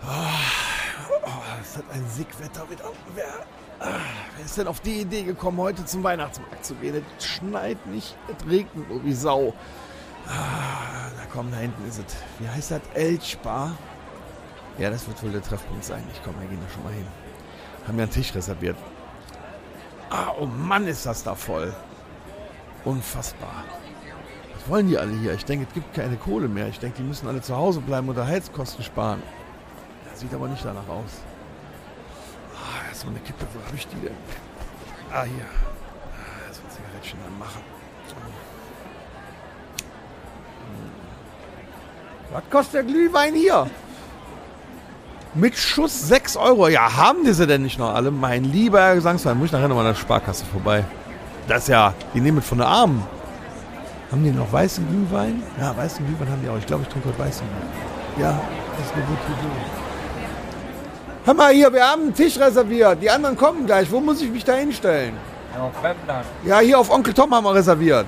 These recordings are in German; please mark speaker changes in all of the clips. Speaker 1: das Ah, hat ein Sickwetter mit. Wer, ah, wer ist denn auf die Idee gekommen, heute zum Weihnachtsmarkt zu gehen? Es schneit nicht, es regnet nur wie Sau. Ah, na komm, da hinten ist es. Wie heißt das? Elchbar? Ja, das wird wohl der Treffpunkt sein. Ich komm, wir gehen da schon mal hin. Haben ja einen Tisch reserviert. Ah, oh Mann, ist das da voll. Unfassbar. Was wollen die alle hier? Ich denke, es gibt keine Kohle mehr. Ich denke, die müssen alle zu Hause bleiben und Heizkosten sparen. Das sieht aber nicht danach aus. Ah, so eine Kippe, wo habe ich die denn? Ah, hier. Ah, so ein Zigarettchen anmachen. Hm. Was kostet der Glühwein hier? Mit Schuss 6 Euro. Ja, haben diese denn nicht noch alle? Mein lieber Gesangsverein, muss ich nachher nochmal an der Sparkasse vorbei. Das ist ja, die nehmen es von der Armen. Haben die noch weißen Glühwein? Ja, weißen Glühwein haben die auch. Ich glaube, ich trinke heute weißen Glühwein. Ja, das ist eine gute Idee. Hör mal hier, wir haben einen Tisch reserviert. Die anderen kommen gleich. Wo muss ich mich da hinstellen?
Speaker 2: Auf Wembley.
Speaker 1: Ja, hier auf Onkel Tom haben wir reserviert.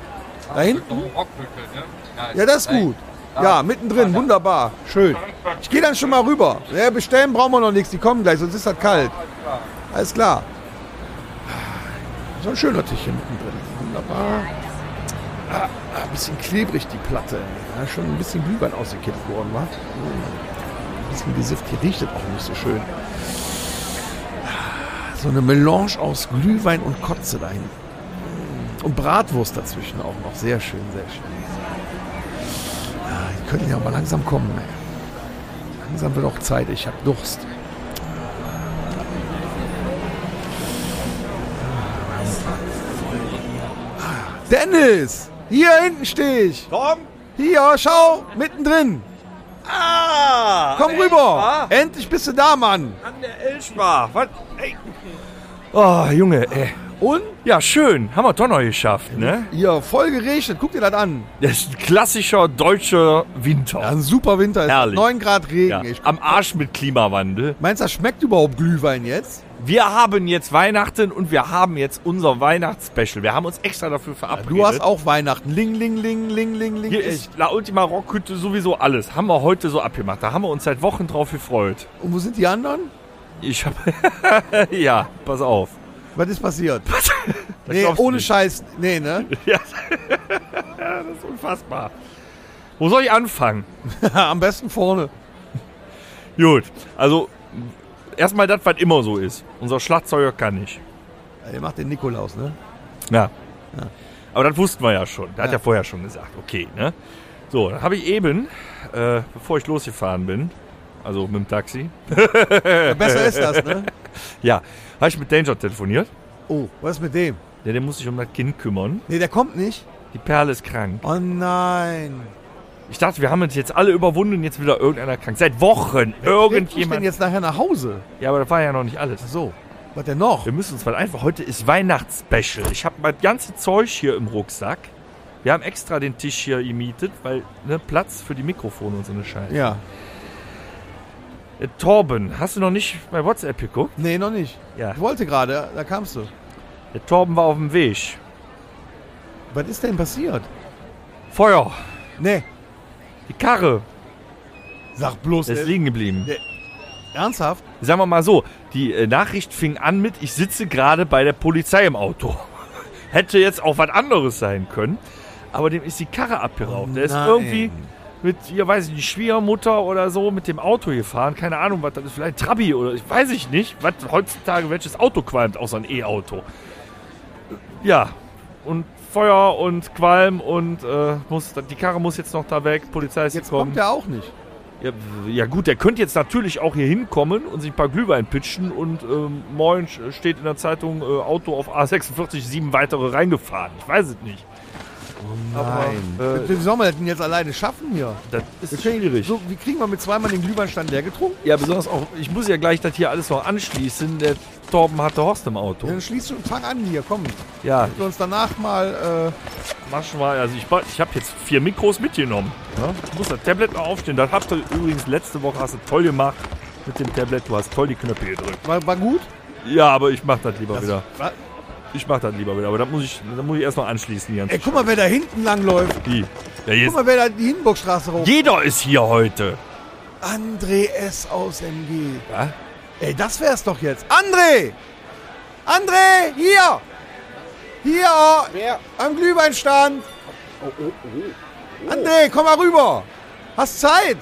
Speaker 1: Da hinten?
Speaker 2: Rockhütte, ne? Nice.
Speaker 1: Ja, das ist gut. Ja, mittendrin, wunderbar, schön. Ich gehe dann schon mal rüber. Ja, bestellen brauchen wir noch nichts, die kommen gleich, sonst ist das kalt. Alles klar. So ein schöner Tisch hier mittendrin, wunderbar. Ah, ah, ein bisschen klebrig die Platte. Ja, schon ein bisschen Glühwein ausgekippt worden, war. Ein bisschen gesifft, hier riecht es auch nicht so schön. Ah, So eine Melange aus Glühwein und Kotze da hinten. Und Bratwurst dazwischen auch noch. Sehr schön, sehr schön. Ah, Die könnten ja aber langsam kommen. Ey. Langsam wird auch Zeit. Ich habe Durst. Dennis! Hier hinten stehe ich.
Speaker 3: Tom?
Speaker 1: Hier, schau, mittendrin.
Speaker 3: Ah!
Speaker 1: Komm
Speaker 3: an der
Speaker 1: rüber.
Speaker 3: Elchbar?
Speaker 1: Endlich bist du da, Mann.
Speaker 3: An der Elchbar. Was? Ey.
Speaker 2: Oh, Junge, ey.
Speaker 1: Und?
Speaker 2: Ja, schön. Haben wir doch noch geschafft, ne?
Speaker 1: Hier, voll geregnet. Guck dir das an.
Speaker 2: Das ist ein klassischer deutscher
Speaker 1: Ja,
Speaker 2: Winter.
Speaker 1: ein super Winter. Es
Speaker 2: Herrlich.
Speaker 1: 9 Grad Regen.
Speaker 2: Ja,
Speaker 1: Ich,
Speaker 2: am Arsch mit Klimawandel.
Speaker 1: meinst du, das schmeckt überhaupt Glühwein jetzt?
Speaker 2: Wir haben jetzt Weihnachten und wir haben jetzt unser Weihnachtsspecial. Wir haben uns extra dafür verabredet.
Speaker 1: Du hast auch Weihnachten. Ling, ling, ling, ling, ling, ling.
Speaker 2: Hier ist La Ultima Rockhütte sowieso alles. Haben wir heute so abgemacht. Da haben wir uns seit Wochen drauf gefreut.
Speaker 1: Und wo sind die anderen?
Speaker 2: Ich hab. ja, pass auf.
Speaker 1: Was ist passiert?
Speaker 2: Da
Speaker 1: nee,
Speaker 2: glaubst du
Speaker 1: ohne
Speaker 2: nicht.
Speaker 1: Scheiß. Nee, ne?
Speaker 2: Ja, das ist unfassbar. Wo soll ich anfangen?
Speaker 1: Am besten vorne.
Speaker 2: Gut, also erstmal das, was immer so ist. Unser Schlagzeuger kann nicht.
Speaker 1: Ja, Der macht den Nikolaus, ne?
Speaker 2: Ja. Aber das wussten wir ja schon. Da hat ja vorher schon gesagt, okay, ne? So, dann habe ich eben, äh, bevor ich losgefahren bin, also mit dem Taxi,
Speaker 1: Ja, besser ist das, ne?
Speaker 2: ja, habe ich mit Danger telefoniert.
Speaker 1: Oh, was ist mit dem?
Speaker 2: Ja, der muss sich um das Kind kümmern.
Speaker 1: Nee, der kommt nicht.
Speaker 2: Die Perle ist krank.
Speaker 1: Oh nein.
Speaker 2: Ich dachte, wir haben uns jetzt alle überwunden und jetzt wieder irgendeiner krank. Seit Wochen
Speaker 1: Bringt mich denn
Speaker 2: irgendjemand.
Speaker 1: jetzt nachher nach Hause?
Speaker 2: Ja, aber das war ja noch nicht alles.
Speaker 1: Ach so. Was denn noch?
Speaker 2: Wir müssen uns mal einfach. Heute ist Weihnachtsspecial. Ich habe mein ganzes Zeug hier im Rucksack. Wir haben extra den Tisch hier gemietet, weil ne, Platz für die Mikrofone und so eine Scheiße.
Speaker 1: Ja.
Speaker 2: Äh, Torben, hast du noch nicht bei WhatsApp geguckt?
Speaker 1: Nee, noch nicht.
Speaker 2: Ja.
Speaker 1: Ich wollte gerade, da kamst du.
Speaker 2: Der Torben war auf dem Weg.
Speaker 1: Was ist denn passiert?
Speaker 2: Feuer,
Speaker 1: Nee,
Speaker 2: die Karre
Speaker 1: sag bloß.
Speaker 2: ist
Speaker 1: äh,
Speaker 2: liegen geblieben.
Speaker 1: ernsthaft?
Speaker 2: Sagen wir mal so, die äh, Nachricht fing an mit, ich sitze gerade bei der Polizei im Auto. Hätte jetzt auch was anderes sein können, aber dem ist die Karre abgeraubt. der ist
Speaker 1: nein.
Speaker 2: irgendwie mit, ihr weiß ich nicht, Schwiegermutter oder so mit dem Auto gefahren. Keine Ahnung, was das ist, vielleicht Trabi oder ich weiß ich nicht, was heutzutage welches Auto qualmt, außer ein E-Auto. Ja, und Feuer und Qualm und äh, muss, die Karre muss jetzt noch da weg, Polizei ist
Speaker 1: Jetzt
Speaker 2: gekommen.
Speaker 1: kommt er auch nicht.
Speaker 2: Ja, w- ja gut, der könnte jetzt natürlich auch hier hinkommen und sich ein paar Glühwein pitchen und ähm, moin sch- steht in der Zeitung äh, Auto auf A46 sieben weitere reingefahren. Ich weiß es nicht. Aber, äh,
Speaker 1: Wie sollen wir das denn jetzt alleine schaffen hier?
Speaker 2: das ist
Speaker 1: kriegen-
Speaker 2: schwierig.
Speaker 1: So, wie kriegen wir mit zweimal den Glühweinstand leer getrunken?
Speaker 2: ja, besonders auch, ich muss ja gleich das hier alles noch anschließen. Der Torben hatte Horst im
Speaker 1: Ja,
Speaker 2: Auto.
Speaker 1: dann schließt schon, fang an hier, komm.
Speaker 2: Ja,
Speaker 1: Wir uns danach mal, äh,
Speaker 2: mach schon mal. Also ich, ba- ich habe jetzt vier Mikros mitgenommen. Ja? Ich muss das Tablet mal aufstehen. Das habt ihr übrigens letzte Woche hast du toll gemacht mit dem Tablet. Du hast toll die Knöpfe gedrückt.
Speaker 1: äh, war, war gut?
Speaker 2: Ja, aber ich mach das lieber wieder.
Speaker 1: War,
Speaker 2: Ich mach das lieber wieder, aber da muss ich, da muss ich erst noch anschließen. Die ganze
Speaker 1: ey, guck mal, wer da hinten lang läuft.
Speaker 2: Sch- die. Ja,
Speaker 1: Guck
Speaker 2: jetzt,
Speaker 1: mal, wer da die Hindenburgstraße hoch.
Speaker 2: jeder ist hier heute.
Speaker 1: André S. aus MG.
Speaker 2: Ja?
Speaker 1: Ey, das wär's doch jetzt.
Speaker 4: André! André, hier! Hier!
Speaker 5: Wer?
Speaker 4: Am Glühweinstand!
Speaker 5: Oh, oh, oh.
Speaker 4: André, komm mal rüber! Hast Zeit?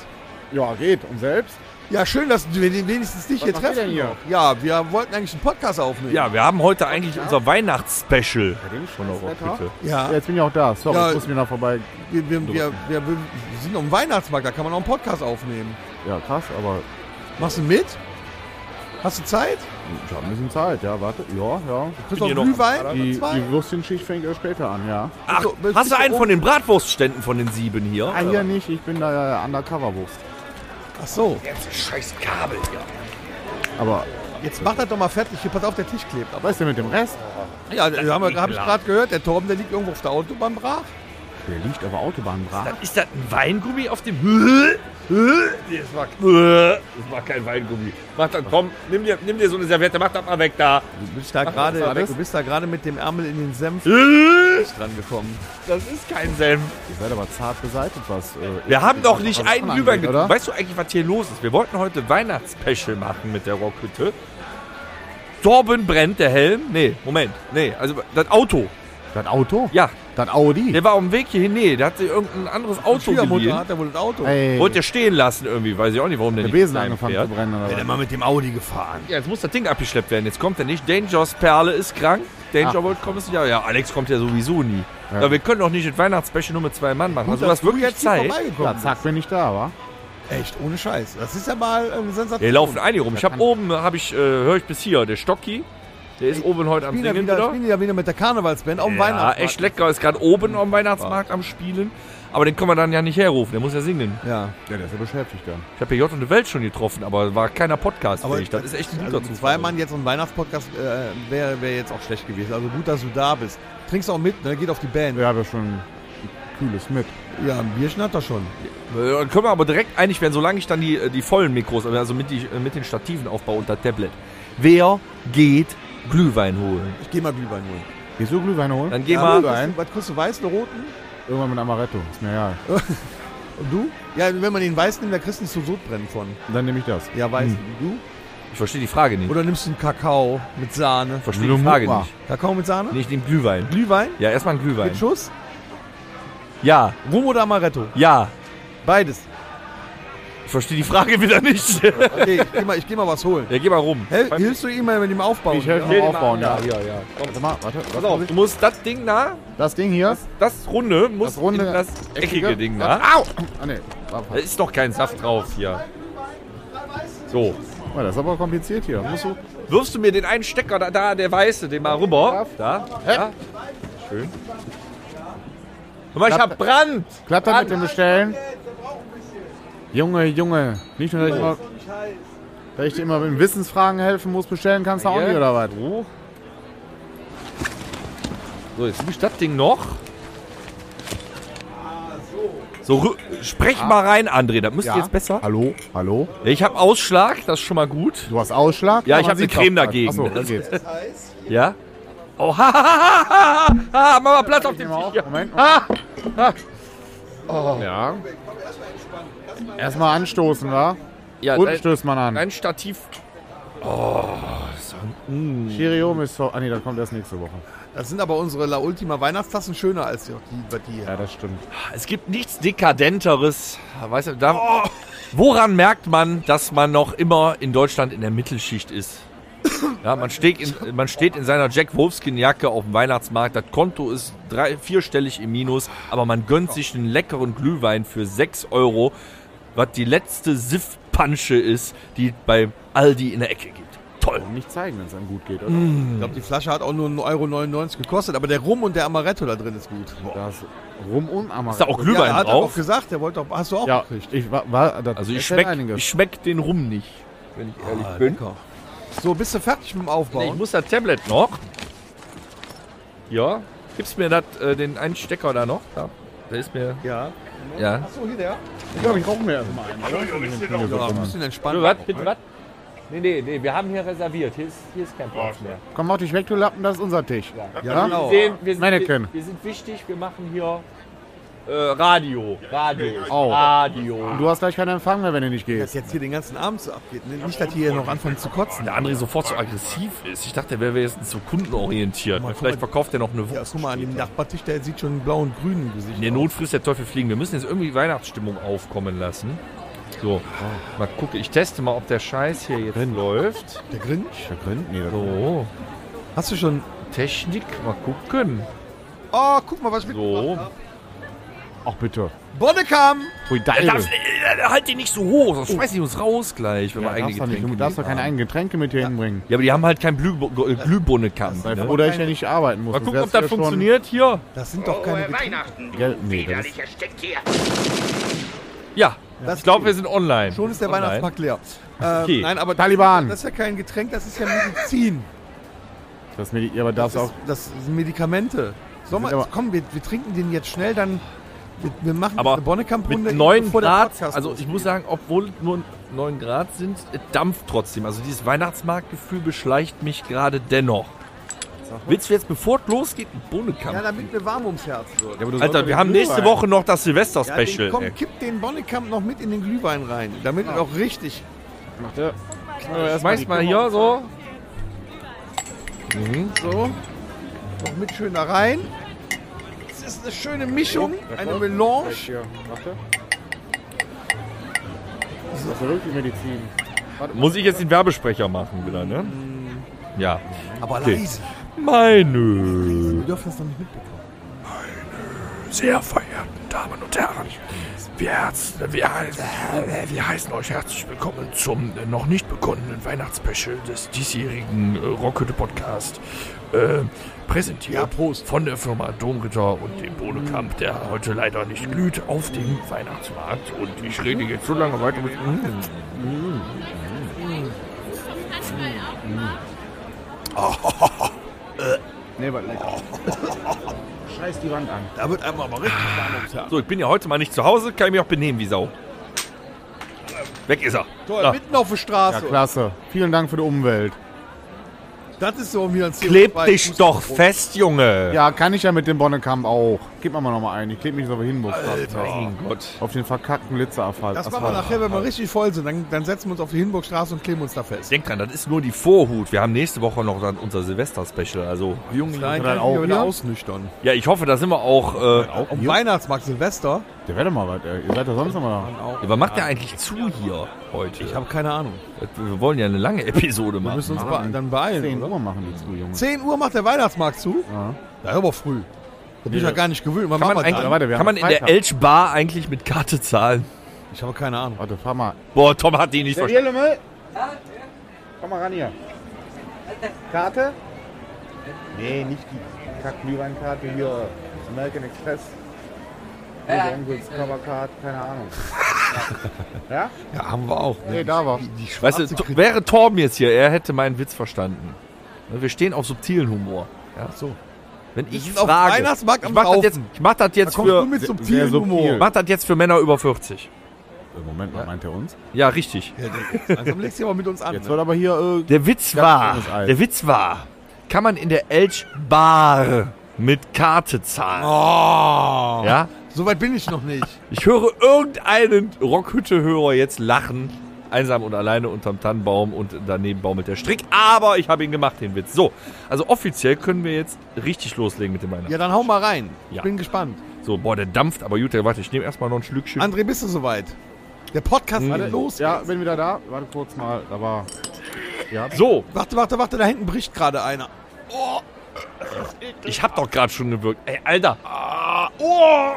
Speaker 5: Ja, geht. Und selbst?
Speaker 1: Ja, schön, dass wir den wenigstens dich
Speaker 5: Was
Speaker 1: hier
Speaker 5: macht ihr
Speaker 1: treffen.
Speaker 5: denn hier?
Speaker 1: Ja, wir wollten eigentlich einen Podcast aufnehmen.
Speaker 2: Ja, wir haben heute eigentlich unser Weihnachtsspecial
Speaker 5: dem
Speaker 2: von der
Speaker 5: Scheißwetter?
Speaker 2: Rockhütte.
Speaker 1: ja.
Speaker 5: Ja, jetzt bin ich auch da. Sorry,
Speaker 1: Ja.
Speaker 5: ich muss mir noch vorbei.
Speaker 1: Wir, wir, wir, wir, wir sind auf dem Weihnachtsmarkt, da kann man auch einen Podcast aufnehmen.
Speaker 5: Ja, krass, aber
Speaker 1: Machst du mit? Hast du Zeit?
Speaker 5: ich habe ein bisschen Zeit. Ja, warte. Ja, ja.
Speaker 1: Kriegst
Speaker 2: bin
Speaker 1: du auch
Speaker 2: hier noch am
Speaker 1: Glühwein?
Speaker 2: Radar.
Speaker 5: Die,
Speaker 1: Zwei?
Speaker 5: die Würstchenschicht fängt erst später an, ja.
Speaker 2: Ach,
Speaker 1: So, willst
Speaker 2: hast du
Speaker 1: du
Speaker 2: einen
Speaker 1: oben?
Speaker 2: von den Bratwurstständen von den sieben hier?
Speaker 5: Ah, hier nicht. Ich bin da ja Undercover-Wurst.
Speaker 1: Ach so,
Speaker 2: Jetzt scheiß Kabel hier.
Speaker 5: Aber
Speaker 1: jetzt mach das doch mal fertig. Hier, pass auf, der Tisch klebt ab.
Speaker 5: was ist denn mit dem Rest?
Speaker 1: Ja, da haben wir-
Speaker 2: liegt
Speaker 1: hab ich
Speaker 2: klar.
Speaker 1: gerade gehört, der Torben, der liegt irgendwo auf der Autobahn brach.
Speaker 5: Der liegt auf der Autobahn brach.
Speaker 2: Dann ist das ein Weingummi auf dem. Nee, das war, das war kein Weingummi. Mach dann, komm, nimm dir, nimm dir so eine Serviette, mach das mal weg da.
Speaker 1: Du bist da
Speaker 5: gerade-
Speaker 1: gerade,
Speaker 5: du
Speaker 1: du bist da gerade mit dem Ärmel in den Senf dran gekommen.
Speaker 2: Das ist kein Senf.
Speaker 5: Ihr seid aber zart beseitigt, was. Äh,
Speaker 2: Wir haben doch nicht
Speaker 5: was
Speaker 2: einen
Speaker 5: angeht,
Speaker 2: Glühwein
Speaker 5: oder?
Speaker 2: getrunken. Weißt du eigentlich, was hier los ist? Wir wollten heute Weihnachtsspecial machen mit der Rockhütte. Torben brennt der Helm. Nee, Moment. Nee, also das Auto.
Speaker 5: Das Auto?
Speaker 2: Ja,
Speaker 5: Das Audi?
Speaker 2: der war auf dem Weg hierhin. Nee, der hatte irgendein anderes Auto
Speaker 1: Schwiegermutter
Speaker 2: geliehen.
Speaker 1: hat er wohl das Auto.
Speaker 5: Ey,
Speaker 2: Wollte er stehen lassen irgendwie. Weiß ich auch nicht, warum der,
Speaker 5: der
Speaker 2: nicht
Speaker 5: Besen
Speaker 2: dahin
Speaker 5: angefangen
Speaker 2: fährt.
Speaker 5: zu brennen, oder?
Speaker 1: Wenn er
Speaker 5: was?
Speaker 1: mal mit dem Audi gefahren.
Speaker 2: Ja, jetzt muss das Ding abgeschleppt werden. Jetzt kommt er nicht. Dangers Perle ist krank. Danger
Speaker 5: Ah.
Speaker 2: World kommt es nicht. Ja, ja, Alex kommt ja sowieso nie.
Speaker 5: Ja.
Speaker 2: Ja. wir können doch nicht das Weihnachtsspecial nur mit zwei Mann machen. also, du
Speaker 1: dass
Speaker 2: hast wirklich
Speaker 1: jetzt hier
Speaker 2: Zeit.
Speaker 1: vorbeigekommen
Speaker 5: Ja, zack, bin ich da, wa?
Speaker 1: bist. Echt, ohne Scheiß. Das ist ja mal ähm, Sensation.
Speaker 2: Hier laufen einige rum. Ich
Speaker 5: Ja,
Speaker 2: habe
Speaker 5: kann-
Speaker 2: oben, habe ich, äh, höre ich bis hier, der Stocki. Der ist oben heute am
Speaker 1: Spielen ja
Speaker 2: Singen
Speaker 1: wieder,
Speaker 2: wieder.
Speaker 1: spielen ja wieder mit der Karnevalsband auf dem
Speaker 2: Ja,
Speaker 1: Weihnachtsmarkt.
Speaker 2: echt lecker. Ist gerade oben am Weihnachtsmarkt am Spielen. Aber den können wir dann ja nicht herrufen. Der muss ja singen.
Speaker 1: Ja,
Speaker 5: Ja, der ist ja beschäftigt dann.
Speaker 2: Ich habe ja J und die Welt schon getroffen, aber war keiner Podcast.
Speaker 1: aber
Speaker 2: fähig. das ist echt ein guter
Speaker 1: also mit
Speaker 2: Zufall.
Speaker 1: Zwei Mann jetzt und Weihnachtspodcast äh, wäre wär jetzt auch schlecht gewesen. Also gut, dass du da bist. Trinkst auch mit, ne? Geht auf die Band.
Speaker 5: Ja, wir schon ein kühles mit.
Speaker 1: Ja, ein Bierchen hat er schon.
Speaker 2: Äh, Dann können wir aber direkt einig werden, solange ich dann die, äh, die vollen Mikros, also mit, die, äh, mit den Stativen aufbaue und das Tablet. Wer geht Glühwein holen?
Speaker 1: Ich geh mal Glühwein holen.
Speaker 5: Gehst du Glühwein holen?
Speaker 2: Dann geh
Speaker 1: Ja,
Speaker 2: mal.
Speaker 5: Glühwein.
Speaker 1: Was kriegst du, weißen, roten?
Speaker 5: Irgendwann mit Amaretto. Ist mir egal.
Speaker 1: Und du? Ja, wenn man den weißen nimmt, da kriegst du zu Sodbrennen von.
Speaker 5: Dann nehme ich das.
Speaker 1: Ja,
Speaker 2: Hm.
Speaker 1: weißen. Und
Speaker 2: Ich verstehe die Frage nicht.
Speaker 1: Du? Oder nimmst du einen Kakao mit Sahne?
Speaker 2: Ich verstehe die
Speaker 5: Lumumba.
Speaker 2: Frage nicht.
Speaker 1: Kakao mit Sahne?
Speaker 2: Nee, ich nehme Glühwein.
Speaker 1: Glühwein?
Speaker 2: Ja, erstmal ein
Speaker 1: Mit
Speaker 2: Glühwein.
Speaker 1: Schuss?
Speaker 2: Ja,
Speaker 1: Rum oder Amaretto?
Speaker 2: ja.
Speaker 1: Beides.
Speaker 2: Ich verstehe die Frage wieder nicht. ja,
Speaker 1: Okay, ich geh mal, ich geh mal was holen.
Speaker 2: geh mal rum.
Speaker 1: Hel hilfst du ihm mal mit dem Aufbau?
Speaker 5: Ich helfe
Speaker 2: Geh
Speaker 5: mir
Speaker 2: mal
Speaker 5: aufbauen, ja.
Speaker 2: an, ja, ja. Komm.
Speaker 5: Warte mal, warte.
Speaker 2: Pass auf, du musst das Ding da,
Speaker 5: Das Ding hier.
Speaker 2: das, das Runde, muss
Speaker 5: Das runde,
Speaker 2: in das eckige, Ding ne? da.
Speaker 5: Au! Ah, nee. war
Speaker 2: Da
Speaker 5: falsch.
Speaker 2: ist doch kein Saft drauf hier. So.
Speaker 5: Oh, das ist aber kompliziert hier. Musst du.
Speaker 2: Wirfst du mir den einen Stecker da, da der weiße, den mal rüber? Da, da. Schön. Guck mal, ich hab Brand.
Speaker 5: Klappt das mit dem Bestellen? Junge, Junge. Nicht nur, dass ich, immer, dass ich dir immer mit Wissensfragen helfen muss, bestellen kannst du auch nicht, oder was?
Speaker 2: So. So, jetzt liegt das Ding noch. So, rü- sprech mal rein, André. Das müsste
Speaker 5: Ah. Ja.
Speaker 2: jetzt besser.
Speaker 5: Hallo? Hallo?
Speaker 2: Ich habe Ausschlag, das ist schon mal gut.
Speaker 5: Du hast Ausschlag?
Speaker 2: Ja, ich
Speaker 5: man
Speaker 2: hab ne
Speaker 5: sieht's
Speaker 2: Creme
Speaker 5: auch.
Speaker 2: dagegen.
Speaker 5: Achso, das
Speaker 2: Das-
Speaker 5: geht's.
Speaker 2: Ja? Oh, ha, ha, ha, ha, ha, ha, ha, mach mal Platz auf
Speaker 5: Ich
Speaker 2: dem
Speaker 5: nehme auf.
Speaker 2: Tisch. Ja.
Speaker 5: Moment.
Speaker 2: Ah,
Speaker 5: Ja. Erstmal anstoßen, wa?
Speaker 2: ja, äh,
Speaker 5: Unten
Speaker 2: dein,
Speaker 5: stößt man an.
Speaker 2: dein Stativ.
Speaker 5: Chirium ist vor. Ah, nee, dann kommt erst nächste Woche.
Speaker 1: Das sind aber unsere La Ultima Weihnachtstassen schöner als die, die, die hier.
Speaker 5: Ja, das stimmt.
Speaker 2: Es gibt nichts Dekadenteres. Weißt du, da, woran merkt man, dass man noch immer in Deutschland in der Mittelschicht ist? Ja, man, steht in, man steht in seiner Jack Wolfskin-Jacke auf dem Weihnachtsmarkt. Das Konto ist drei, vierstellig im Minus, aber man gönnt sich einen leckeren Glühwein für 6 Euro, was die letzte Siff-Pansche ist, die bei Aldi in der Ecke gibt. Toll.
Speaker 5: Warum nicht zeigen, wenn es einem gut geht, oder?
Speaker 2: Mhm. Hm.
Speaker 1: Ich glaube, die Flasche hat auch nur 1,99 Euro gekostet, aber der Rum und der Amaretto da drin ist gut.
Speaker 5: Da ist Rum und Amaretto.
Speaker 2: Ist da auch Glühwein
Speaker 1: ja, hat er auch
Speaker 2: drauf?
Speaker 1: gesagt, der wollte auch, hast du auch
Speaker 5: Ja,
Speaker 1: gekriegt.
Speaker 5: ich war, war das
Speaker 2: Also ich
Speaker 5: erzählt
Speaker 2: schmeck,
Speaker 5: einiges.
Speaker 2: ich schmeck den Rum nicht, wenn ich ehrlich
Speaker 1: Ah,
Speaker 2: bin.
Speaker 1: lecker. So, bist du fertig mit dem Aufbau?
Speaker 2: Nee, ich muss das Tablet noch. Ja. Gibst mir dat, äh, den einen Stecker da noch? Da. Der ist mir.
Speaker 1: ja.
Speaker 2: Ja.
Speaker 1: Achso, hier der?
Speaker 5: ich glaube, ich rauche mir erstmal einen. oder?
Speaker 1: Ja, ein bisschen entspannt.
Speaker 2: was? Bitte was? Nee, nee, nee, wir haben hier reserviert. Hier ist, hier ist kein Platz mehr.
Speaker 5: Komm, mach dich weg, du Lappen, das ist unser Tisch. Ja,
Speaker 1: Ja, genau.
Speaker 2: Wir sehen, wir sind,
Speaker 5: Mannequin.
Speaker 2: wir, wir sind wichtig, wir machen hier Äh, Radio. Radio.
Speaker 5: Au.
Speaker 2: Radio.
Speaker 5: Du hast gleich keinen Empfang mehr, wenn du nicht
Speaker 1: Dass
Speaker 5: gehst.
Speaker 1: jetzt hier den ganzen Abend so abgeht. ne? Nicht, dass die hier noch anfangen zu kotzen.
Speaker 2: Der André sofort so aggressiv ist. Ich dachte, der wäre wenigstens so kundenorientiert.
Speaker 1: Guck mal,
Speaker 2: Vielleicht
Speaker 1: guck mal.
Speaker 2: verkauft er noch eine
Speaker 1: Ja,
Speaker 2: Wurst.
Speaker 1: guck mal, an dem Nachbartisch, der sieht schon blau und grün im Gesicht.
Speaker 2: In der Not frisst der Teufel fliegen. Wir müssen jetzt irgendwie Weihnachtsstimmung aufkommen lassen. So, mal gucke. Ich teste mal, ob der Scheiß hier jetzt läuft.
Speaker 1: Der Grinch?
Speaker 5: Der Grind? Nee, das
Speaker 2: So,
Speaker 1: Hast du schon...
Speaker 2: Technik, mal gucken.
Speaker 1: Oh, guck mal, was ich mit...
Speaker 2: So.
Speaker 5: Ach bitte.
Speaker 1: Bonnekam!
Speaker 5: Pui, da
Speaker 2: Äh, darfst- äh, halt die nicht so hoch, sonst schmeißen die uns raus gleich, wenn wir eigene
Speaker 5: darfst doch nicht,
Speaker 2: Getränke
Speaker 5: du darfst doch
Speaker 2: nehmen.
Speaker 5: keine eigenen Getränke mit hier hinbringen.
Speaker 2: Ja, aber die haben halt keinen Glühbo- äh, Glühbirnenkampf.
Speaker 5: Sei froh,
Speaker 2: Ne?
Speaker 5: dass ich ja nicht arbeiten muss.
Speaker 2: Mal
Speaker 5: sonst
Speaker 2: gucken,
Speaker 5: wär's
Speaker 2: ob das
Speaker 5: wieder schon-
Speaker 2: funktioniert hier.
Speaker 1: Das sind doch keine...
Speaker 6: Frohe
Speaker 1: Getränke.
Speaker 6: Weihnachten, du
Speaker 5: Ja, nee, das
Speaker 6: widerlicher Stinktier.
Speaker 2: Ja,
Speaker 1: Das
Speaker 2: ich glaube, wir sind online.
Speaker 1: Schon ist der
Speaker 2: online.
Speaker 1: Weihnachtsmarkt leer. Äh,
Speaker 2: Oh, Okay.
Speaker 1: Nein, aber
Speaker 5: Taliban.
Speaker 1: das ist ja kein Getränk, das ist ja Medizin.
Speaker 5: Das Medi ja, aber darfst auch.
Speaker 1: Das sind Medikamente. Sollen
Speaker 5: sind
Speaker 1: wir,
Speaker 5: aber-
Speaker 1: komm, wir, wir trinken den jetzt schnell, dann. Wir, wir machen
Speaker 2: Aber
Speaker 1: eine Bonnekamp-Runde.
Speaker 2: Mit 9
Speaker 1: bevor der
Speaker 2: Grad,
Speaker 1: Podcast
Speaker 2: also ich
Speaker 1: losgeht.
Speaker 2: muss sagen, obwohl es nur 9 Grad sind, es dampft trotzdem. Also dieses Weihnachtsmarktgefühl beschleicht mich gerade dennoch. Willst du jetzt, bevor es losgeht, einen Bohnenkampf?
Speaker 1: Ja, damit mir warm ums Herz wird.
Speaker 5: aber du sollst
Speaker 2: Alter,
Speaker 5: doch
Speaker 2: wir
Speaker 5: den
Speaker 2: haben nächste
Speaker 5: Glühwein.
Speaker 2: Woche noch das
Speaker 1: Ja, den-
Speaker 2: Silvester-Special. ey.
Speaker 1: komm, kipp den Bonnekamp noch mit in den Glühwein rein, damit es auch richtig.
Speaker 5: Macht der- Ja, erst
Speaker 2: Schmeiß
Speaker 5: die-
Speaker 2: mal hier so.
Speaker 1: So. Noch mit schön da rein. Es ist eine schöne Mischung, eine Melange.
Speaker 5: Hier, macht der. Das ist wirklich Medizin.
Speaker 2: Muss ich jetzt den Werbesprecher machen wieder, ne?
Speaker 1: Mhm.
Speaker 2: Ja.
Speaker 1: Aber
Speaker 2: Okay.
Speaker 1: leise.
Speaker 2: Meine
Speaker 1: Wir dürfen das noch nicht mitbekommen.
Speaker 2: sehr verehrten Damen und Herren, wir, herz- wir, äh, wir heißen euch herzlich willkommen zum äh, noch nicht begonnenen Weihnachtsspecial des diesjährigen äh, Rockhütte Podcast. Äh, präsentiert von der Firma Domritter und dem Bodekamp, der heute leider nicht glüht, auf dem Weihnachtsmarkt. Und ich rede jetzt so lange weiter mit.
Speaker 5: Nee, aber lecker. Scheiß die Wand an.
Speaker 1: Da wird einem aber richtig warm ums Herz.
Speaker 2: So, ich bin ja heute mal nicht zu Hause, kann ich mich auch benehmen wie Sau. Weg ist er.
Speaker 1: Toll,
Speaker 2: Ja.
Speaker 1: mitten auf der Straße.
Speaker 5: Ja, klasse. Vielen Dank für die Umwelt.
Speaker 1: Das ist so wieder ein
Speaker 2: Kleb
Speaker 1: CO2
Speaker 2: dich doch
Speaker 1: Fußabdruck.
Speaker 2: fest, Junge.
Speaker 5: Ja, kann ich ja mit dem Bonnekamp auch. Gib mir mal nochmal ein. Ich klebe mich so hin, muss.
Speaker 2: Mein Gott.
Speaker 5: Auf den verkackten Glitzeravfall.
Speaker 1: Das machen wir
Speaker 5: Asphalt.
Speaker 1: nachher, wenn wir richtig voll sind. Dann, dann setzen wir uns auf die Hinburgstraße und kleben uns da fest.
Speaker 2: Denk dran, das ist nur die Vorhut. Wir haben nächste Woche noch dann unser Silvester-Special. Also, Junge,
Speaker 1: Nein,
Speaker 5: dann
Speaker 1: kann ich
Speaker 5: auch
Speaker 1: mich wieder
Speaker 5: hier?
Speaker 1: ausnüchtern.
Speaker 2: ja, ich hoffe, da sind wir auch. Äh,
Speaker 5: Auch
Speaker 1: Am
Speaker 5: hier?
Speaker 1: Weihnachtsmarkt Silvester?
Speaker 5: Der wäre doch mal was, ey. Ihr seid doch sonst nochmal da.
Speaker 2: was macht der eigentlich zu hier heute?
Speaker 1: Ich habe keine Ahnung.
Speaker 2: wir wollen ja eine lange Episode
Speaker 1: Wir
Speaker 2: machen.
Speaker 1: müssen uns
Speaker 5: Mann.
Speaker 1: be dann beeilen.
Speaker 5: 10
Speaker 1: Oder?
Speaker 5: Uhr machen die zu, Junge.
Speaker 1: 10 Uhr macht der Weihnachtsmarkt zu?
Speaker 5: Ja.
Speaker 1: Da ist aber früh. Da bin ich ja gar nicht gewöhnt. Wann
Speaker 2: Kann man,
Speaker 1: machen wir
Speaker 2: eigentlich,
Speaker 5: Ja, warte, wir
Speaker 2: kann
Speaker 5: haben
Speaker 2: man in der
Speaker 5: Freitag.
Speaker 2: Elch Bar eigentlich mit Karte zahlen?
Speaker 1: das? Ich habe keine Ahnung.
Speaker 5: Warte, fahr mal.
Speaker 2: Boah, Tom hat die nicht verstanden.
Speaker 5: Lümmel? Komm mal ran hier. Karte? Nee, nicht die Kack-Glühweinkarte hier. American Express. Ja. Covercard, keine Ahnung. ja?
Speaker 1: Ja, haben wir auch.
Speaker 5: Nee, da war.
Speaker 1: Die Schweiz.
Speaker 2: Weißt du, to- wäre Torben jetzt hier, er hätte meinen Witz verstanden. Wir stehen auf subtilen Humor. Ja?
Speaker 1: so.
Speaker 2: Wenn ich
Speaker 1: sind auf
Speaker 2: frage,
Speaker 1: Weihnachtsmarkt
Speaker 2: ich
Speaker 1: am
Speaker 2: mach das
Speaker 1: Saufen.
Speaker 2: jetzt, ich mach das
Speaker 1: Da
Speaker 2: jetzt
Speaker 1: kommst du
Speaker 2: für,
Speaker 1: mit
Speaker 5: sehr-
Speaker 1: subtilem
Speaker 5: sehr
Speaker 2: ich
Speaker 5: subtil.
Speaker 1: Humor.
Speaker 2: mach das jetzt für Männer über 40.
Speaker 5: Moment mal, meint er uns?
Speaker 2: Ja, richtig.
Speaker 1: Also legst du aber mit uns an.
Speaker 5: Jetzt
Speaker 1: ne?
Speaker 5: wird aber hier. Äh,
Speaker 2: Der Witz
Speaker 5: Ganz
Speaker 2: war,
Speaker 5: junges Eis.
Speaker 2: der Witz war, kann man in der Elch Bar mit Karte zahlen?
Speaker 1: Oh,
Speaker 2: Ja?
Speaker 1: so weit bin ich noch nicht.
Speaker 2: Ich höre irgendeinen Rockhütte-Hörer jetzt lachen, einsam und alleine unterm Tannenbaum und daneben baumelt der Strick, aber ich habe ihn gemacht, den Witz. So, also offiziell können wir jetzt richtig loslegen mit dem Weihnachten.
Speaker 1: Ja, dann hau mal rein. Ich
Speaker 2: Ja.
Speaker 1: bin gespannt.
Speaker 2: So, boah, der dampft, aber gut, warte, ich nehme erstmal noch ein Schlückchen.
Speaker 1: André, bist du soweit? Der Podcast
Speaker 5: warte,
Speaker 1: geht los.
Speaker 5: Ja, bin wieder da. Warte kurz mal, da war. Ja.
Speaker 2: so,
Speaker 1: Warte, warte, warte, da hinten bricht gerade einer.
Speaker 2: ich habe doch gerade schon gewirkt. Ey, Alter. Ah, oh.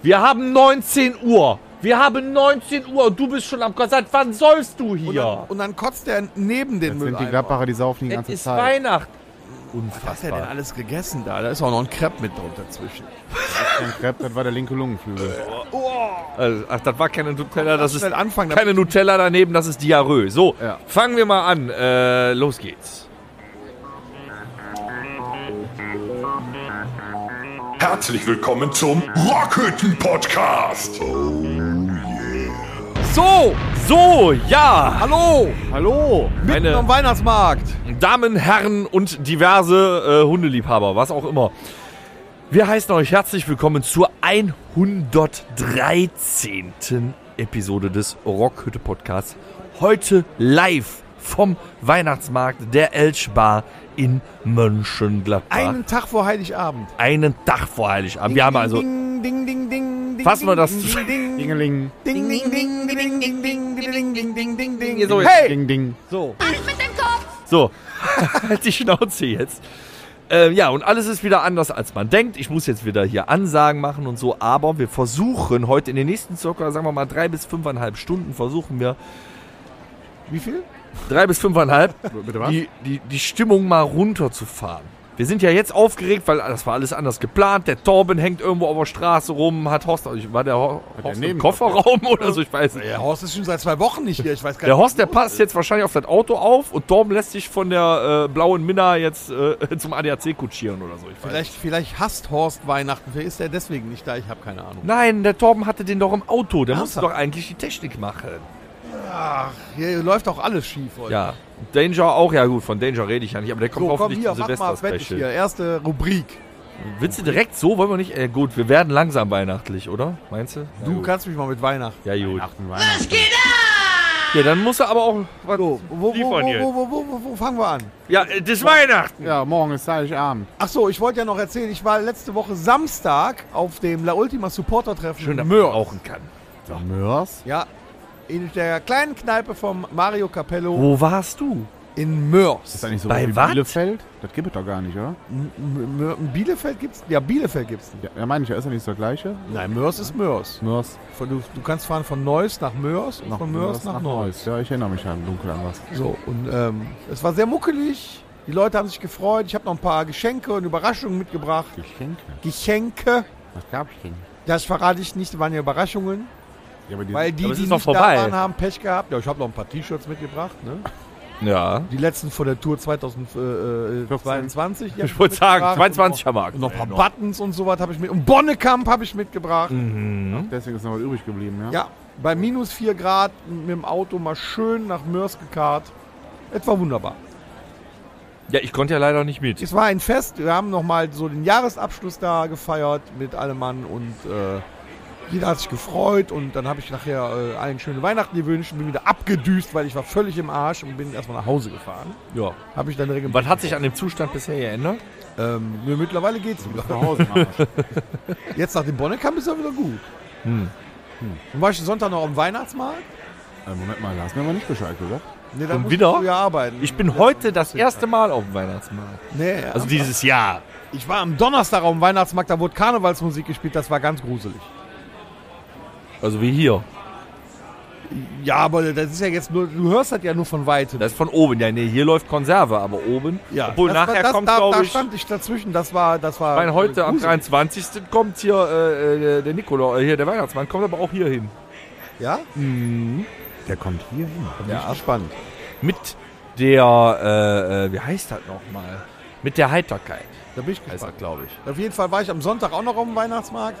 Speaker 2: Wir haben 19 Uhr. Wir haben 19 Uhr und du bist schon am Gott. Seit wann sollst du
Speaker 1: Und,
Speaker 2: hier?
Speaker 1: dann, und dann kotzt der neben den
Speaker 5: Jetzt
Speaker 1: Müll.
Speaker 5: sind die
Speaker 1: einfach.
Speaker 5: Gladbacher, die saufen die
Speaker 2: Es
Speaker 5: ganze
Speaker 2: ist
Speaker 5: Zeit.
Speaker 2: Weihnachten.
Speaker 1: Oh, Was hat er denn
Speaker 2: Unfassbar.
Speaker 1: alles gegessen da? Da ist auch noch ein Crepe mit drunter zwischen.
Speaker 5: Kein Crepe, das war der linke Lungenflügel.
Speaker 2: Also, ach, das war keine Nutella, das ist
Speaker 1: Schnell anfangen.
Speaker 2: keine Nutella daneben, das ist Diarrhoe. So,
Speaker 5: Ja.
Speaker 2: fangen wir mal an. Äh, los geht's.
Speaker 7: Herzlich willkommen zum Rockhütten Podcast.
Speaker 2: So, so, ja.
Speaker 1: Hallo!
Speaker 5: Hallo!
Speaker 1: Mitten am
Speaker 2: Meine
Speaker 1: Weihnachtsmarkt!
Speaker 2: Damen, Herren und diverse äh, Hundeliebhaber, was auch immer. Wir heißen euch herzlich willkommen zur 113. Episode des Rockhütte Podcasts. Heute live vom Weihnachtsmarkt der Elchbar in Mönchengladbach.
Speaker 1: Einen Tag vor Heiligabend.
Speaker 2: einen Tag vor Heiligabend. Wir haben also
Speaker 1: Ding, ding, ding, ding, ding,
Speaker 2: Fassen wir das
Speaker 1: ding,
Speaker 2: zusammen.
Speaker 1: ding, ding,
Speaker 5: Dingeling.
Speaker 1: ding, ding, ding, ding, ding, ding, ding, ding, ding, ding, ding.
Speaker 2: So, jetzt-
Speaker 1: Hey!
Speaker 5: Ding, ding.
Speaker 2: So. So, halt die Schnauze jetzt. Ähm, ja, und alles ist wieder anders, als man denkt. Ich muss jetzt wieder hier Ansagen machen und so, aber wir versuchen heute in den nächsten circa, sagen wir mal, drei bis fünfeinhalb Stunden versuchen wir.
Speaker 1: Wie viel?
Speaker 2: Drei bis fünfeinhalb,
Speaker 5: Bitte was?
Speaker 2: die, die, die Stimmung mal runterzufahren. Wir sind ja jetzt aufgeregt, weil das war alles anders geplant. Der Torben hängt irgendwo auf der Straße rum, hat Horst, war der Hor- Horst im
Speaker 5: neben-
Speaker 2: Kofferraum oder so, ich weiß nicht.
Speaker 1: Der Horst ist schon seit zwei Wochen nicht hier. Ich weiß gar
Speaker 2: Der
Speaker 1: nicht.
Speaker 2: Horst, der passt jetzt wahrscheinlich auf das Auto auf und Torben lässt sich von der äh, blauen Minna jetzt äh, zum ADAC kutschieren oder so. Ich weiß.
Speaker 1: Vielleicht, vielleicht hasst Horst Weihnachten. Vielleicht ist er deswegen nicht da. Ich habe keine Ahnung.
Speaker 2: Nein, der Torben hatte den doch im Auto. Der musste
Speaker 1: Ernsthaft?
Speaker 2: doch eigentlich die Technik machen.
Speaker 1: Hier läuft auch alles schief heute.
Speaker 2: Ja. Danger auch, ja gut, von Danger rede ich ja nicht, aber der kommt
Speaker 1: So, komm
Speaker 2: hoffentlich
Speaker 1: hier,
Speaker 2: zum
Speaker 1: mach mal fertig hier.
Speaker 2: Silvester-Special.
Speaker 1: Erste Rubrik.
Speaker 2: Willst du direkt so? Wollen wir nicht? Äh, gut, wir werden langsam weihnachtlich, oder? Meinst du? Ja,
Speaker 1: Du
Speaker 2: gut.
Speaker 1: kannst mich mal mit Weihnachten.
Speaker 2: Ja, gut.
Speaker 5: Weihnachten, Weihnachten.
Speaker 2: Ja, dann musst du aber auch. was-
Speaker 1: So, wo, wo, wo,
Speaker 2: Liefern jetzt.
Speaker 1: wo, wo, wo, wo, wo fangen wir an?
Speaker 2: Ja, äh, das ist Weihnachten.
Speaker 5: Ja, morgen ist Heiligabend.
Speaker 1: Ach so, ich wollte ja noch erzählen, ich war letzte Woche Samstag auf dem La Ultima Supporter-Treffen.
Speaker 2: Schön, dass
Speaker 1: in
Speaker 2: man
Speaker 1: Mörs.
Speaker 2: rauchen kann.
Speaker 5: Mörs?
Speaker 1: Ja, in der kleinen Kneipe vom Mario Capello
Speaker 2: Wo warst du?
Speaker 1: in Mörs.
Speaker 5: Ist das nicht so
Speaker 2: Bei
Speaker 5: wie
Speaker 2: wat?
Speaker 5: Bielefeld? Das gibt es doch gar nicht, oder?
Speaker 1: M- M- Mör- Bielefeld gibt's? Ja, Bielefeld gibt's.
Speaker 5: Ja, ja meine ich ja. Ist das nicht so der gleiche?
Speaker 1: Nein, Mörs ist Mörs.
Speaker 5: Mörs.
Speaker 1: Von- Du, du kannst fahren von Neuss nach Mörs und von Mörs nach, Neuss.
Speaker 5: Ja, ich erinnere mich an dunkel an was.
Speaker 1: So, und ähm, es war sehr muckelig. Die Leute haben sich gefreut. Ich habe noch ein paar Geschenke und Überraschungen mitgebracht.
Speaker 5: Geschenke?
Speaker 1: Geschenke,
Speaker 5: Was gab's denn?
Speaker 1: das verrate ich nicht, waren ja Überraschungen.
Speaker 5: Ja, aber die
Speaker 1: Weil die,
Speaker 2: Aber es
Speaker 1: die
Speaker 2: ist noch
Speaker 1: nicht
Speaker 2: vorbei.
Speaker 1: da waren, haben Pech gehabt. Ja, ich habe noch ein paar T-Shirts mitgebracht. Ne?
Speaker 2: Ja.
Speaker 1: Die letzten vor der Tour äh, 2022.
Speaker 2: Ich wollte sagen, 22 haben wir
Speaker 1: Und noch ein paar
Speaker 2: aktuell
Speaker 1: Buttons und sowas habe ich mit. Und Bonnekamp habe ich mitgebracht.
Speaker 5: deswegen ist noch was übrig geblieben, ja?
Speaker 1: Ja, bei minus 4 Grad mit dem Auto mal schön nach Mörs gekarrt. Es war wunderbar.
Speaker 2: Ja, ich konnte ja leider nicht mit.
Speaker 1: Es war ein Fest. Wir haben nochmal so den Jahresabschluss da gefeiert mit allem Mann und äh, jeder hat sich gefreut. Und dann habe ich nachher äh, allen schöne Weihnachten gewünscht und bin wieder abgedüst, weil ich war völlig im Arsch und bin erstmal nach Hause gefahren.
Speaker 2: Ja.
Speaker 1: Habe ich dann direkt im
Speaker 2: Was hat sich an dem Zustand bisher geändert?
Speaker 1: ähm, nö, Mittlerweile geht's wieder.
Speaker 5: Nach Hause machen.
Speaker 1: Jetzt nach dem Bonnekamp ist er wieder gut.
Speaker 2: Hm.
Speaker 1: Und war ich Sonntag noch am Weihnachtsmarkt?
Speaker 5: äh, Moment mal, da hast du mir aber nicht Bescheid gesagt.
Speaker 1: Nee, dann
Speaker 2: Und
Speaker 1: musst
Speaker 2: wieder?
Speaker 1: du ja arbeiten.
Speaker 2: Ich bin heute das erste Mal auf dem Weihnachtsmarkt.
Speaker 1: nee,
Speaker 2: Also dieses Jahr.
Speaker 1: Ich war am Donnerstag auf dem Weihnachtsmarkt, da wurde Karnevalsmusik gespielt, das war ganz gruselig.
Speaker 2: Also wie hier.
Speaker 1: Ja, aber das ist ja jetzt nur, du hörst das ja nur von weitem.
Speaker 2: Das ist von oben. Ja, nee, hier läuft Konserve, aber oben.
Speaker 1: ja,
Speaker 2: Obwohl
Speaker 1: das,
Speaker 2: nachher
Speaker 1: das,
Speaker 2: kommt,
Speaker 1: da,
Speaker 2: glaube
Speaker 1: da
Speaker 2: ich.
Speaker 1: stand ich dazwischen, das war, das war.
Speaker 2: Mein heute
Speaker 1: äh,
Speaker 2: am
Speaker 1: gruselig.
Speaker 2: 23. kommt hier äh, äh, der Nikolaus, äh, hier der Weihnachtsmann, kommt aber auch hier hin.
Speaker 1: Ja?
Speaker 5: Der kommt hier hin.
Speaker 1: Ja, spannend.
Speaker 2: Mit der, äh, äh, wie heißt das nochmal? Mit der Heiterkeit
Speaker 1: Da bin ich
Speaker 2: heißt das,
Speaker 1: gespannt.
Speaker 2: glaube ich.
Speaker 1: Auf jeden Fall war ich am Sonntag auch noch auf dem Weihnachtsmarkt.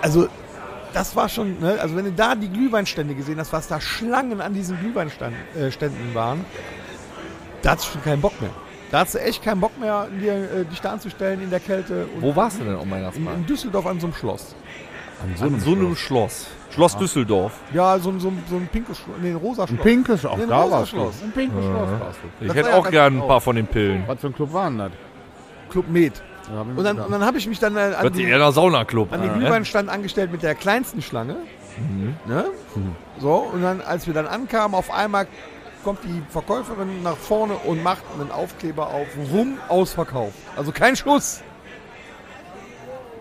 Speaker 1: Also, das war schon, ne? also wenn du da die Glühweinstände gesehen hast, was da Schlangen an diesen Glühweinständen äh, Ständen waren, da hattest du schon keinen Bock mehr. Da hattest du echt keinen Bock mehr, dir, äh, dich da anzustellen in der Kälte. Und
Speaker 2: Wo warst du denn am
Speaker 1: In, in
Speaker 2: Weihnachtsmarkt?
Speaker 1: Düsseldorf an so einem Schloss.
Speaker 5: An
Speaker 2: An so einem Schloss. Schloss Düsseldorf.
Speaker 1: Ja, so, ein- so, ein- so ein pinkes Schloss. Nee, ein rosa
Speaker 5: Ein
Speaker 1: Schloss.
Speaker 5: pinkes, auch
Speaker 1: Nee, ein
Speaker 5: da
Speaker 1: rosa
Speaker 5: warst du.
Speaker 1: Schloss.
Speaker 5: Ein pinkes Schloss warst du.
Speaker 2: Ich
Speaker 1: Das
Speaker 2: hätte
Speaker 1: war ja
Speaker 2: auch gern ein
Speaker 1: ganz-
Speaker 2: paar von den Pillen.
Speaker 5: Was für ein Club war denn das?
Speaker 1: Club Med.
Speaker 5: Da hab ich mir
Speaker 1: Und dann,
Speaker 5: gedacht.
Speaker 1: und dann habe ich mich dann äh, an,
Speaker 2: Hört sich
Speaker 1: die,
Speaker 2: eher nach Saunaclub
Speaker 1: an den
Speaker 2: an, ne?
Speaker 1: Glühweinstand angestellt mit der kleinsten Schlange. Ne? So, und dann, als wir dann ankamen, auf einmal kommt die Verkäuferin nach vorne und macht einen Aufkleber auf. Rum ausverkauft. Also kein Schuss.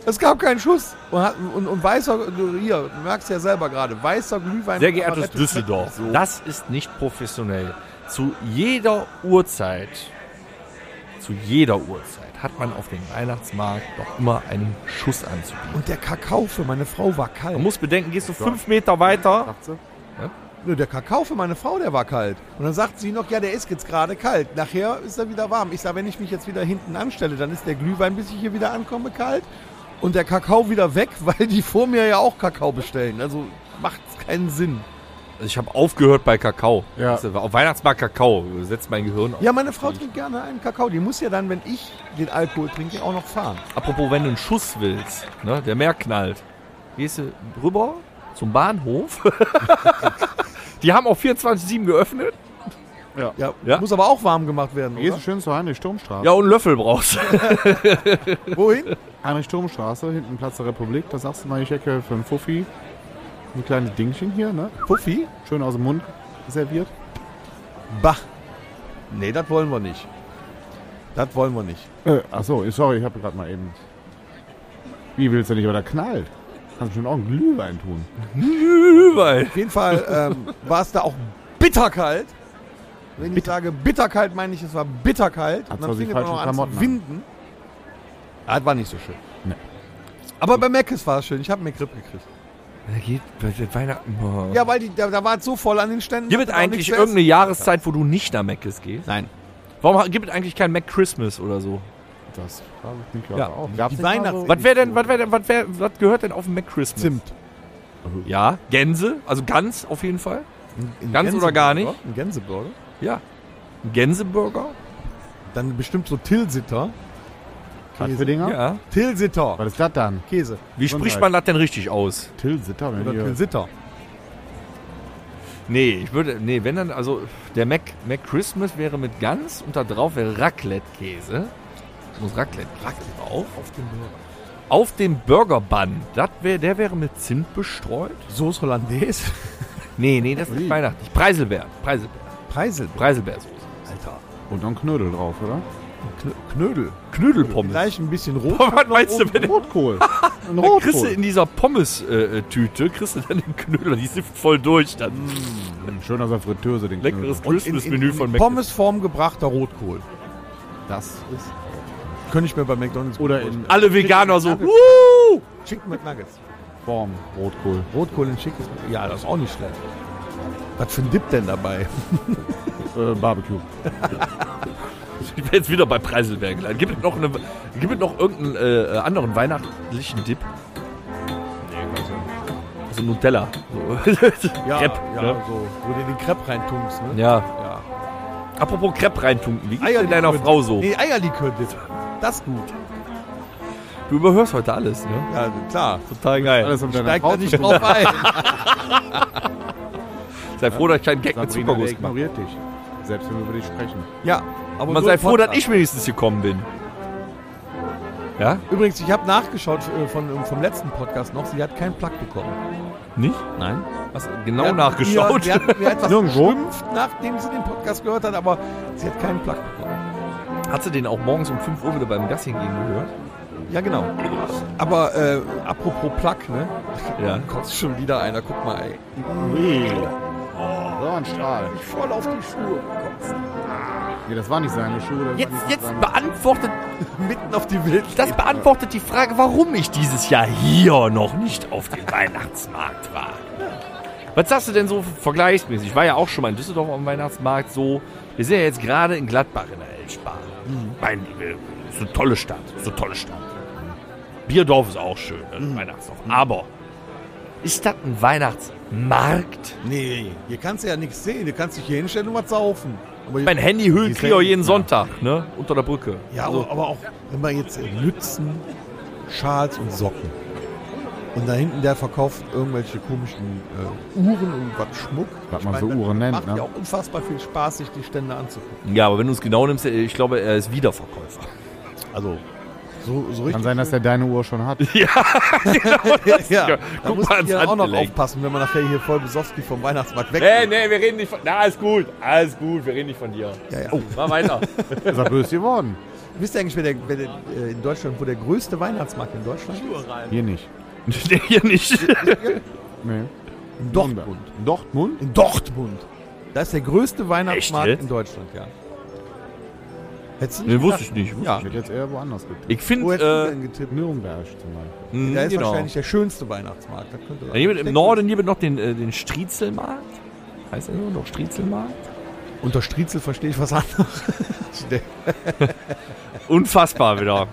Speaker 1: Es gab keinen Schuss. Und, hat, und, und weißer, du- hier, du merkst ja selber gerade, weißer Glühwein.
Speaker 2: Sehr geehrtes
Speaker 1: Amaretto-
Speaker 2: Düsseldorf,
Speaker 1: So.
Speaker 2: das ist nicht professionell. Zu jeder Uhrzeit, zu jeder Uhrzeit hat man auf dem Weihnachtsmarkt doch immer einen Schuss anzubieten.
Speaker 1: Und der Kakao für meine Frau war kalt.
Speaker 2: Man muss bedenken, gehst du fünf Meter weiter.
Speaker 5: Dachte,
Speaker 1: Nö, der Kakao für meine Frau, der war kalt. Und dann sagt sie noch, ja, der ist jetzt gerade kalt. Nachher ist er wieder warm. Ich sage, wenn ich mich jetzt wieder hinten anstelle, dann ist der Glühwein, bis ich hier wieder ankomme, kalt. Und der Kakao wieder weg, weil die vor mir ja auch Kakao bestellen. Also macht keinen Sinn.
Speaker 2: Also ich habe aufgehört bei Kakao.
Speaker 5: Ja.
Speaker 2: Weißt du, auf Weihnachtsmarkt Kakao setzt mein Gehirn auf.
Speaker 1: Ja, meine Frau trinkt gerne einen Kakao. Die muss ja dann, wenn ich den Alkohol trinke, auch noch fahren.
Speaker 2: Apropos, wenn du einen Schuss willst, ne, der mehr knallt, gehst du rüber zum Bahnhof. Die haben auch 24-7 geöffnet.
Speaker 1: Ja,
Speaker 2: Ja.
Speaker 1: Muss aber auch warm gemacht werden.
Speaker 5: Gehst
Speaker 1: Oder?
Speaker 5: du schön zur Heinrich-Sturm-Straße.
Speaker 2: Ja, und einen Löffel brauchst du.
Speaker 1: Wohin?
Speaker 5: Heinrich-Sturm-Straße, hinten Platz der Republik. Da sagst du mal, ich ecke für einen Fuffi. Ein kleines Dingchen hier, ne?
Speaker 1: Puffi?
Speaker 5: Schön aus dem Mund serviert.
Speaker 1: Bah. Nee, das wollen wir nicht. Das wollen wir nicht.
Speaker 5: Äh, achso, sorry, ich habe gerade mal eben. Wie willst du nicht, oder knallt? Kannst du schon auch einen Glühwein tun.
Speaker 2: Überall.
Speaker 1: Auf jeden Fall ähm, war es da auch bitterkalt. Wenn ich sage bitterkalt, meine ich, es war bitterkalt.
Speaker 5: Hat zwar die
Speaker 1: fing es auch
Speaker 5: falschen
Speaker 1: noch
Speaker 5: Klamotten
Speaker 1: zu
Speaker 5: an.
Speaker 1: winden. Ah, das war nicht so schön.
Speaker 5: Nee.
Speaker 1: Aber bei Meckes war es schön. Ich habe mir Grip gekriegt.
Speaker 2: Da geht bei der Weihnachten. Oh.
Speaker 1: Ja, weil die, da, da war es so voll an den Ständen.
Speaker 2: gibt es
Speaker 1: dass man auch
Speaker 2: eigentlich
Speaker 1: nichts zu essen-
Speaker 2: irgendeine Jahreszeit, wo du nicht nach Mc's gehst?
Speaker 1: Nein.
Speaker 2: Warum ha- gibt es eigentlich kein Mac Christmas oder so?
Speaker 5: Das frage ich mich
Speaker 2: Ja,
Speaker 5: gerade auch. Gab's
Speaker 1: die
Speaker 5: nicht mal
Speaker 1: Weihnachts-
Speaker 2: Was wäre denn, was wäre denn, was, wär, was gehört denn auf den Mac Christmas?
Speaker 1: Zimt.
Speaker 2: Ja, Gänse, also Gans auf jeden Fall.
Speaker 1: Ein
Speaker 2: Ganz oder gar nicht?
Speaker 1: Gänseburger, Ein Gänseburger.
Speaker 2: Ein Gänseburger.
Speaker 1: Dann bestimmt so Tilsiter.
Speaker 5: Katwedinger?
Speaker 2: Ja.
Speaker 1: Tilsiter.
Speaker 5: Was ist das dann?
Speaker 1: Käse.
Speaker 2: Wie spricht
Speaker 1: halt.
Speaker 2: man das denn richtig aus?
Speaker 5: Tilsiter, wenn
Speaker 1: Oder
Speaker 2: äh,
Speaker 5: ihr.
Speaker 1: Tilsiter.
Speaker 2: Nee, ich würde, nee, wenn dann, also der Mac, Mac Christmas wäre mit Gans und da drauf wäre Raclette-Käse. Muss Raclette-Käse drauf.
Speaker 1: Auf dem Burger.
Speaker 2: Auf dem Burger-Bun, das wär, der wäre mit Zimt bestreut.
Speaker 1: Soße Hollandaise.
Speaker 2: Nee, nee, das ist weihnachtlich. Preiselbeer, Preiselbeer,
Speaker 1: Preisel.
Speaker 2: Preiselbeersoße.
Speaker 1: Alter.
Speaker 5: Und noch einen Knödel drauf, oder?
Speaker 1: Knö Knödel.
Speaker 2: Knödelpommes.
Speaker 1: Gleich ein bisschen rot.
Speaker 2: Was meinst du, wenn
Speaker 5: Rotkohl. Ein
Speaker 2: dann kriegst du
Speaker 5: Rotkohl.
Speaker 2: in dieser Pommes-Tüte, kriegst du dann den Knödel, die sifft voll durch dann.
Speaker 1: Mhm.
Speaker 5: Schön aus der Fritteuse, den
Speaker 2: Leckeres
Speaker 5: Knödel.
Speaker 2: Christmas-Menü von Mac
Speaker 1: Pommesform gebrachter Rotkohl.
Speaker 5: Das ist.
Speaker 1: Könnte ich mir bei McDonalds gut
Speaker 5: Oder
Speaker 1: vorstellen.
Speaker 5: in
Speaker 2: Alle Veganer so,
Speaker 1: Chicken
Speaker 2: wuh!
Speaker 1: Chicken McNuggets.
Speaker 5: Form Rotkohl.
Speaker 1: Rotkohl in Chicken. Ja, das ist auch nicht schlecht. Was für ein Dip denn dabei?
Speaker 5: Äh, Barbecue.
Speaker 2: Ich bin jetzt wieder bei Preiselbeer gelandet. Gibt es noch, eine, gibt es noch irgendeinen äh, anderen weihnachtlichen Dip? Also Nutella. So. Crepe,
Speaker 1: ja
Speaker 2: ne?
Speaker 1: so. Wo du den Crepe reintunkst, ne?
Speaker 2: ja.
Speaker 1: Ja.
Speaker 2: Apropos Crepe reintunken. Wie geht's denn deiner Frau so?
Speaker 1: Ah, Nee, Eierlikör-Dip. Das ist gut.
Speaker 2: Du überhörst heute alles, ne?
Speaker 1: Ja, klar.
Speaker 2: Total geil.
Speaker 5: Alles um deine
Speaker 1: Steigt
Speaker 5: Frau
Speaker 1: da
Speaker 5: zu
Speaker 1: nicht drauf ein.
Speaker 2: Sei froh, dass ich keinen Gag mit
Speaker 5: Sabrina, der
Speaker 2: Zuckerguss mache.
Speaker 5: ignoriert dich. Selbst wenn wir über dich sprechen.
Speaker 1: Ja, aber
Speaker 2: Man
Speaker 1: so
Speaker 2: sei
Speaker 1: im
Speaker 2: froh, dass
Speaker 1: Podcast.
Speaker 2: ich wenigstens gekommen bin. Ja?
Speaker 1: Übrigens, ich habe nachgeschaut äh, von, äh, vom letzten Podcast noch. Sie hat keinen Plug bekommen.
Speaker 2: Nicht? Nein. Hast du genau
Speaker 1: Wir hatten
Speaker 2: nachgeschaut?
Speaker 1: Ihr, wir hatten mir etwas
Speaker 5: Nirgendwo?
Speaker 1: geschimpft, nachdem sie den Podcast gehört hat, aber sie hat keinen Plug bekommen.
Speaker 2: Hast du den auch morgens um 5 Uhr wieder beim Gassi gehen gehört?
Speaker 1: Ja, genau. Aber äh, apropos Plug, ne?
Speaker 2: Ja.
Speaker 1: Kotzt schon wieder einer. Guck mal, ey.
Speaker 5: Ui. So ein Strahl.
Speaker 1: Voll auf die Schuhe. gekotzt.
Speaker 5: Nee, das war nicht seine Schuhe. das war
Speaker 2: Jetzt,
Speaker 5: nicht
Speaker 2: jetzt
Speaker 5: seine-
Speaker 2: beantwortet
Speaker 1: Mitten auf die Wild.
Speaker 2: Das beantwortet die Frage, warum ich dieses Jahr hier noch nicht auf dem Weihnachtsmarkt war. Was sagst du denn so vergleichsmäßig? Ich war ja auch schon mal in Düsseldorf am Weihnachtsmarkt so. Wir sind ja jetzt gerade in Gladbach in der Elchbar. Mein, äh, ist eine tolle Stadt. Ist eine tolle Stadt. Bierdorf ist auch schön, äh, Weihnachtsdorf. Aber ist das ein Weihnachtsmarkt?
Speaker 1: Nee, hier kannst du ja nichts sehen. Du kannst dich hier hinstellen und was saufen. Aber hier,
Speaker 2: Mein Handy Höhlenkrio jeden Sonntag, ne? Unter der Brücke.
Speaker 1: ja,
Speaker 5: Also
Speaker 1: aber, aber auch, wenn man jetzt äh, Mützen, Schals und Socken. Und da hinten, der verkauft irgendwelche komischen äh, Uhren und was Schmuck.
Speaker 5: Was
Speaker 1: Ich
Speaker 5: man so
Speaker 1: das
Speaker 5: Uhren nennt,
Speaker 1: Macht
Speaker 5: ne?
Speaker 1: ja auch unfassbar viel Spaß, sich die Stände anzugucken.
Speaker 2: Ja, aber wenn du es genau nimmst, äh, ich glaube, er ist Wiederverkäufer.
Speaker 1: Also, so, so
Speaker 5: Kann
Speaker 1: richtig.
Speaker 5: sein, dass er deine Uhr schon hat.
Speaker 1: ja,
Speaker 2: Ja,
Speaker 1: da
Speaker 2: guck
Speaker 1: muss
Speaker 2: mal
Speaker 1: man
Speaker 2: ans
Speaker 1: ja auch noch
Speaker 2: Handgelenk.
Speaker 1: aufpassen, wenn man nachher hier voll besoffen vom Weihnachtsmarkt weg
Speaker 2: Nee, nee, wir reden nicht von. Na, ist gut. Alles gut, wir reden nicht von dir.
Speaker 1: Ja, ja.
Speaker 2: Mach weiter.
Speaker 5: Ist er böse geworden?
Speaker 1: Wisst ihr eigentlich, wer der, wer der, äh, in Deutschland, wo der größte Weihnachtsmarkt in Deutschland ist?
Speaker 5: Hier nicht.
Speaker 2: nee, hier nicht.
Speaker 5: Nee.
Speaker 1: In Dortmund.
Speaker 5: Dortmund?
Speaker 1: In Dortmund. Das ist der größte Weihnachtsmarkt
Speaker 2: jetzt?
Speaker 1: in Deutschland, ja. Hättest du
Speaker 2: Nee,
Speaker 1: nicht
Speaker 2: wusste
Speaker 1: gedacht?
Speaker 2: ich nicht. Wusste
Speaker 5: Ich
Speaker 2: ich
Speaker 5: hätte jetzt eher woanders getippt.
Speaker 2: nicht. Ich finde.
Speaker 1: Wo hättest du
Speaker 2: Äh,
Speaker 1: denn getippt?
Speaker 5: Nürnberg zum Beispiel.
Speaker 2: mh,
Speaker 1: Da ist
Speaker 2: genau.
Speaker 1: wahrscheinlich der schönste Weihnachtsmarkt. Das könnte
Speaker 2: Ja, hier mit, Im Norden hier wird noch den, äh, den Striezelmarkt. Heißt er so? Noch Striezelmarkt?
Speaker 1: Unter Striezel verstehe ich was anderes.
Speaker 2: Unfassbar wieder.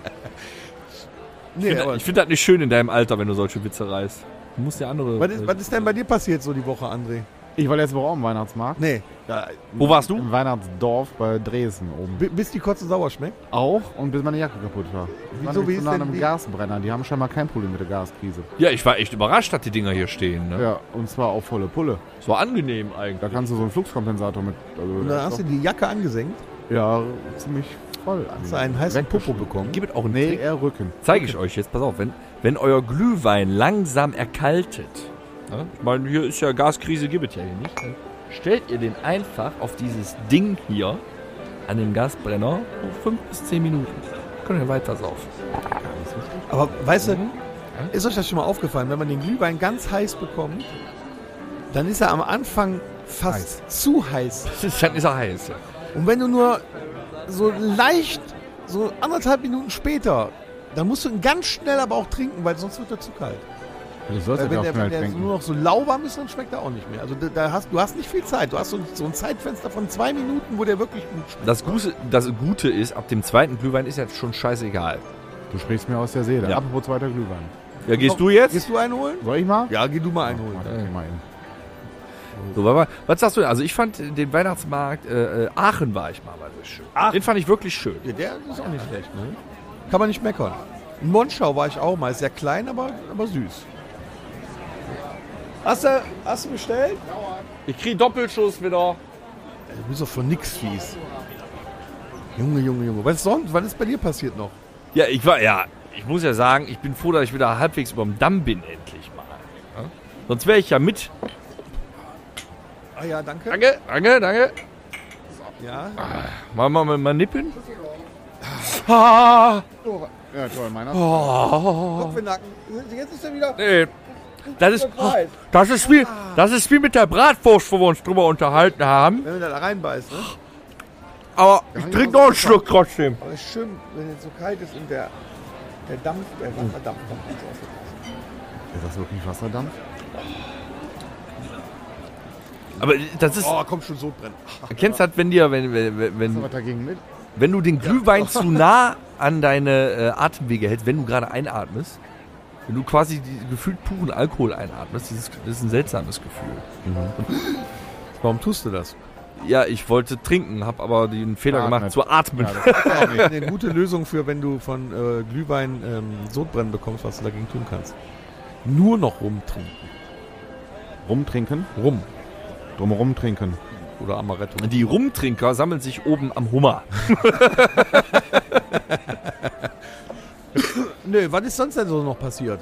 Speaker 1: nee, aber
Speaker 2: Ich finde das nicht schön in deinem Alter, wenn du solche Witze reißt. Du musst ja andere. äh,
Speaker 1: was, ist, was ist denn bei dir passiert so die Woche, André?
Speaker 5: Ich war letzte Woche auch im Weihnachtsmarkt.
Speaker 1: Nee. Ja,
Speaker 2: Wo warst du?
Speaker 5: Im Weihnachtsdorf bei Dresden oben.
Speaker 1: bi- bis die Kotze sauer schmeckt.
Speaker 5: Auch und bis meine Jacke kaputt war. Ich war
Speaker 1: Wieso,
Speaker 5: nämlich
Speaker 1: wie
Speaker 5: so
Speaker 1: ist
Speaker 5: nah an
Speaker 1: denn
Speaker 5: einem
Speaker 1: die-
Speaker 5: Gasbrenner. Die haben scheinbar kein Problem mit der Gaskrise.
Speaker 2: Ja, ich war echt überrascht, dass die Dinger hier stehen. Ne?
Speaker 5: Ja, und zwar auf volle Pulle.
Speaker 2: Es war angenehm eigentlich.
Speaker 5: Da kannst du so einen Fluxkompensator mit. Also
Speaker 1: Und dann hast du die Jacke angesenkt.
Speaker 5: ja, ziemlich voll.
Speaker 1: Hast du einen heißen Popo bekommen.
Speaker 2: Gibt auch einen
Speaker 5: Nee,
Speaker 2: Trick.
Speaker 5: eher Rücken.
Speaker 6: Zeige ich euch jetzt, pass auf, wenn, wenn euer Glühwein langsam erkaltet, ne? ich meine, hier ist ja Gaskrise, gibt es ja hier nicht, dann stellt ihr den einfach auf dieses Ding hier an den Gasbrenner, so fünf bis zehn Minuten. Können wir weiter saufen.
Speaker 1: Aber weißt du, ist euch das schon mal aufgefallen, wenn man den Glühwein ganz heiß bekommt, dann ist er am Anfang fast zu heiß.
Speaker 2: Dann ist er heiß. Ja.
Speaker 1: Und wenn du nur so leicht, so anderthalb Minuten später, dann musst du ihn ganz schnell aber auch trinken, weil sonst wird er zu kalt.
Speaker 5: Du sollst
Speaker 1: Weil
Speaker 5: ja
Speaker 1: wenn der,
Speaker 5: auch
Speaker 1: wenn
Speaker 5: schnell
Speaker 1: der
Speaker 5: trinken.
Speaker 1: nur noch so lauwarm ist, dann schmeckt er auch nicht mehr. Also da, da hast, du hast nicht viel Zeit. Du hast so, ein- so ein Zeitfenster von zwei Minuten, wo der wirklich gut schmeckt.
Speaker 6: Das Gute, das Gute ist, ab dem zweiten Glühwein ist jetzt schon scheißegal.
Speaker 5: Du sprichst mir aus der Seele.
Speaker 6: Ja.
Speaker 5: Apropos zweiter Glühwein.
Speaker 6: Ja, gehst du jetzt?
Speaker 1: Gehst du einen holen?
Speaker 5: Soll ich mal? Oh,
Speaker 1: Ja, geh du mal einen holen.
Speaker 5: Warte, geh mal hin.
Speaker 6: So, warte mal, was sagst du denn? Also ich fand den Weihnachtsmarkt, äh, äh, Aachen war ich mal, war sehr schön.
Speaker 1: Aachen?
Speaker 6: Den fand ich wirklich schön.
Speaker 1: Ja, der ist auch nicht schlecht, ne? Kann man nicht meckern. In Monschau war ich auch mal. Ist sehr klein, aber, aber süß. Hast du, hast du bestellt?
Speaker 2: Ich krieg Doppelschuss wieder.
Speaker 1: Du bist Also, doch von nix fies. Junge, Junge, Junge. Was ist sonst? Was ist bei dir passiert noch?
Speaker 2: Ja, ich war, ja, ich muss ja sagen, ich bin froh, dass ich wieder halbwegs überm Damm bin, endlich mal. Ja? Sonst wäre ich ja mit.
Speaker 1: Ah ja, danke.
Speaker 2: Danke, danke, danke.
Speaker 1: Ja.
Speaker 2: Mal, mal, mal, mal nippen. Ah,
Speaker 5: Ja, toll, meiner.
Speaker 1: Kopf in den Nacken. Jetzt ist er wieder.
Speaker 2: nee. Das ist,
Speaker 1: bereit.
Speaker 2: das ist wie, das ist wie mit der Bratwurst, wo wir uns drüber unterhalten haben.
Speaker 1: Wenn er da reinbeißt, ne?
Speaker 2: Aber ich trinke noch einen Schluck trotzdem.
Speaker 1: Aber es ist schön, wenn es so kalt ist und der, der Dampf, der Wasserdampf kommt jetzt aus.
Speaker 5: Ist das wirklich Wasserdampf?
Speaker 2: Aber das ist,
Speaker 1: Oh, kommt schon so brennen.
Speaker 2: kennst du das, wenn dir, wenn, wenn, wenn-
Speaker 5: Hast du
Speaker 2: wenn,
Speaker 5: was dagegen mit?
Speaker 2: wenn du den Glühwein zu nah an deine äh, Atemwege hältst, wenn du gerade einatmest, wenn du quasi die, gefühlt puren Alkohol einatmest, dieses, das ist ein seltsames Gefühl.
Speaker 1: Warum tust du das?
Speaker 2: Ja, ich wollte trinken, habe aber den Fehler
Speaker 5: Atmen.
Speaker 2: gemacht zu atmen.
Speaker 5: Ja, das ist auch nicht.
Speaker 1: Eine gute Lösung für, wenn du von äh, Glühwein ähm, Sodbrennen bekommst, was du dagegen tun kannst. Nur noch rumtrinken.
Speaker 5: Rumtrinken?
Speaker 1: Rum
Speaker 5: Drumherum trinken.
Speaker 1: oder Amaretto.
Speaker 2: Die Rumtrinker sammeln sich oben am Hummer.
Speaker 1: Nö, was ist sonst denn so noch passiert?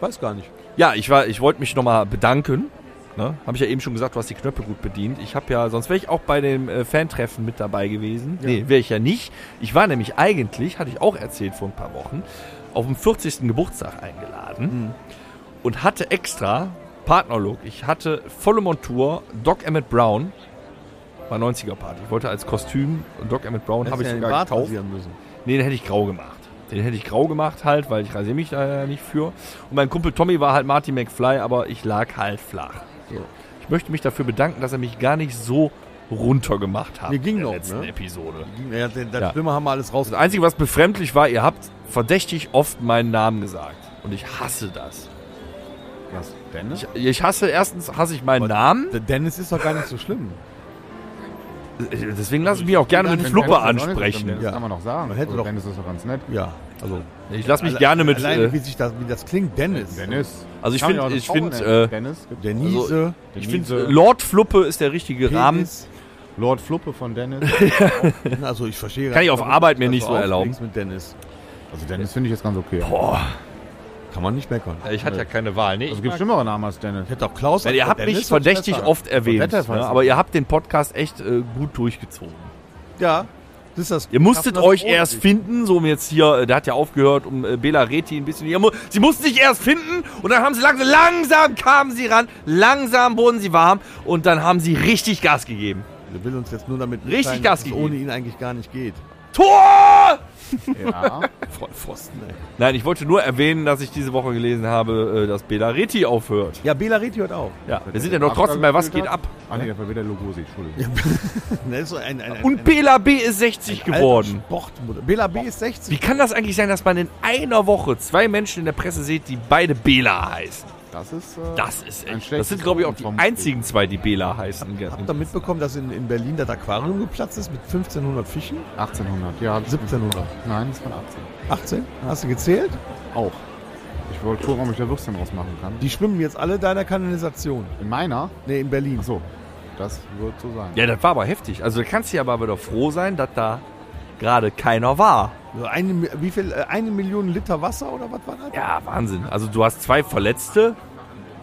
Speaker 1: Weiß gar nicht.
Speaker 2: Ja, ich war, ich wollte mich nochmal bedanken. Ne? Habe ich ja eben schon gesagt, du hast die Knöpfe gut bedient. Ich habe ja, sonst wäre ich auch bei dem äh, Fantreffen mit dabei gewesen. Nee, wäre ich ja nicht. Ich war nämlich eigentlich, hatte ich auch erzählt vor ein paar Wochen, auf dem 40. Geburtstag eingeladen und hatte extra Partnerlook. Ich hatte volle Montur, Doc Emmett Brown, war 90er Party. Ich wollte als Kostüm Doc Emmett Brown habe ich sogar gekauft.
Speaker 1: müssen.
Speaker 2: Nee, den hätte ich grau gemacht. Den hätte ich grau gemacht halt, weil ich rasiere mich da ja nicht für. Und mein Kumpel Tommy war halt Marty McFly, aber ich lag halt flach. So. Ich möchte mich dafür bedanken, dass er mich gar nicht so runtergemacht hat
Speaker 1: Nee, ging
Speaker 2: in der
Speaker 1: doch,
Speaker 2: letzten
Speaker 1: ne?
Speaker 2: Episode.
Speaker 1: Ja, das
Speaker 2: Ja.
Speaker 1: Schlimme haben wir alles raus.
Speaker 2: Das Einzige, was befremdlich war, ihr habt verdächtig oft meinen Namen gesagt. Und ich hasse das.
Speaker 5: Was denn?
Speaker 2: Ich, ich hasse, erstens hasse ich meinen Namen.
Speaker 1: Der Dennis ist doch gar nicht so schlimm.
Speaker 2: Deswegen lasse ich mich auch gerne mit Fluppe ansprechen.
Speaker 5: Das
Speaker 1: Ja.
Speaker 5: kann man doch sagen.
Speaker 1: Man hätte
Speaker 5: Also
Speaker 1: doch-
Speaker 5: Dennis ist doch ganz nett.
Speaker 1: Ja, also.
Speaker 2: Ich lasse mich gerne mit...
Speaker 1: Alleine,
Speaker 2: Äh,
Speaker 1: wie, sich das, wie das klingt, Dennis.
Speaker 5: Dennis.
Speaker 2: also ich
Speaker 5: Kann
Speaker 2: finde,
Speaker 5: ja auch
Speaker 2: ich
Speaker 5: eine Frau
Speaker 2: finde...
Speaker 5: nennen.
Speaker 2: Äh,
Speaker 5: Dennis. gibt-
Speaker 1: Denise.
Speaker 2: ich äh,
Speaker 5: Denise.
Speaker 2: finde, äh, Lord Fluppe ist der richtige Rahmen.
Speaker 1: Penis.
Speaker 5: Lord Fluppe von Dennis.
Speaker 1: Also, ich verstehe.
Speaker 2: Kann ich auf Arbeit mir nicht so erlauben.
Speaker 1: Nichts mit Dennis.
Speaker 5: Also Dennis finde ich jetzt ganz okay.
Speaker 2: Boah.
Speaker 1: Kann man nicht meckern.
Speaker 2: Ich hatte ja keine Wahl, ne?
Speaker 5: Also,
Speaker 1: Also
Speaker 5: Es gibt schlimmere Namen als Dennis.
Speaker 1: Ich hätte auch Klaus.
Speaker 2: Weil ihr habt mich verdächtig
Speaker 1: oft.
Speaker 2: oft erwähnt,
Speaker 5: Wetter weiß
Speaker 2: ne?
Speaker 5: ich.
Speaker 2: aber ihr habt den Podcast echt äh, gut durchgezogen.
Speaker 1: Ja. Das ist das
Speaker 2: Ihr
Speaker 1: Schaffen,
Speaker 2: musstet
Speaker 1: das
Speaker 2: euch
Speaker 1: ohne
Speaker 2: erst
Speaker 1: dich.
Speaker 2: finden, so um jetzt hier, äh, der hat ja aufgehört, um äh, Bela Reti ein bisschen. Ihr mu sie mussten sich erst finden und dann haben sie langsam, langsam kamen sie ran, langsam wurden sie warm und dann haben sie richtig Gas gegeben.
Speaker 1: Er will uns jetzt nur damit
Speaker 2: Richtig
Speaker 1: mitteilen,
Speaker 2: Gas
Speaker 1: dass es
Speaker 2: gegeben.
Speaker 1: ohne ihn eigentlich gar nicht geht.
Speaker 2: Tor!
Speaker 5: Ja.
Speaker 1: Vollpfosten, ey.
Speaker 2: Nein, ich wollte nur erwähnen, dass ich diese Woche gelesen habe, äh, dass Bela Reti aufhört.
Speaker 1: Ja, Bela Reti hört auf.
Speaker 2: Ja, wir sind ja doch trotzdem bei Was geht ab?
Speaker 5: Ah nee, das war wieder Lugosi, Entschuldigung.
Speaker 1: Ne, ist so ein, ein, ein,
Speaker 2: Und Bela B ist 60
Speaker 1: ein
Speaker 2: geworden.
Speaker 1: alter Sportmodell. Bela B ist 60.
Speaker 2: Wie kann das eigentlich sein, dass man in einer Woche zwei Menschen in der Presse sieht, die beide Bela heißen?
Speaker 5: Das ist. Äh,
Speaker 2: Das ist
Speaker 5: Ein
Speaker 2: echt. Das
Speaker 5: schlechtes
Speaker 2: sind, glaube ich, auch die
Speaker 5: Wort vom-
Speaker 2: einzigen zwei, die Bela heißen.
Speaker 1: Habt ihr mitbekommen, dass in, in Berlin das Aquarium geplatzt ist mit 1500 Fischen?
Speaker 5: 1800. Ja, hab ich-
Speaker 1: 1700.
Speaker 5: Nein, das waren 18.
Speaker 1: 18? Hast du gezählt?
Speaker 5: Auch. Ich wollte gucken, ob ich da Würstchen draus machen kann.
Speaker 1: Die schwimmen jetzt alle deiner Kanalisation.
Speaker 5: In meiner?
Speaker 1: Ne, in Berlin.
Speaker 5: Achso, das wird so sein.
Speaker 2: Ja, das war aber heftig. Also da kannst du ja aber wieder froh sein, dass da gerade keiner war.
Speaker 1: Also Eine, Mi- wie viel, äh, eine Million Liter Wasser oder was war das?
Speaker 2: Ja, Wahnsinn. Also du hast zwei Verletzte,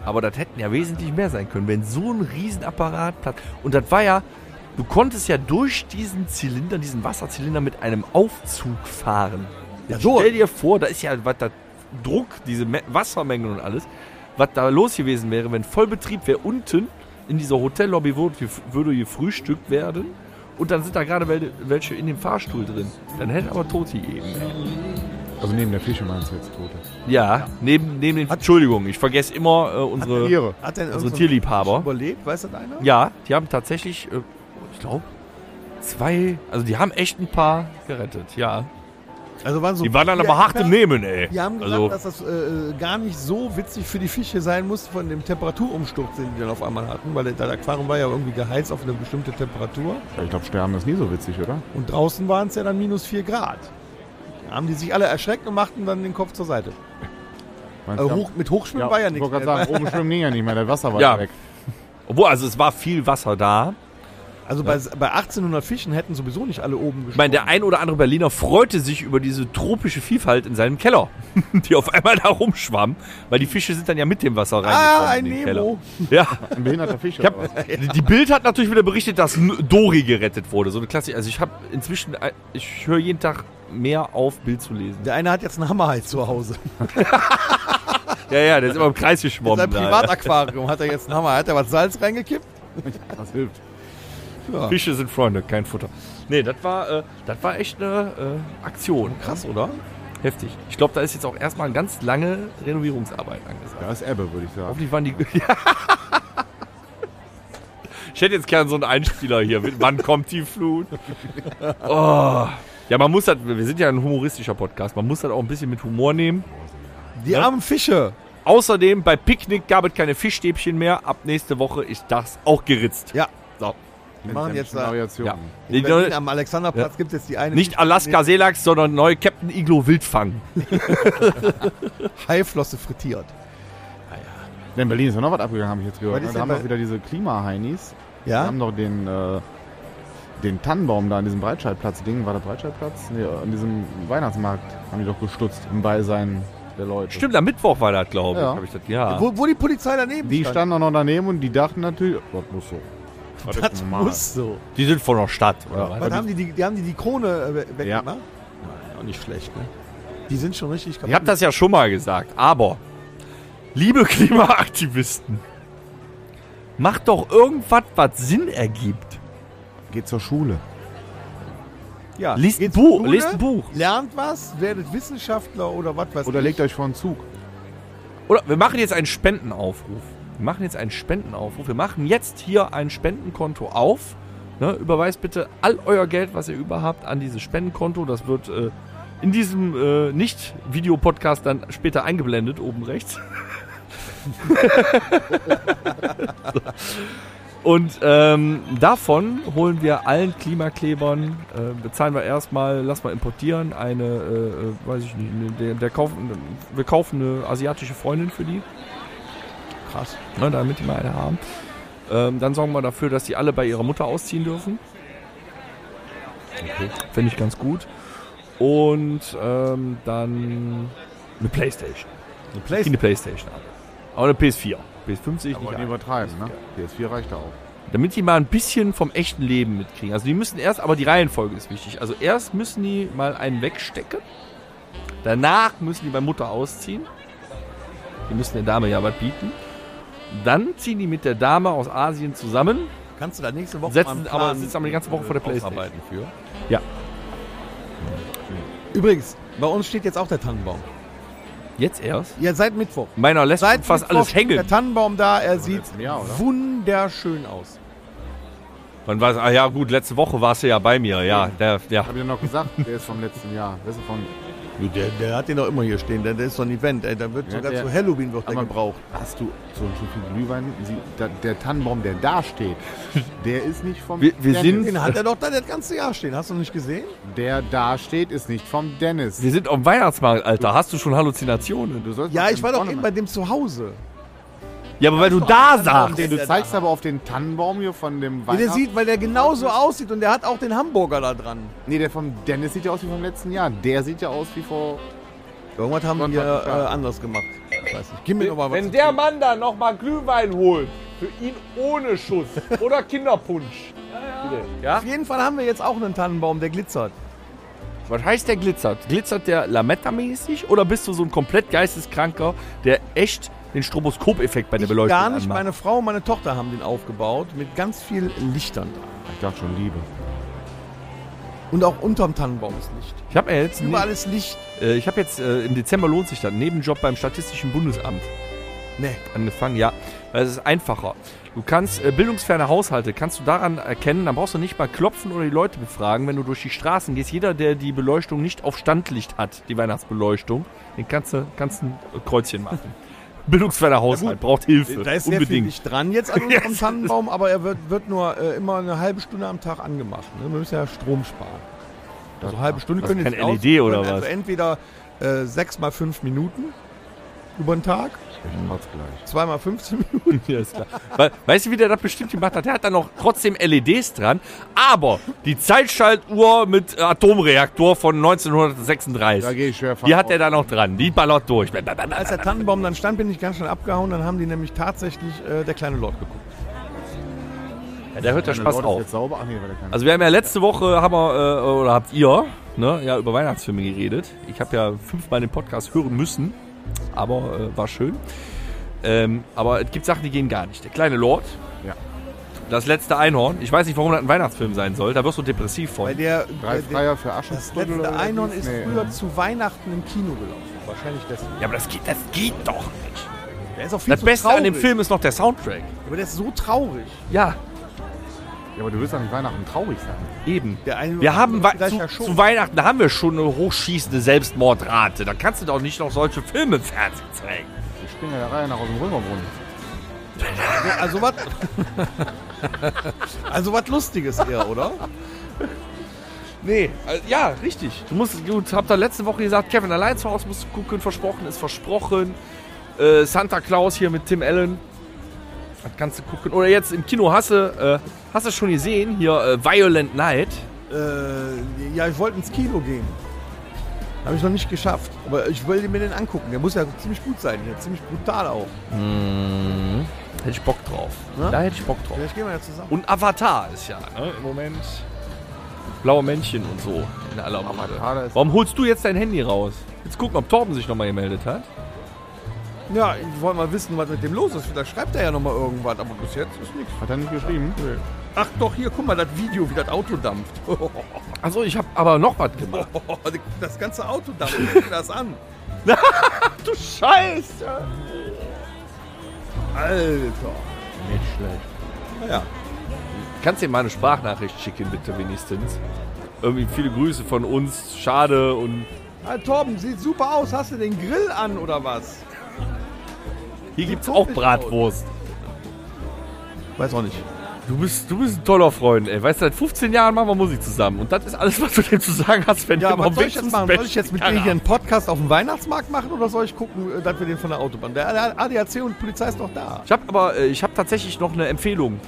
Speaker 2: aber das hätten ja wesentlich mehr sein können, wenn so ein Riesenapparat platt. Und das war ja, du konntest ja durch diesen Zylinder, diesen Wasserzylinder mit einem Aufzug fahren. Jetzt
Speaker 1: so.
Speaker 2: Stell dir vor, da ist ja was da Druck, diese Me Wassermengen und alles, was da los gewesen wäre, wenn Vollbetrieb wäre unten in dieser Hotellobby würde, gef- würde gefrühstückt werden und dann sind da gerade wel- welche in dem Fahrstuhl drin. Dann hätten aber tot gegeben.
Speaker 5: Also neben der Fische meinst du jetzt Tote.
Speaker 1: Äh.
Speaker 2: Ja, neben, neben den. Entschuldigung, ich vergesse immer äh, unsere,
Speaker 5: Ihre.
Speaker 1: Hat denn
Speaker 2: unsere
Speaker 1: irgend so ein
Speaker 2: Also Tierliebhaber.
Speaker 1: überlebt? Weiß das einer?
Speaker 2: Ja, die haben tatsächlich, äh, ich glaube, zwei. Also die haben echt ein paar gerettet, ja.
Speaker 1: Also waren so
Speaker 2: Die waren dann
Speaker 1: vier
Speaker 2: aber hart im
Speaker 1: Äcker.
Speaker 2: Nehmen, ey.
Speaker 1: Die haben gesagt,
Speaker 2: also,
Speaker 1: dass das äh, gar nicht so witzig für die Fische sein muss von dem Temperaturumsturz, den die dann auf einmal hatten, weil das Aquarium war ja irgendwie geheizt auf eine bestimmte Temperatur
Speaker 5: Ich glaube, Sterben ist nie so witzig, oder?
Speaker 1: und draußen waren es ja dann minus 4 Grad. Da haben die sich alle erschreckt und machten dann den Kopf zur Seite. Äh,
Speaker 5: Meinst du,
Speaker 1: hoch, mit Hochschwimmen war ja
Speaker 5: Ich
Speaker 1: nichts.
Speaker 5: wollte gerade
Speaker 1: mehr.
Speaker 5: sagen, oben schwimmen ging ja nicht mehr, das Wasser war
Speaker 2: Ja.
Speaker 5: weg.
Speaker 2: obwohl, also es war viel Wasser da.
Speaker 1: Also bei, bei 1800 Fischen hätten sowieso nicht alle oben
Speaker 2: Ich meine,
Speaker 1: geschwommen.
Speaker 2: der ein oder andere Berliner freute sich über diese tropische Vielfalt in seinem Keller, die auf einmal da rumschwamm, weil die Fische sind dann ja mit dem Wasser reingekommen
Speaker 1: Ah, ein
Speaker 2: in den
Speaker 1: Nemo.
Speaker 2: Keller. Ja.
Speaker 5: Ein behinderter Fisch.
Speaker 2: Ich hab, Die Bild hat natürlich wieder berichtet, dass N- Dori gerettet wurde. So eine Klassik. Also ich habe inzwischen, äh, ich höre jeden Tag mehr auf, Bild zu lesen.
Speaker 1: Der eine hat jetzt einen Hammerhai zu Hause.
Speaker 2: Ja, ja, der ist immer im Kreis
Speaker 1: In
Speaker 2: geschwommen.
Speaker 1: seinem
Speaker 2: da,
Speaker 1: Privataquarium hat er jetzt einen Hammer. Hat er was Salz reingekippt?
Speaker 5: Das hilft.
Speaker 2: ja. Fische sind Freunde, kein Futter. Nee, das war, äh, das war echt eine äh, Aktion.
Speaker 1: Krass, oder?
Speaker 2: Heftig. Ich glaube, da ist jetzt auch erstmal ganz lange Renovierungsarbeit angesagt.
Speaker 5: Da ist Ebbe, würde ich sagen.
Speaker 2: Hoffentlich waren die. Ja. Ich hätte jetzt gern so einen Einspieler hier. Mit, wann kommt die Flut? Oh. Ja, man muss das. Wir sind ja ein humoristischer Podcast. Man muss das auch ein bisschen mit Humor nehmen.
Speaker 1: Die armen Fische.
Speaker 2: Außerdem, bei Picknick gab es keine Fischstäbchen mehr. Ab nächste Woche ist das auch geritzt.
Speaker 1: Ja.
Speaker 2: So.
Speaker 1: Die machen jetzt da,
Speaker 2: Ja.
Speaker 5: Variationen.
Speaker 1: in Berlin am
Speaker 2: Ja.
Speaker 1: Alexanderplatz gibt es jetzt die eine
Speaker 2: Nicht Alaska Seelachs, sondern neu Captain Iglo Wildfang.
Speaker 1: Haiflosse frittiert.
Speaker 5: Ja. In Berlin ist ja noch was abgegangen, habe ich jetzt
Speaker 1: Was
Speaker 5: gehört. ne?
Speaker 1: ist
Speaker 5: Da
Speaker 1: denn
Speaker 5: haben
Speaker 1: bei-
Speaker 5: doch wieder diese Klima-Heinis.
Speaker 1: Ja?
Speaker 5: Die haben doch den, äh, den Tannenbaum da an diesem Breitscheidplatz-Ding. War der Breitscheidplatz? Nee, an diesem Weihnachtsmarkt haben die doch gestutzt im Beisein der Leute.
Speaker 2: Stimmt, am Mittwoch war das, glaube ich.
Speaker 5: Ja.
Speaker 2: Hab ich das, ja.
Speaker 1: Wo, wo die Polizei daneben
Speaker 5: Die standen auch noch daneben und die dachten natürlich, oh, das muss so.
Speaker 1: Das muss so.
Speaker 2: Die sind von der Stadt, oder
Speaker 5: Ja.
Speaker 2: was?
Speaker 1: Was haben die, die, die haben die die Krone äh, we-
Speaker 5: Ja.
Speaker 1: weggemacht? Ja. Auch nicht schlecht, ne? Die sind schon richtig
Speaker 2: Ich habe das ja schon mal gesagt, aber liebe Klimaaktivisten, macht doch irgendwas, was Sinn ergibt.
Speaker 5: Geht zur Schule.
Speaker 1: ja.
Speaker 2: Lest ein
Speaker 1: Geht's
Speaker 2: Buch,
Speaker 1: Schule,
Speaker 2: lest ein Buch.
Speaker 1: Lernt was, werdet Wissenschaftler oder was weiß
Speaker 5: Oder
Speaker 1: ich.
Speaker 5: legt euch vor einen Zug.
Speaker 2: Oder wir machen jetzt einen Spendenaufruf. Wir machen jetzt einen Spendenaufruf. Wir machen jetzt hier ein Spendenkonto auf. Ne, überweist bitte all euer Geld, was ihr überhaupt, an dieses Spendenkonto. Das wird äh, in diesem äh, Nicht-Videopodcast dann später eingeblendet, oben rechts. Und ähm, davon holen wir allen Klimaklebern, äh, bezahlen wir erstmal, lass mal importieren, eine, äh, äh, weiß ich nicht, ne, der, der kaufen, wir kaufen eine asiatische Freundin für die. Krass. Ne, damit die mal eine haben. Ähm, dann sorgen wir dafür, dass die alle bei ihrer Mutter ausziehen dürfen. Okay. Finde ich ganz gut. Und ähm, dann eine Playstation.
Speaker 1: eine
Speaker 2: Ich
Speaker 1: Playstation.
Speaker 2: eine Playstation ab. Aber eine PS4. PS5 sehe ich nicht.
Speaker 5: Wollen die
Speaker 2: ein.
Speaker 5: übertreiben, ne? PS4 reicht da auch.
Speaker 2: Damit die mal ein bisschen vom echten Leben mitkriegen. Also die müssen erst, aber die Reihenfolge ist wichtig. Also erst müssen die mal einen wegstecken. Danach müssen die bei Mutter ausziehen. Die müssen der Dame ja was bieten. Dann ziehen die mit der Dame aus Asien zusammen.
Speaker 1: Kannst du da nächste Woche
Speaker 2: Setzen
Speaker 1: einen
Speaker 2: aber-
Speaker 1: Plan äh,
Speaker 2: sitzen aber die ganze Woche vor der Playstation.
Speaker 1: ausarbeiten für? Hm.
Speaker 2: Ja.
Speaker 1: Übrigens, bei uns steht jetzt auch der Tannenbaum.
Speaker 2: Jetzt erst.
Speaker 1: Ihr seid Mittwoch.
Speaker 2: Meiner lässt
Speaker 1: Seit
Speaker 2: fast
Speaker 1: Mittwoch
Speaker 2: alles
Speaker 1: steht Der
Speaker 2: hängen.
Speaker 1: Tannenbaum da, er sieht
Speaker 5: letzten Jahr, oder?
Speaker 1: wunderschön aus.
Speaker 2: Wann war's? Ah ja, gut, letzte Woche warst du ja bei mir. Ja, der, ja.
Speaker 5: Hab ich dir noch gesagt, der ist vom letzten Jahr. Der ist von
Speaker 1: Der, der hat den doch immer hier stehen, der, der ist doch ein Event. Ey, da wird
Speaker 5: Ja,
Speaker 1: sogar
Speaker 5: der-
Speaker 1: zu Halloween wird der
Speaker 5: Aber
Speaker 1: gebraucht.
Speaker 5: Hast du so ein Stück Glühwein? Sie, da, der Tannenbaum, der da steht, der ist nicht vom
Speaker 2: Wir- wir
Speaker 5: Dennis.
Speaker 1: Den hat er doch da das ganze Jahr stehen. Hast du nicht gesehen?
Speaker 5: Der da steht, ist nicht vom Dennis.
Speaker 2: Wir sind auf dem Weihnachtsmarkt, Alter. Hast du schon Halluzinationen?
Speaker 5: Du sollst
Speaker 1: Ja,
Speaker 5: auf
Speaker 1: ich
Speaker 5: den
Speaker 1: war doch
Speaker 5: Bonnemann-
Speaker 1: eben bei dem zu Hause.
Speaker 2: Ja, aber weil du da
Speaker 5: Auf
Speaker 2: sagst.
Speaker 5: den, du zeigst aber auf den Tannenbaum hier von dem
Speaker 1: Ja, der
Speaker 5: Weihnachts-
Speaker 1: sieht, weil der genauso aussieht und der hat auch den Hamburger da dran.
Speaker 5: Nee, der vom Dennis sieht ja aus wie vom letzten Jahr. Der sieht ja aus wie vor.
Speaker 1: Irgendwas haben
Speaker 5: Sonntag
Speaker 1: wir
Speaker 5: ist da.
Speaker 1: äh, anders gemacht. Ich weiß nicht. Gib mir noch mal was.
Speaker 8: Wenn der Mann da nochmal Glühwein holt, für ihn ohne Schuss oder Kinderpunsch.
Speaker 1: Auf jeden Fall haben wir jetzt auch einen Tannenbaum, der glitzert.
Speaker 2: Was heißt der glitzert? Glitzert der Lametta-mäßig oder bist du so ein komplett geisteskranker, der echt den Stroboskop-Effekt bei der Beleuchtung
Speaker 1: Gar nicht.
Speaker 2: anmacht?
Speaker 1: Meine Frau und meine Tochter haben den aufgebaut mit ganz viel Lichtern.
Speaker 5: Ich dachte schon Liebe.
Speaker 1: Und auch unterm Tannenbaum ist Licht.
Speaker 2: Ich habe ja jetzt,
Speaker 1: Überall ist Licht.
Speaker 2: äh, ich hab jetzt äh, im Dezember lohnt sich dann, Nebenjob beim Statistischen Bundesamt.
Speaker 1: Nee.
Speaker 2: Angefangen, ja. Weil es ist einfacher. Du kannst äh, bildungsferne Haushalte, kannst du daran erkennen, dann brauchst du nicht mal klopfen oder die Leute befragen, wenn du durch die Straßen gehst. Jeder, der die Beleuchtung nicht auf Standlicht hat, die Weihnachtsbeleuchtung, den kannst du kannst ein Kreuzchen machen. Bildungsferner Haushalt braucht Hilfe.
Speaker 1: Da ist sehr viel
Speaker 2: unbedingt.
Speaker 1: Licht dran jetzt an unserem Tannenbaum, aber er wird, wird nur äh, immer eine halbe Stunde am Tag angemacht. Ne? Wir müssen ja Strom sparen. Also eine halbe Stunde
Speaker 2: Also
Speaker 1: können
Speaker 2: kein
Speaker 1: jetzt nicht
Speaker 2: LED
Speaker 1: aus-
Speaker 2: oder
Speaker 1: Also
Speaker 2: was?
Speaker 1: entweder äh, 6 mal 5 Minuten über den Tag,
Speaker 5: Ich kotz gleich.
Speaker 1: 2 mal 15 Minuten.
Speaker 2: Ja, ist klar. Weil, weißt du, wie der das bestimmt gemacht hat? Der hat dann noch trotzdem LEDs dran, aber die Zeitschaltuhr mit äh, Atomreaktor von 1936.
Speaker 5: Da gehe ich schwer von
Speaker 2: die hat
Speaker 5: aus.
Speaker 2: er da noch dran. Die ballert durch.
Speaker 1: Als der Tannenbaum dann stand, bin ich ganz schnell abgehauen. Dann haben die nämlich tatsächlich äh, der kleine Lord geguckt.
Speaker 2: Ja, da hört der Spaß
Speaker 5: Lord ist
Speaker 2: auf.
Speaker 5: Jetzt sauber. Ach nee, weil der kann.
Speaker 2: Also wir haben ja letzte Woche haben wir, äh, oder habt ihr ne, ja, über Weihnachtsfilme geredet. Ich habe ja fünfmal den Podcast hören müssen, aber äh, war schön. Ähm, aber es gibt Sachen, die gehen gar nicht. Der kleine Lord.
Speaker 5: Ja.
Speaker 2: Das letzte Einhorn. Ich weiß nicht, warum das ein Weihnachtsfilm sein soll. Da wirst du depressiv von.
Speaker 1: Bei der, äh,
Speaker 5: Drei
Speaker 1: der, der
Speaker 5: Freier für
Speaker 1: das
Speaker 5: Aschenbrödel
Speaker 1: letzte
Speaker 5: oder
Speaker 1: Einhorn
Speaker 5: was?
Speaker 1: ist
Speaker 5: Nee.
Speaker 1: früher zu Weihnachten im Kino gelaufen. Wahrscheinlich deswegen.
Speaker 2: Ja, aber das geht, das geht doch nicht.
Speaker 1: Der ist auch viel
Speaker 2: Das
Speaker 1: zu
Speaker 2: Beste
Speaker 1: traurig.
Speaker 2: an dem Film ist noch der Soundtrack.
Speaker 1: Aber der ist so traurig.
Speaker 2: Ja,
Speaker 5: Ja, aber du wirst doch nicht Weihnachten traurig sein.
Speaker 2: eben.
Speaker 1: Der Einhorn
Speaker 2: Wir haben Wei-
Speaker 1: Vielleicht
Speaker 2: zu,
Speaker 1: ja schon.
Speaker 2: zu Weihnachten da haben wir schon eine hochschießende Selbstmordrate. Da kannst du doch nicht noch solche Filme im Fernsehen zeigen.
Speaker 5: Ich springe der Reihe nach aus dem Römerbrunnen.
Speaker 1: Also was. also was Lustiges eher, oder?
Speaker 2: Nee, äh, ja, richtig. Du musst, gut, hab da letzte Woche gesagt, Kevin allein zu Hause musst du gucken, versprochen ist versprochen. Äh, Santa Claus hier mit Tim Allen. Das kannst du gucken. Oder jetzt im Kino hasse, äh, hast du schon gesehen, hier äh, Violent Night.
Speaker 1: Äh, ja, ich wollte ins Kino gehen. Habe ich noch nicht geschafft. Aber ich will mir den angucken. Der muss ja ziemlich gut sein. Der ist ziemlich brutal auch.
Speaker 2: Hätte ich Bock drauf.
Speaker 1: Ne?
Speaker 2: Da hätte ich Bock drauf.
Speaker 1: Vielleicht gehen wir ja zusammen.
Speaker 2: Und Avatar ist ja ne, im Moment blaue Männchen und so in aller
Speaker 5: Kader
Speaker 2: Munde.
Speaker 5: ist-
Speaker 2: Warum holst du jetzt dein Handy raus? Jetzt gucken, ob Torben sich nochmal gemeldet hat.
Speaker 1: Ja, ich wollte mal wissen, was mit dem los ist. Vielleicht schreibt er ja noch mal irgendwas. Aber bis jetzt ist nichts.
Speaker 5: Hat er nicht geschrieben?
Speaker 1: Ach doch, hier, guck mal, das Video, wie das Auto dampft. Oh,
Speaker 2: Also ich habe aber noch was gemacht.
Speaker 1: das ganze Auto dampft. Guck dir das an.
Speaker 2: Du Scheiße!
Speaker 1: Alter.
Speaker 2: Nicht schlecht.
Speaker 1: Naja.
Speaker 2: Kannst dir mal eine Sprachnachricht schicken, bitte wenigstens. Irgendwie viele Grüße von uns. Schade und
Speaker 1: Ah, Torben, sieht super aus. Hast du den Grill an oder was?
Speaker 2: hier gibt's auch Bratwurst.
Speaker 1: Weiß auch nicht.
Speaker 2: Du bist, du bist ein toller Freund, ey. Weißt du, seit 15 Jahren machen wir Musik zusammen. Und das ist alles, was du dem zu sagen hast, wenn
Speaker 1: Ja,
Speaker 2: du mal
Speaker 1: aber soll ich jetzt machen? Soll ich jetzt mit dir
Speaker 2: Karre
Speaker 1: hier einen Podcast auf dem Weihnachtsmarkt machen oder soll ich gucken, äh, dass wir den von der Autobahn? Der ADAC und Polizei ist noch da.
Speaker 2: Ich habe aber, äh, ich habe tatsächlich noch eine Empfehlung.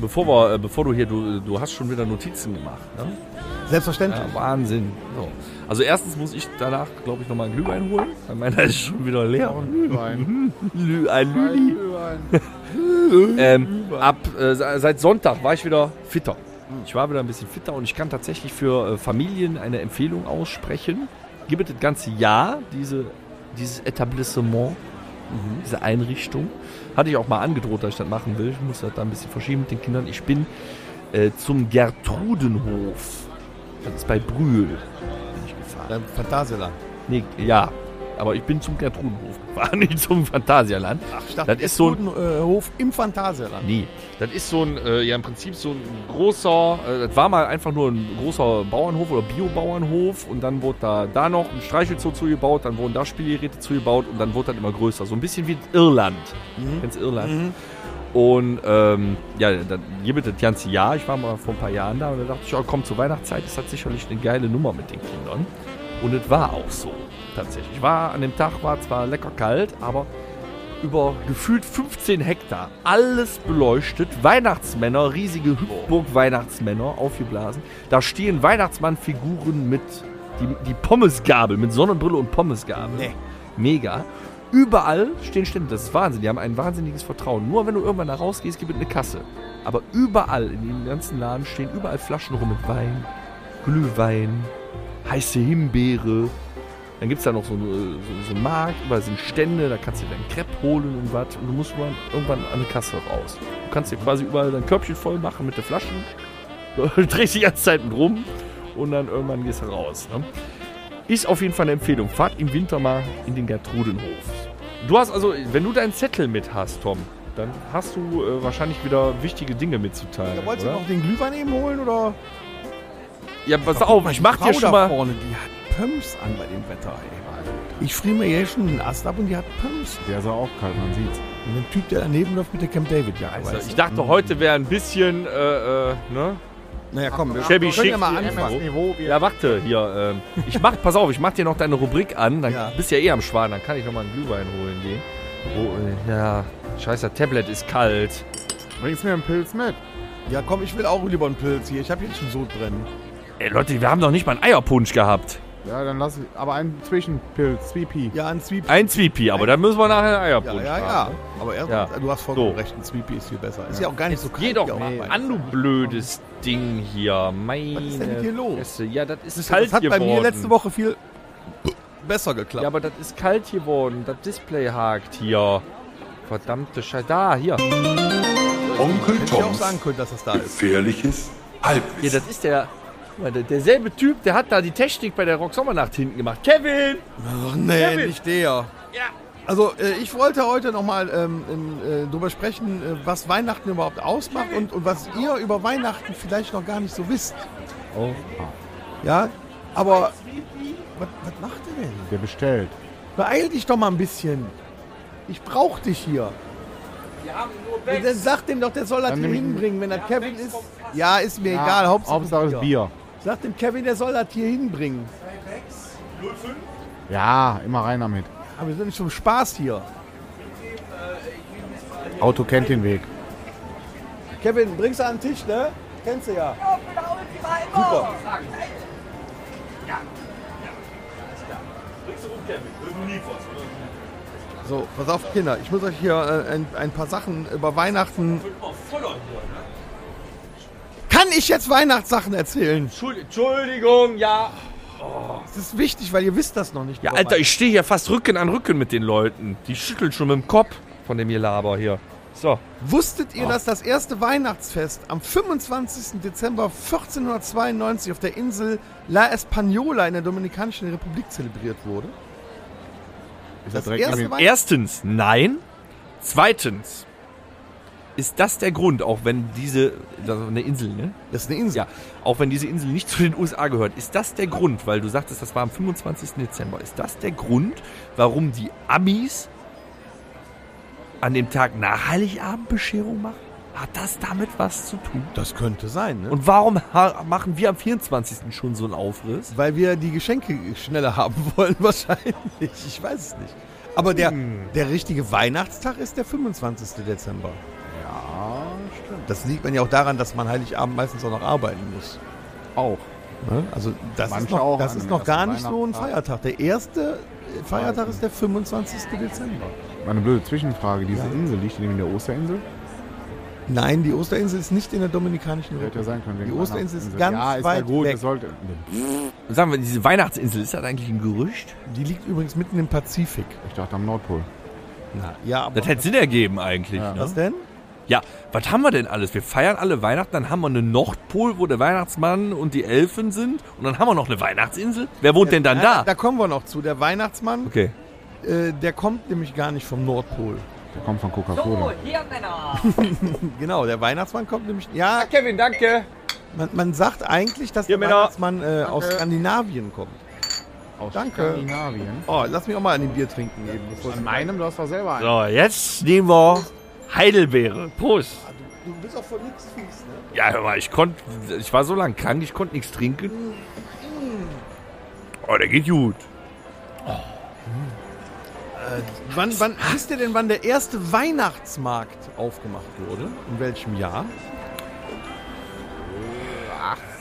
Speaker 2: Bevor wir, äh, bevor du hier, du, du hast schon wieder Notizen gemacht. Ne?
Speaker 1: Selbstverständlich.
Speaker 2: Ja, Wahnsinn. So. Also erstens muss ich danach, glaube ich, nochmal einen Glühwein holen. Weil meiner ist schon wieder leer.
Speaker 5: Glühwein.
Speaker 2: Lü, ein Lüli.
Speaker 5: Glühwein.
Speaker 2: Ähm, ab äh, se- seit Sonntag war ich wieder fitter. Ich war wieder ein bisschen fitter und ich kann tatsächlich für äh, Familien eine Empfehlung aussprechen. Gibt es das ganze Jahr diese, dieses Etablissement, diese Einrichtung. Hatte ich auch mal angedroht, dass ich das machen will. Ich muss das da ein bisschen verschieben mit den Kindern. Ich bin äh, zum Gertrudenhof. Das ist bei Brühl. Bin ich gefahren.
Speaker 1: Dein Phantasialand.
Speaker 2: Nee, ja. aber ich bin zum Gertrudenhof gefahren, nicht zum Phantasialand.
Speaker 1: Ich dachte,
Speaker 2: Das ist so ein-
Speaker 1: Gertrudenhof äh, Hof im Phantasialand.
Speaker 2: Nee, das ist so ein, äh, ja im Prinzip so ein großer, äh, das war mal einfach nur ein großer Bauernhof oder Biobauernhof und dann wurde da, da noch ein Streichelzoo zugebaut, dann wurden da Spielgeräte zugebaut und dann wurde das immer größer. So ein bisschen wie Irland. Kennst du Irland? Und ähm, ja, dann gibt es das ganze Jahr. Ich war mal vor ein paar Jahren da und da dachte ich, oh, komm, zur Weihnachtszeit ist das sicherlich eine geile Nummer mit den Kindern. Und es war auch so, tatsächlich. War an dem Tag war zwar lecker kalt, aber über gefühlt 15 Hektar alles beleuchtet, Weihnachtsmänner, riesige Hüpfburg-Weihnachtsmänner aufgeblasen. Da stehen Weihnachtsmannfiguren mit die, die Pommesgabel, mit Sonnenbrille und Pommesgabel. Mega. Überall stehen Stände, das ist Wahnsinn, die haben ein wahnsinniges Vertrauen. Nur wenn du irgendwann da rausgehst, gibt es eine Kasse. Aber überall in dem ganzen Laden stehen überall Flaschen rum mit Wein, Glühwein, heiße Himbeere, dann gibt es da noch so, einen, äh, so, so einen Markt, überall sind Stände, da kannst du dir deinen Crepe holen und was. Und du musst nur irgendwann an eine Kasse raus. Du kannst dir quasi überall dein Körbchen voll machen mit den Flaschen. Du drehst die ganze Zeit mit rum und dann irgendwann gehst du raus. Ne? Ist auf jeden Fall eine Empfehlung. Fahrt im Winter mal in den Gertrudenhof. Du hast also, wenn du deinen Zettel mit hast, Tom, dann hast du äh, wahrscheinlich wieder wichtige Dinge mitzuteilen.
Speaker 1: Da wolltest du
Speaker 2: oder?
Speaker 1: noch den Glühwein eben holen oder?
Speaker 2: Ja, pass auf, ich mach dir
Speaker 1: Frau
Speaker 2: schon
Speaker 1: da
Speaker 2: mal.
Speaker 1: vorne, die hat Pumps an bei dem Wetter. Ey. Ich friere mir hier schon den Ast ab und die hat Pumps.
Speaker 5: Der ist auch kalt, man sieht's.
Speaker 1: Und der Typ, der daneben läuft mit der Camp David ja.
Speaker 2: Also, ich
Speaker 1: Mhm.
Speaker 2: dachte, heute wäre ein bisschen, äh, äh, ne?
Speaker 1: naja, komm, wir
Speaker 2: Shabby
Speaker 1: können ja
Speaker 2: schick.
Speaker 1: mal anfangen.
Speaker 2: Ja, warte, hier. Ähm, ich mach, pass auf, ich mach dir noch deine Rubrik an. Dann
Speaker 1: Ja.
Speaker 2: bist ja eh am Schwan, dann kann ich nochmal einen Glühwein holen gehen. Oh, äh, ja, scheiße, das Tablet ist kalt.
Speaker 5: Bringst mir einen Pilz mit?
Speaker 1: Ja, komm, ich will auch lieber einen Pilz hier. Ich habe jetzt schon Sodbrennen.
Speaker 2: Ey, Leute, wir haben doch nicht mal einen Eierpunsch gehabt.
Speaker 5: Ja, dann lass ich. Aber einen Zwischenpilz, Zwiepie.
Speaker 1: Ja, ein Zwiebel.
Speaker 2: Ein Zwiepi, aber dann müssen wir nachher einen
Speaker 1: Ja,
Speaker 2: Eierpunsch
Speaker 1: ja, ja.
Speaker 2: haben.
Speaker 1: Aber erst,
Speaker 2: Ja.
Speaker 1: du hast vollkommen
Speaker 2: So.
Speaker 1: recht, ein Zwiebel ist viel besser. Ist ja auch gar nicht so kalt.
Speaker 2: Geh doch
Speaker 1: hier
Speaker 2: mal
Speaker 1: auch
Speaker 2: an, du blödes Ding hier. Meine
Speaker 1: Was ist denn mit dir los?
Speaker 2: Fresse. Ja, das ist
Speaker 1: Das
Speaker 2: kalt
Speaker 1: hat bei
Speaker 2: geworden.
Speaker 1: mir letzte Woche viel besser geklappt.
Speaker 2: Ja, aber das ist kalt geworden. Das Display hakt hier. Verdammte Scheiße. Da, hier.
Speaker 9: Onkel
Speaker 1: Hätte ich auch
Speaker 9: Toms
Speaker 1: sagen können, dass das da ist.
Speaker 9: gefährliches
Speaker 2: Ja,
Speaker 9: Halbwissen.
Speaker 2: das ist der. Guck mal, der- Derselbe Typ, der hat da die Technik bei der Rocksommernacht hinten gemacht. Kevin!
Speaker 1: Ach nee, nicht der. Also äh, ich wollte heute nochmal ähm, ähm, äh, drüber sprechen, äh, was Weihnachten überhaupt ausmacht und, und was ihr über Weihnachten vielleicht noch gar nicht so wisst.
Speaker 2: Oh.
Speaker 1: Ja, aber was, was macht ihr denn?
Speaker 5: Der bestellt.
Speaker 1: Beeil dich doch mal ein bisschen. Ich brauch dich hier. Wir haben nur Dann sag dem doch, der soll das
Speaker 5: Dann
Speaker 1: hier
Speaker 5: nehm ich-
Speaker 1: hinbringen, wenn das Kevin ist. Ja, ist mir egal. Hauptsache,
Speaker 5: Hauptsache ist Bier.
Speaker 1: Sag dem Kevin, der soll das hier hinbringen.
Speaker 5: Ja, immer rein damit.
Speaker 1: Aber wir sind nicht zum Spaß hier.
Speaker 5: Auto kennt den Weg.
Speaker 1: Kevin, bringst du an den Tisch, ne? Kennst du ja. Super. So, pass auf, Kinder. Ich muss euch hier äh, ein, ein paar Sachen über Weihnachten. Kann ich jetzt Weihnachtssachen erzählen?
Speaker 2: Entschuldigung, ja.
Speaker 1: Das ist wichtig, weil ihr wisst das noch nicht.
Speaker 2: Ja, Alter, ich stehe hier fast Rücken an Rücken mit den Leuten. Die schütteln schon mit dem Kopf von dem Gelaber hier. So.
Speaker 1: Wusstet
Speaker 5: Oh.
Speaker 1: ihr, dass das erste Weihnachtsfest am 25. Dezember 1492 auf der Insel La Española in der Dominikanischen Republik zelebriert wurde?
Speaker 5: Ist
Speaker 1: Das
Speaker 5: er direkt
Speaker 1: erste
Speaker 5: neben-
Speaker 1: Weihnachten.
Speaker 2: Erstens, nein. Zweitens, ist das der Grund, auch wenn diese. Das ist eine Insel, ne?
Speaker 1: Das ist eine Insel.
Speaker 2: Ja, auch wenn diese Insel nicht zu den USA gehört, ist das der Grund, weil du sagtest, das war am 25. Dezember, ist das der Grund, warum die Amis an dem Tag nach Heiligabend Bescherung machen? Hat das damit was zu tun?
Speaker 1: Das könnte sein, ne?
Speaker 2: Und warum ha machen wir am 24. schon so einen Aufriss?
Speaker 1: weil wir die Geschenke schneller haben wollen, wahrscheinlich. Ich weiß es nicht. Aber der,
Speaker 5: Hm.
Speaker 1: der richtige Weihnachtstag ist der 25. Dezember.
Speaker 5: Ja, Ah, stimmt.
Speaker 1: Das liegt man ja auch daran, dass man Heiligabend meistens auch noch arbeiten muss.
Speaker 5: Auch.
Speaker 1: Ne? Also das ist
Speaker 5: Manche
Speaker 1: noch,
Speaker 5: auch
Speaker 1: das
Speaker 5: an
Speaker 1: ist
Speaker 5: dem
Speaker 1: noch gar
Speaker 5: ersten
Speaker 1: nicht so ein Feiertag. Der erste äh, Feiertag ist der 25. Dezember.
Speaker 5: Meine blöde Zwischenfrage. Diese Insel liegt die neben der Osterinsel?
Speaker 1: Nein, die Osterinsel ist nicht in der Dominikanischen
Speaker 5: Hätte ja
Speaker 1: Republik.
Speaker 5: sein können. wegen
Speaker 1: Die Osterinsel ist
Speaker 5: Weihnachten.
Speaker 1: ganz
Speaker 5: ja, ist ja
Speaker 1: weit
Speaker 5: gut.
Speaker 1: weg.
Speaker 5: Das sollte.
Speaker 2: Sagen wir, diese Weihnachtsinsel, ist das eigentlich ein Gerücht?
Speaker 1: Die liegt übrigens mitten im Pazifik.
Speaker 5: Ich dachte am Nordpol.
Speaker 1: Ja, aber
Speaker 2: Das hätte Sinn ergeben eigentlich. Ja.
Speaker 1: was
Speaker 2: Ne?
Speaker 1: denn?
Speaker 2: ja, was haben wir denn alles? Wir feiern alle Weihnachten, dann haben wir einen Nordpol, wo der Weihnachtsmann und die Elfen sind und dann haben wir noch eine Weihnachtsinsel. Wer wohnt denn dann
Speaker 1: Ja,
Speaker 2: da?
Speaker 1: Da kommen wir noch zu. Der Weihnachtsmann
Speaker 2: Okay.
Speaker 1: Äh, der kommt nämlich gar nicht vom Nordpol.
Speaker 5: Der kommt von
Speaker 10: So,
Speaker 5: Coca-Cola.
Speaker 10: Oh, hier Männer.
Speaker 1: Genau, der Weihnachtsmann kommt nämlich. Ja,
Speaker 11: Ah, Kevin, danke.
Speaker 1: man, man sagt eigentlich, dass
Speaker 11: Hier,
Speaker 1: der
Speaker 11: Männer.
Speaker 1: Weihnachtsmann äh, aus Skandinavien kommt.
Speaker 5: Aus
Speaker 1: Danke.
Speaker 5: Skandinavien.
Speaker 1: Oh, lass mich auch mal an dem Bier trinken eben. Bevor
Speaker 5: An meinem, du hast doch selber einen.
Speaker 12: So, jetzt nehmen wir Heidelbeere. Prost.
Speaker 1: du bist auch von nichts fies, ne?
Speaker 2: Ja, hör mal, ich konnte, ich war so lange krank, ich konnte nichts trinken. Oh, der geht gut.
Speaker 1: Wann, wann, wisst ihr denn, wann der erste Weihnachtsmarkt aufgemacht wurde? In welchem Jahr?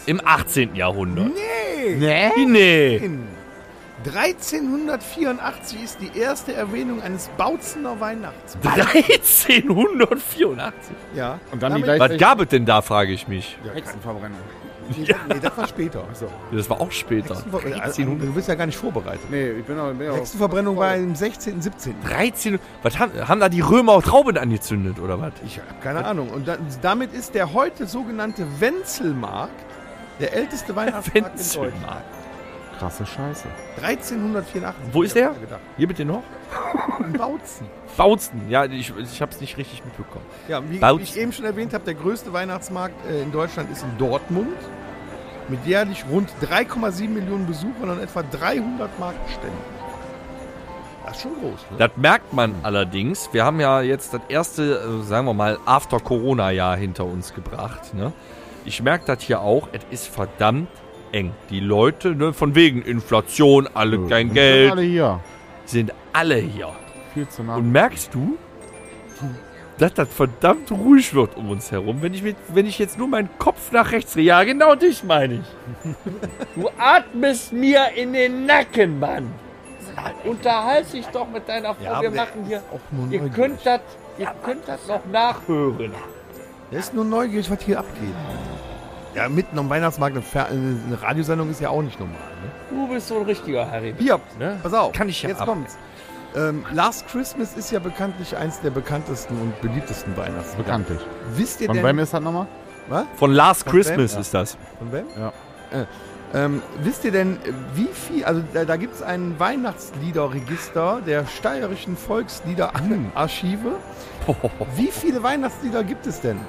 Speaker 2: Im 18. Jahrhundert.
Speaker 1: Nee!
Speaker 2: Nee? Nee.
Speaker 1: 1384 ist die erste Erwähnung eines Bautzener Weihnachtsmarkts.
Speaker 2: 1384.
Speaker 1: Ja.
Speaker 5: Und dann
Speaker 1: Damit-
Speaker 5: die
Speaker 2: Was
Speaker 5: gleichzeitig
Speaker 2: gab es denn da, frage ich mich.
Speaker 5: Hexenverbrennung.
Speaker 1: Nee, das war später. So.
Speaker 2: Das war auch später.
Speaker 1: Hexenver- also, du bist ja gar nicht vorbereitet.
Speaker 5: Nee, ich bin auch. Bin auch
Speaker 1: Hexenverbrennung war im 16., 17.
Speaker 2: 13. Was haben, haben da die Römer auch Trauben angezündet oder was?
Speaker 1: Ich habe keine Ahnung. Und da, damit ist der heute sogenannte Wenzelmarkt der älteste Weihnachtsmarkt in Deutschland.
Speaker 5: krasse Scheiße.
Speaker 1: 1384.
Speaker 2: Wo ist
Speaker 1: Ich hab
Speaker 2: der?
Speaker 1: mir gedacht,
Speaker 2: Hier bitte noch?
Speaker 1: In Bautzen.
Speaker 2: Bautzen. Ja, ich, ich hab's nicht richtig mitbekommen.
Speaker 1: Ja, wie, wie
Speaker 2: Bautzen.
Speaker 1: ich eben schon erwähnt habe, der größte Weihnachtsmarkt äh, in Deutschland ist in Dortmund. Mit jährlich rund 3,7 Millionen Besuchern und etwa 300 Marktständen. Das ist schon groß, ne?
Speaker 2: Das merkt man allerdings. Wir haben ja jetzt das erste, äh, sagen wir mal, After-Corona-Jahr hinter uns gebracht. Ne? Ich merke das hier auch. Es ist verdammt eng. Die Leute, ne, von wegen Inflation, alle kein
Speaker 5: Sind
Speaker 2: Geld,
Speaker 5: alle hier.
Speaker 2: sind alle hier.
Speaker 5: Viel zu nah.
Speaker 2: Und merkst du, dass das verdammt ruhig wird um uns herum, wenn ich, mit, wenn ich jetzt nur meinen Kopf nach rechts drehe. Ja, genau dich meine ich.
Speaker 11: Du atmest mir in den Nacken, Mann. Unterhalte dich doch mit deiner Frau.
Speaker 1: Ja,
Speaker 11: Oh, wir
Speaker 1: aber der
Speaker 11: machen hier.
Speaker 1: Auch nur
Speaker 11: Ihr
Speaker 1: neugierig.
Speaker 11: könnt das, ihr könnt das noch nachhören.
Speaker 1: Der ist nur neugierig, was hier abgeht. Ja, mitten am Weihnachtsmarkt eine, Fer eine eine Radiosendung ist ja auch nicht normal. Ne?
Speaker 11: Du bist so ein richtiger Harry.
Speaker 1: Hier,
Speaker 2: Ne?
Speaker 1: pass auf.
Speaker 2: Kann ich ja
Speaker 1: Jetzt
Speaker 2: ab.
Speaker 1: kommt's. Ähm, Last Christmas ist ja bekanntlich eins der bekanntesten und beliebtesten Weihnachtsmärkte.
Speaker 5: Bekanntlich.
Speaker 1: Wisst ihr
Speaker 5: Von
Speaker 1: denn,
Speaker 5: wem ist das nochmal?
Speaker 2: Von Last
Speaker 1: Von
Speaker 2: Christmas ist das.
Speaker 1: Von wem?
Speaker 5: Ja.
Speaker 1: Äh, ähm, wisst ihr denn, äh, wie viel, also da, da gibt es ein Weihnachtsliederregister der steirischen Volksliederarchive. Wie viele Weihnachtslieder gibt es denn,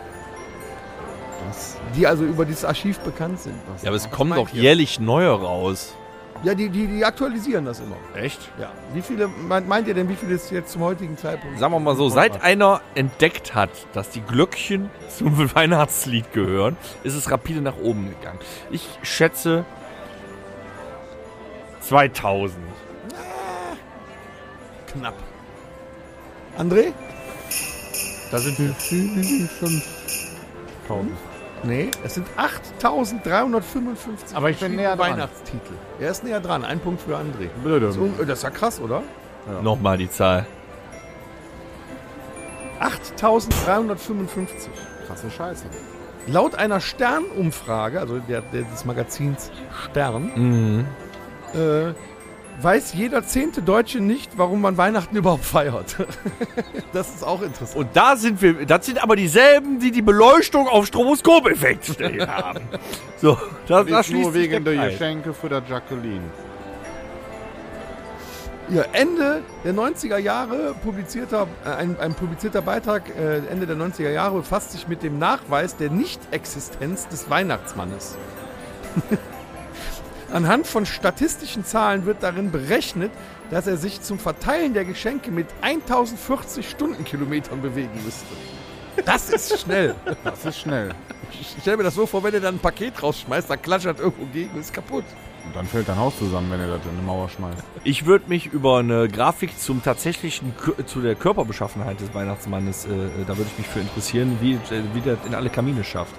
Speaker 5: Das,
Speaker 1: die also über dieses Archiv bekannt sind?
Speaker 5: das
Speaker 2: Ja, aber es
Speaker 1: Was
Speaker 2: kommen
Speaker 1: meint
Speaker 2: doch
Speaker 1: ihr?
Speaker 2: jährlich neue raus.
Speaker 1: Ja, die, die, die aktualisieren das immer.
Speaker 2: Echt?
Speaker 1: Ja. Wie viele, meint, meint ihr denn, wie viele es jetzt zum heutigen Zeitpunkt
Speaker 2: Sagen wir mal so, seit einer entdeckt hat, dass die Glöckchen zum Weihnachtslied gehören, ist es rapide nach oben gegangen. Ich schätze
Speaker 12: 2000.
Speaker 1: knapp? André?
Speaker 12: Da sind wir.
Speaker 5: 5000. Hm?
Speaker 1: Nee, es sind 8355
Speaker 5: Aber ich bin näher dran.
Speaker 1: Weihnachtstitel. Er ist näher dran, ein Punkt für André.
Speaker 5: Blöde.
Speaker 1: So, äh, das ist ja krass, oder?
Speaker 2: nochmal die Zahl.
Speaker 1: 8355.
Speaker 5: Krasse Scheiße.
Speaker 1: Laut einer Sternumfrage, also der, der, des Magazins Stern, äh, weiß jeder zehnte Deutsche nicht, warum man Weihnachten überhaupt feiert. das ist auch interessant.
Speaker 2: Und da sind wir, das sind aber dieselben, die die Beleuchtung auf Stroboskopeffekt stehen haben. So, das, das
Speaker 5: Nicht
Speaker 2: schließt
Speaker 5: nur
Speaker 2: sich
Speaker 5: wegen der
Speaker 2: der Kreis.
Speaker 5: Geschenke für der Jacqueline.
Speaker 1: Ja, Ende der 90er Jahre publizierter, äh, ein, ein publizierter Beitrag äh, Ende der 90er Jahre befasst sich mit dem Nachweis der Nichtexistenz des Weihnachtsmannes. Anhand von statistischen Zahlen wird darin berechnet, dass er sich zum Verteilen der Geschenke mit 1040 Stundenkilometern bewegen müsste. Das ist schnell.
Speaker 5: Das ist schnell.
Speaker 1: Ich stell mir das so vor, wenn er dann ein Paket rausschmeißt, dann klatscht das irgendwo gegen und ist kaputt.
Speaker 5: Und dann fällt dein Haus zusammen, wenn ihr das in eine Mauer schmeißt.
Speaker 2: Ich würde mich über eine Grafik zum tatsächlichen, Kö- zu der Körperbeschaffenheit des Weihnachtsmannes, äh, da würde ich mich für interessieren, wie, äh, wie der in alle Kamine schafft.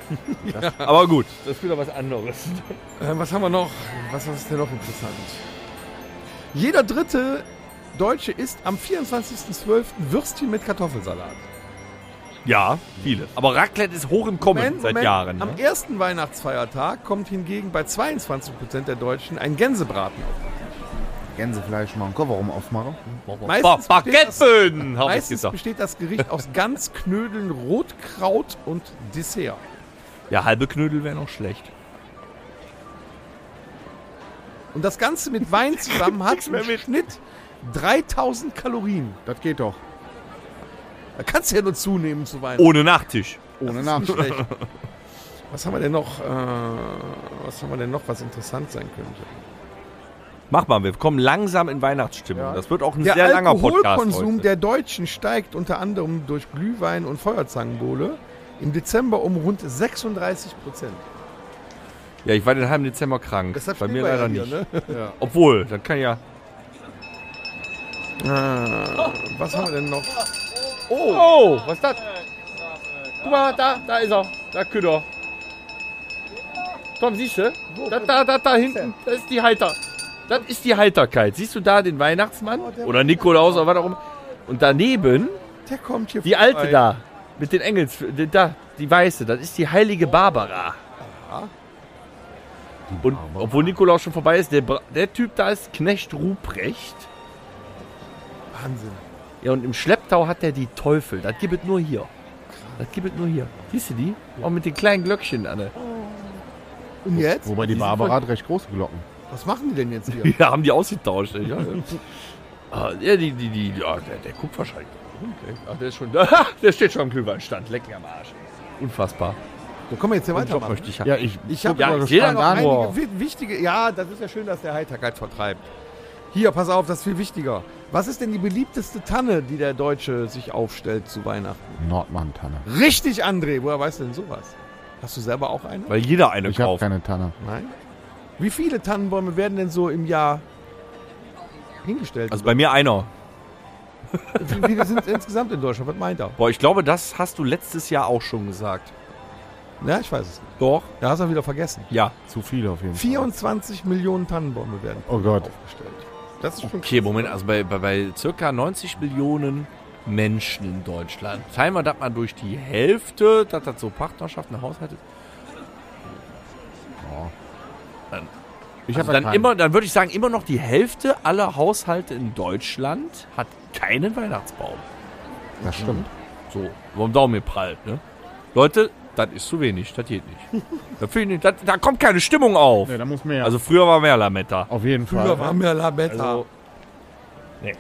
Speaker 2: Aber gut.
Speaker 12: Das ist wieder was anderes.
Speaker 1: Ähm, was haben wir noch? Was was ist denn noch interessant? Jeder dritte Deutsche isst am 24.12. Würstchen mit Kartoffelsalat.
Speaker 2: Ja, viele. Aber Raclette ist hoch im Kommen
Speaker 1: Moment,
Speaker 2: seit
Speaker 1: Moment.
Speaker 2: Jahren.
Speaker 1: Am
Speaker 2: Ne?
Speaker 1: ersten Weihnachtsfeiertag kommt hingegen bei 22% der Deutschen ein Gänsebraten auf.
Speaker 5: Gänsefleisch machen, Kofferraum aufmachen.
Speaker 1: Meistens
Speaker 2: Ba-
Speaker 1: besteht das-
Speaker 2: Baguetten, hab ich
Speaker 1: Meistens
Speaker 2: gesagt.
Speaker 1: besteht das Gericht aus Ganzknödeln, Rotkraut und Dessert.
Speaker 2: Ja, halbe Knödel wäre noch schlecht.
Speaker 1: Und das Ganze mit Wein zusammen hat im Schnitt 3000 Kalorien.
Speaker 5: Das geht doch.
Speaker 1: Da kannst du ja nur zunehmen zu Weihnachten.
Speaker 6: Ohne Nachtisch.
Speaker 5: Ohne Nachschlag.
Speaker 1: Schlecht. Was haben wir denn noch? Äh, was haben wir denn noch, was interessant sein könnte?
Speaker 6: Mach mal, wir kommen langsam in Weihnachtsstimmung. Das wird auch ein
Speaker 1: Der
Speaker 6: sehr langer Podcast
Speaker 1: Alkoholkonsum
Speaker 6: heute.
Speaker 1: der Deutschen steigt unter anderem durch Glühwein und Feuerzangenbowle im Dezember um rund 36 Prozent.
Speaker 6: ja, ich war den halben Dezember krank. Bei mir leider nicht.
Speaker 1: Ne?
Speaker 6: Obwohl, dann kann ja...
Speaker 1: Äh, was haben wir denn noch?
Speaker 8: Oh, was ist das? Guck mal, da, da ist er. Da Köder. Tom, siehst du? Da, da, da, da hinten, da ist die Heiter.
Speaker 6: Das ist die Heiterkeit. Siehst du da den Weihnachtsmann? Oder Nikolaus oder was auch immer. Und daneben,
Speaker 1: Der kommt hier
Speaker 6: die Alte
Speaker 1: vorbei.
Speaker 6: da. Mit den Engels. die- Da, die Weiße. Das ist die heilige Barbara. Und obwohl Nikolaus schon vorbei ist, der, Bra- der Typ da ist Knecht Ruprecht.
Speaker 1: Wahnsinn.
Speaker 6: Ja, und im Schlepptau hat er die Teufel. Das gibt es nur hier. Das gibt es nur hier. Siehst du die? Auch mit den kleinen Glöckchen, Anne.
Speaker 1: Und jetzt?
Speaker 5: Wobei die Barbara hat recht große Glocken.
Speaker 1: Was machen die denn jetzt hier?
Speaker 6: Ja, haben die ausgetauscht. ey. Ja, ja. Ah, ja, die, die, die, ja der, der guckt wahrscheinlich. Okay. Ach, der ist schon da. Der steht schon am Glühweinstand. Leck mir am Arsch. ey. Unfassbar.
Speaker 1: Da kommen wir jetzt hier
Speaker 6: Den Job
Speaker 1: weitermachen.
Speaker 6: möchte ich haben.
Speaker 5: Ja, ich,
Speaker 1: Ich habe
Speaker 6: Ja,
Speaker 1: Oh, ja,
Speaker 6: ich sehe da noch
Speaker 1: einige
Speaker 6: Boah.
Speaker 1: wi- wichtige. Ja, das ist ja schön, dass der Heiterkeit vertreibt. Hier, pass auf, das ist viel wichtiger. Was ist denn die beliebteste Tanne, die der Deutsche sich aufstellt zu Weihnachten?
Speaker 5: Nordmann-Tanne.
Speaker 1: Richtig, André, woher weißt du denn sowas? Hast du selber auch eine?
Speaker 6: Weil jeder eine
Speaker 5: Ich habe
Speaker 6: kauft.
Speaker 5: keine Tanne.
Speaker 1: Nein. Wie viele Tannenbäume werden denn so im Jahr hingestellt?
Speaker 6: Also bei mir einer.
Speaker 1: wie viele sind insgesamt in Deutschland? Was meint er?
Speaker 6: Boah, ich glaube, das hast du letztes Jahr auch schon gesagt.
Speaker 1: Ja, ich weiß es nicht.
Speaker 6: Doch.
Speaker 1: Da hast du wieder vergessen.
Speaker 6: Ja.
Speaker 5: Zu viel auf jeden Fall.
Speaker 1: 24 Millionen Tannenbäume werden
Speaker 5: Oh Gott.
Speaker 1: aufgestellt. Das ist schon
Speaker 6: Okay, Moment. Also bei, bei, bei circa 90 Millionen Menschen in Deutschland. Teilen wir das mal durch die Hälfte, dass das so Partnerschaften, Haushalte.
Speaker 5: Ich
Speaker 6: Also
Speaker 5: da
Speaker 6: dann
Speaker 5: keinen.
Speaker 6: immer, dann würde ich sagen, immer noch die Hälfte aller Haushalte in Deutschland hat keinen Weihnachtsbaum.
Speaker 5: Das stimmt.
Speaker 6: So, vom Daumen mir prallt, ne? Leute, das ist zu wenig, das geht nicht. da, find ich, das, da kommt keine Stimmung auf.
Speaker 5: Ne, da muss mehr.
Speaker 6: Also früher war mehr Lametta.
Speaker 5: auf jeden Fall.
Speaker 1: Früher waren wir La Beta.
Speaker 6: Also, nee.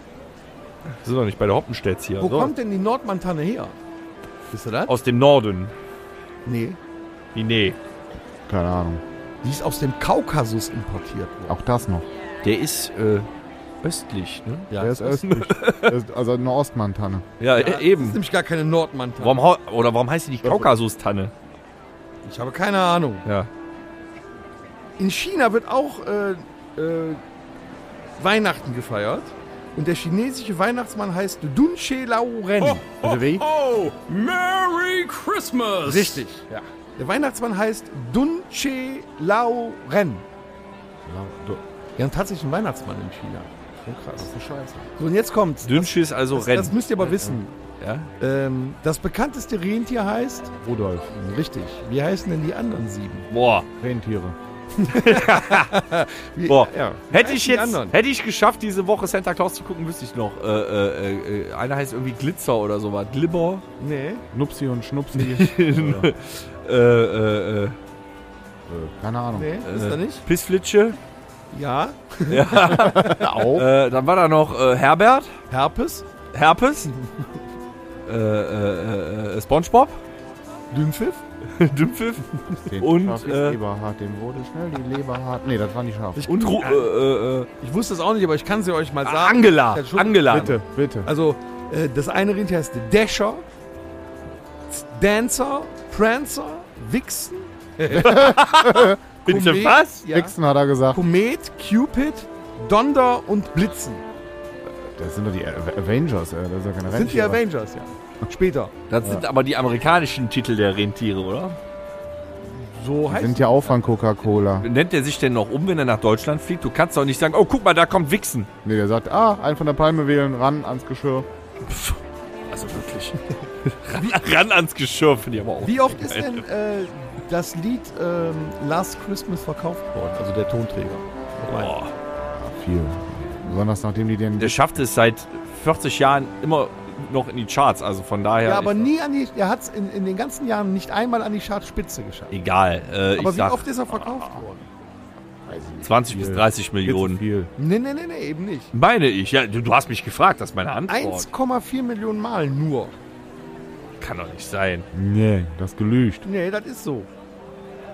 Speaker 6: Wir sind doch nicht bei der Hoppenstädts hier.
Speaker 1: Wo
Speaker 2: Also.
Speaker 6: so.
Speaker 1: kommt denn die Nordmantanne her? Wisst ihr das?
Speaker 6: Aus dem Norden.
Speaker 1: Nee.
Speaker 6: Nee, nee.
Speaker 5: Keine Ahnung.
Speaker 1: Die ist aus dem Kaukasus importiert worden.
Speaker 5: Auch das noch.
Speaker 6: Der ist äh, östlich, ne?
Speaker 1: Ja,
Speaker 5: Der ist östlich. Der ist also eine Ostmann-Tanne.
Speaker 6: Ja,
Speaker 1: Ja,
Speaker 6: e-
Speaker 1: Das ist
Speaker 6: eben.
Speaker 1: nämlich gar keine Nordmantanne.
Speaker 6: Warum, hau- oder warum heißt die nicht Kaukasus-Tanne?
Speaker 1: Ich habe keine Ahnung.
Speaker 6: Ja.
Speaker 1: In China wird auch äh, äh, Weihnachten gefeiert. Und der chinesische Weihnachtsmann heißt Dunche Lao Ren.
Speaker 5: Also wie?
Speaker 7: Oh, Merry Christmas!
Speaker 1: Richtig, ja. Der Weihnachtsmann heißt Dunche Lao Ren. Die haben tatsächlich einen Weihnachtsmann in China. Schon krass. Das ist scheiße. So, und jetzt kommt's.
Speaker 6: Dünsch ist also
Speaker 1: Das, das
Speaker 6: Rennen.
Speaker 1: müsst ihr aber wissen.
Speaker 6: Ja?
Speaker 1: Ähm, das bekannteste Rentier heißt
Speaker 5: Rudolf.
Speaker 1: Richtig. Wie heißen denn die anderen sieben?
Speaker 6: Boah.
Speaker 5: Rentiere.
Speaker 1: Wie,
Speaker 6: Boah.
Speaker 1: Ja.
Speaker 6: Hätte
Speaker 1: heißen
Speaker 6: ich
Speaker 1: die
Speaker 6: jetzt,
Speaker 1: anderen?
Speaker 6: hätte ich geschafft, diese Woche Santa Claus zu gucken, wüsste ich noch. Äh, äh, äh, einer heißt irgendwie Glitzer oder sowas. Glibber.
Speaker 1: Nee.
Speaker 5: Nupsi und Schnupsi.
Speaker 6: äh, äh, äh,
Speaker 5: Keine Ahnung.
Speaker 1: Nee, ist er nicht?
Speaker 6: Pissflitsche.
Speaker 1: Ja.
Speaker 6: Äh, dann war da noch äh, Herbert.
Speaker 1: Herpes.
Speaker 6: Herpes. äh, äh, äh, äh, Spongebob.
Speaker 1: Dünnpfiff.
Speaker 6: Dümpfiff.
Speaker 5: Den
Speaker 6: Und,
Speaker 5: Schaf ist
Speaker 6: äh,
Speaker 5: Leberhart, dem wurde schnell die Leber hart. Nee, das waren die Schafe.
Speaker 6: Und Ru äh, äh, äh,
Speaker 1: Ich wusste es auch nicht, aber ich kann sie euch mal sagen.
Speaker 6: Angela.
Speaker 1: Ja, schon.
Speaker 6: Angela.
Speaker 5: Bitte, bitte.
Speaker 1: Also, äh, das eine Rentier heißt Dasher, Dancer, Prancer, Vixen,
Speaker 6: Bitte
Speaker 1: Komet,
Speaker 6: was?
Speaker 1: Ja,
Speaker 5: Nixon hat er gesagt.
Speaker 1: Komet, Cupid, Donder und Blitzen.
Speaker 5: Das sind doch die Avengers, äh, das ist ja keine
Speaker 1: Das sind die Avengers, ja. Später.
Speaker 6: Das sind aber die amerikanischen Titel der Rentiere, oder?
Speaker 1: So
Speaker 5: Die
Speaker 1: heißt
Speaker 5: sind ja auch von Coca-Cola.
Speaker 6: Nennt er sich denn noch um, wenn er nach Deutschland fliegt? Du kannst doch nicht sagen, oh, guck mal, da kommt Wichsen.
Speaker 5: Nee, der sagt, ah, einen von der Palme wählen, ran ans Geschirr.
Speaker 6: Also wirklich. ran, ran ans Geschirr finde ich aber auch.
Speaker 1: Wie oft ist denn äh, das Lied ähm, Last Christmas verkauft worden? Also der Tonträger.
Speaker 6: Boah.
Speaker 5: Viel. Besonders nachdem die den.
Speaker 6: Der schafft es seit 40 Jahren immer noch in die Charts, also von daher.
Speaker 1: Ja, aber
Speaker 6: ich,
Speaker 1: nie an die. Er hat es in, in den ganzen Jahren nicht einmal an die Chartspitze geschafft.
Speaker 6: egal. Äh,
Speaker 1: Aber
Speaker 6: ich
Speaker 1: wie
Speaker 6: sag,
Speaker 1: oft ist er verkauft worden?
Speaker 5: weiß ich nicht.
Speaker 6: 20 bis 30 Millionen.
Speaker 5: Viel.
Speaker 1: Nee, nee, nee, nee, eben nicht.
Speaker 6: Meine ich. Ja, du, du hast mich gefragt, das ist meine Antwort.
Speaker 1: 1,4 Millionen Mal nur.
Speaker 6: Kann doch nicht sein.
Speaker 5: Nee, das gelügt.
Speaker 1: Nee, das ist so.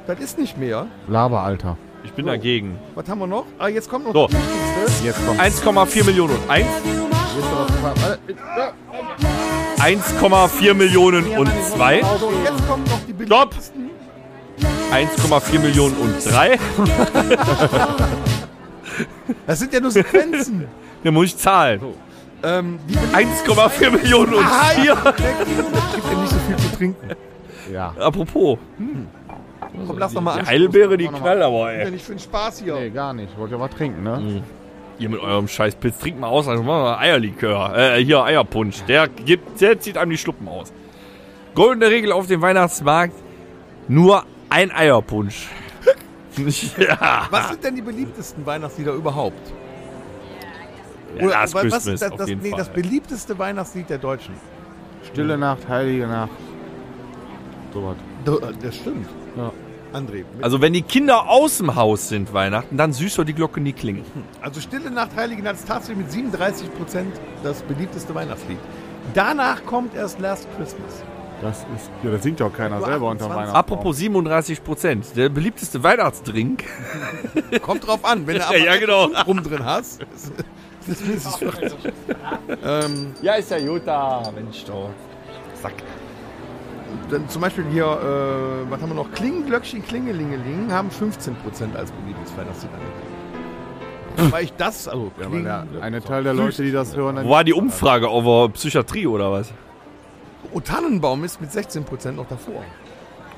Speaker 1: Das ist nicht mehr.
Speaker 5: Laber, Alter.
Speaker 6: Ich bin dagegen.
Speaker 1: Was haben wir noch? Ah, jetzt kommt noch
Speaker 6: So.
Speaker 1: die nächste.
Speaker 5: Jetzt kommt.
Speaker 6: 1,4 Millionen und 1.
Speaker 5: Jetzt aber- Warte,
Speaker 6: 1,4 Millionen und 2.
Speaker 1: So, und jetzt kommt noch die Bild.
Speaker 6: Stopp! 1,4 Millionen und 3.
Speaker 1: Das sind ja nur Sequenzen.
Speaker 6: Dann muss ich zahlen.
Speaker 1: ähm, die
Speaker 6: 1,4 Millionen und 4.
Speaker 1: gibt ja nicht so viel zu trinken.
Speaker 5: Ja.
Speaker 6: Apropos.
Speaker 1: Komm, lass doch mal
Speaker 6: Die
Speaker 1: an.
Speaker 6: Heidelbeere, die knallt aber,
Speaker 1: Ja
Speaker 6: ey.
Speaker 1: nicht für den Spaß hier.
Speaker 5: Nee, gar nicht. Wollt ihr was trinken, ne?
Speaker 6: Ihr mit eurem scheiß Piss, trinkt mal aus, also machen wir mal Eierlikör. Äh, hier, Eierpunsch. Der, gibt, der zieht einem die Schluppen aus. Goldene Regel auf dem Weihnachtsmarkt: nur ein Eierpunsch. ja,
Speaker 1: Was sind denn die beliebtesten Weihnachtslieder überhaupt?
Speaker 6: ja, Last
Speaker 1: wa-
Speaker 6: Christmas
Speaker 1: ist das,
Speaker 6: auf
Speaker 1: das,
Speaker 6: jeden
Speaker 1: nee,
Speaker 6: Fall.
Speaker 1: das beliebteste Weihnachtslied der Deutschen?
Speaker 5: Stille Nacht, heilige Nacht. So was.
Speaker 1: äh, Das stimmt. Ja. André, mit-
Speaker 6: also wenn die Kinder aus dem Haus sind Weihnachten, dann süß soll die Glocke nie klingen.
Speaker 1: also Stille Nacht, Heilige Nacht ist tatsächlich mit 37 Prozent das beliebteste Weihnachtslied. Danach kommt erst Last Christmas.
Speaker 5: Das ist. Ja, das singt doch keiner
Speaker 1: Nur
Speaker 5: selber unter
Speaker 1: 28.
Speaker 5: Weihnachten.
Speaker 6: Apropos 37 Prozent, der beliebteste Weihnachtsdrink.
Speaker 1: Kommt drauf an, wenn du
Speaker 6: Ja, ja, genau.
Speaker 1: rum drin hast. ist- Das ist es vielleicht. ähm,
Speaker 8: Ja, ist ja Jutta, Mensch doch.
Speaker 1: dann zum Beispiel hier, äh, was haben wir noch? Klingenglöckchen, Klingelingeling haben 15 Prozent als beliebtes Weihnachtslied angegeben. Weil ich das, also
Speaker 5: Ja, weil der, eine Teil der Leute, die das hören,
Speaker 6: Wo war die Umfrage? Over Psychiatrie oder was?
Speaker 1: Oh, Tannenbaum ist mit 16 Prozent noch davor.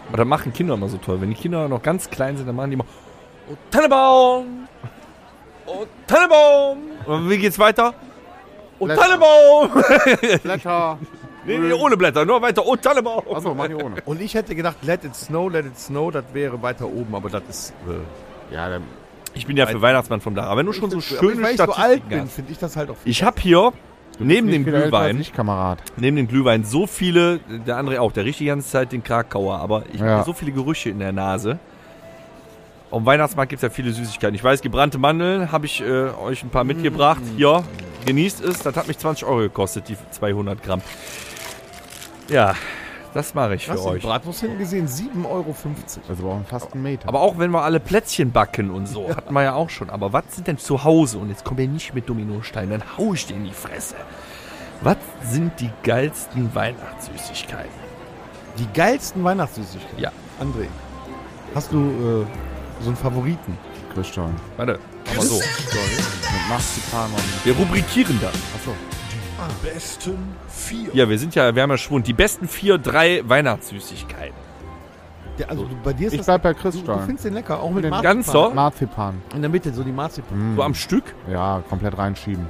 Speaker 6: Aber das machen Kinder immer so toll. Wenn die Kinder noch ganz klein sind, dann machen die immer Oh Tannebaum! Oh Tannebaum! Und wie geht's weiter? Oh
Speaker 5: Blätter.
Speaker 6: Tannebaum!
Speaker 5: Blätter.
Speaker 6: nee, nee, ohne Blätter, nur weiter. Oh Tannebaum!
Speaker 5: Achso, mach die ohne.
Speaker 1: Und ich hätte gedacht, Let It Snow, Let It Snow, das wäre weiter oben, aber das ist. Äh,
Speaker 5: Ja, der,
Speaker 6: Ich bin ja für Weihnachtsmann vom Dach. Aber wenn du schon so schöne
Speaker 1: weil ich so
Speaker 6: Statistiken
Speaker 1: alt bin,
Speaker 6: hast.
Speaker 1: finde ich das halt auch.
Speaker 6: Ich habe hier neben dem
Speaker 5: Nicht viel älter als
Speaker 6: Glühwein,
Speaker 5: Ich, Kamerad.
Speaker 6: neben dem Glühwein so viele, der andere auch, der riecht die ganze Zeit den Krakauer, aber ich
Speaker 5: Ja.
Speaker 6: habe so viele Gerüche in der Nase. Am Weihnachtsmarkt gibt's ja viele Süßigkeiten. Ich weiß, gebrannte Mandeln habe ich äh, euch ein paar mitgebracht. Hier, genießt es. Das hat mich 20 Euro gekostet, die 200 Gramm. Ja, das mache ich für
Speaker 1: Hast du die
Speaker 6: euch.
Speaker 1: Bratwurst hinten gesehen? 7,50 Euro.
Speaker 5: Also brauchen fast einen Meter.
Speaker 6: Aber auch wenn wir alle Plätzchen backen und so, hatten wir ja auch schon. Aber was sind denn zu Hause? Und jetzt kommen wir nicht mit Dominosteinen, dann hau ich dir in die Fresse. Was sind die geilsten Weihnachtssüßigkeiten?
Speaker 1: Die geilsten Weihnachtssüßigkeiten.
Speaker 6: Ja.
Speaker 1: André, hast du äh, so einen Favoriten?
Speaker 5: Christian.
Speaker 6: Warte, mach mal so.
Speaker 5: Mit Marzipan und.
Speaker 6: Wir rubrikieren das.
Speaker 13: Besten vier.
Speaker 6: Ja, wir sind ja, wir haben ja Schwund. Die besten vier, drei Weihnachtssüßigkeiten.
Speaker 1: Der, also du, bei dir ist
Speaker 5: Ich
Speaker 1: das.
Speaker 5: bleib bei
Speaker 1: Du, du
Speaker 5: Christian.
Speaker 1: findest den lecker, auch mit
Speaker 5: Den
Speaker 1: Marzipan.
Speaker 6: Ganzer,
Speaker 5: Marzipan.
Speaker 1: In der Mitte, so die Marzipan.
Speaker 6: so am Stück.
Speaker 5: Ja, komplett reinschieben.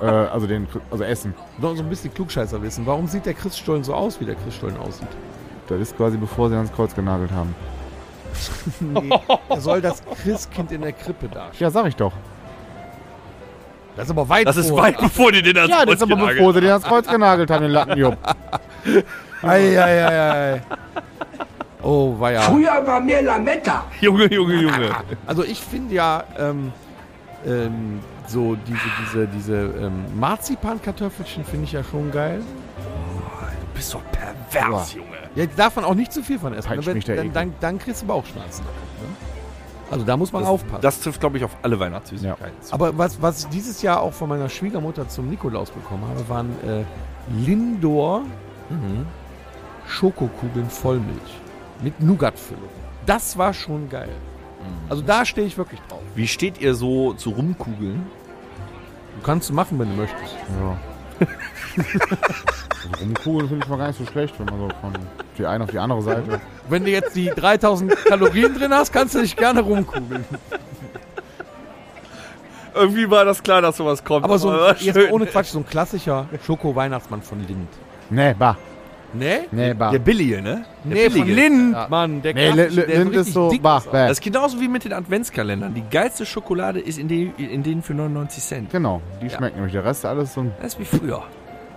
Speaker 5: äh, also den, also essen.
Speaker 1: Noch so ein bisschen Klugscheißer wissen. Warum sieht der Christstollen so aus, wie der Christstollen aussieht?
Speaker 5: Das ist quasi bevor sie ans Kreuz genagelt haben.
Speaker 1: Nee, er soll das Christkind in der Krippe darstellen.
Speaker 5: Ja, sag ich doch.
Speaker 1: Das ist aber weit
Speaker 6: Das ist
Speaker 1: vor.
Speaker 6: weit bevor die den als
Speaker 5: Ja, das ist
Speaker 6: Kreuz
Speaker 5: aber
Speaker 6: genagelt
Speaker 5: bevor sie den ans Kreuz genagelt haben, den Lattenjupp.
Speaker 1: Eieiei. Oh, war ja.
Speaker 6: haben. Junge, Junge, Junge.
Speaker 1: Also ich finde ja ähm, ähm, so diese diese diese ähm, Marzipankartoffelchen finde ich ja schon geil.
Speaker 6: Du bist doch pervers, Junge.
Speaker 1: Ja, darf man auch nicht zu viel von essen.
Speaker 5: Peitscht
Speaker 1: ne? Wenn-
Speaker 5: mich der
Speaker 1: dann,
Speaker 5: Ekel.
Speaker 1: dann, dann kriegst du Bauchschmerzen. Ne? Also da muss man aufpassen.
Speaker 6: Das trifft, glaube ich, auf alle Weihnachtssüßigkeiten. zu.
Speaker 1: Aber was, was ich dieses Jahr auch von meiner Schwiegermutter zum Nikolaus bekommen habe, waren äh, Lindor Schokokugeln Vollmilch mit Nougatfüllung. Das war schon geil. Also da stehe ich wirklich drauf.
Speaker 6: Wie steht ihr so zu rumkugeln?
Speaker 1: Du kannst du machen, wenn du möchtest.
Speaker 5: Ja. also rumkugeln finde ich mal gar nicht so schlecht, wenn man so von die eine auf die andere Seite.
Speaker 1: Wenn du jetzt die 3000 Kalorien drin hast, kannst du dich gerne rumkugeln.
Speaker 6: Irgendwie war das klar, dass sowas kommt.
Speaker 1: Aber so ein,
Speaker 6: war
Speaker 1: jetzt
Speaker 6: schön.
Speaker 1: ohne Quatsch, so ein klassischer Schoko-Weihnachtsmann von Lind.
Speaker 5: Nee, bah.
Speaker 1: Ne?
Speaker 5: Nee, bah.
Speaker 6: Der billige, ne?
Speaker 1: Nee, von
Speaker 6: billige.
Speaker 1: Lind,
Speaker 5: Ja.
Speaker 1: Mann. Der
Speaker 5: Nee,
Speaker 1: klassische, der
Speaker 5: Lind ist
Speaker 1: richtig
Speaker 5: so,
Speaker 1: dick
Speaker 5: bah,
Speaker 1: ist.
Speaker 5: bah.
Speaker 6: Das ist genauso wie mit den Adventskalendern. Die geilste Schokolade ist in, den, in denen für 99 Cent.
Speaker 5: Genau, die schmecken nämlich. Der Rest alles so ein,
Speaker 6: Das ist wie früher.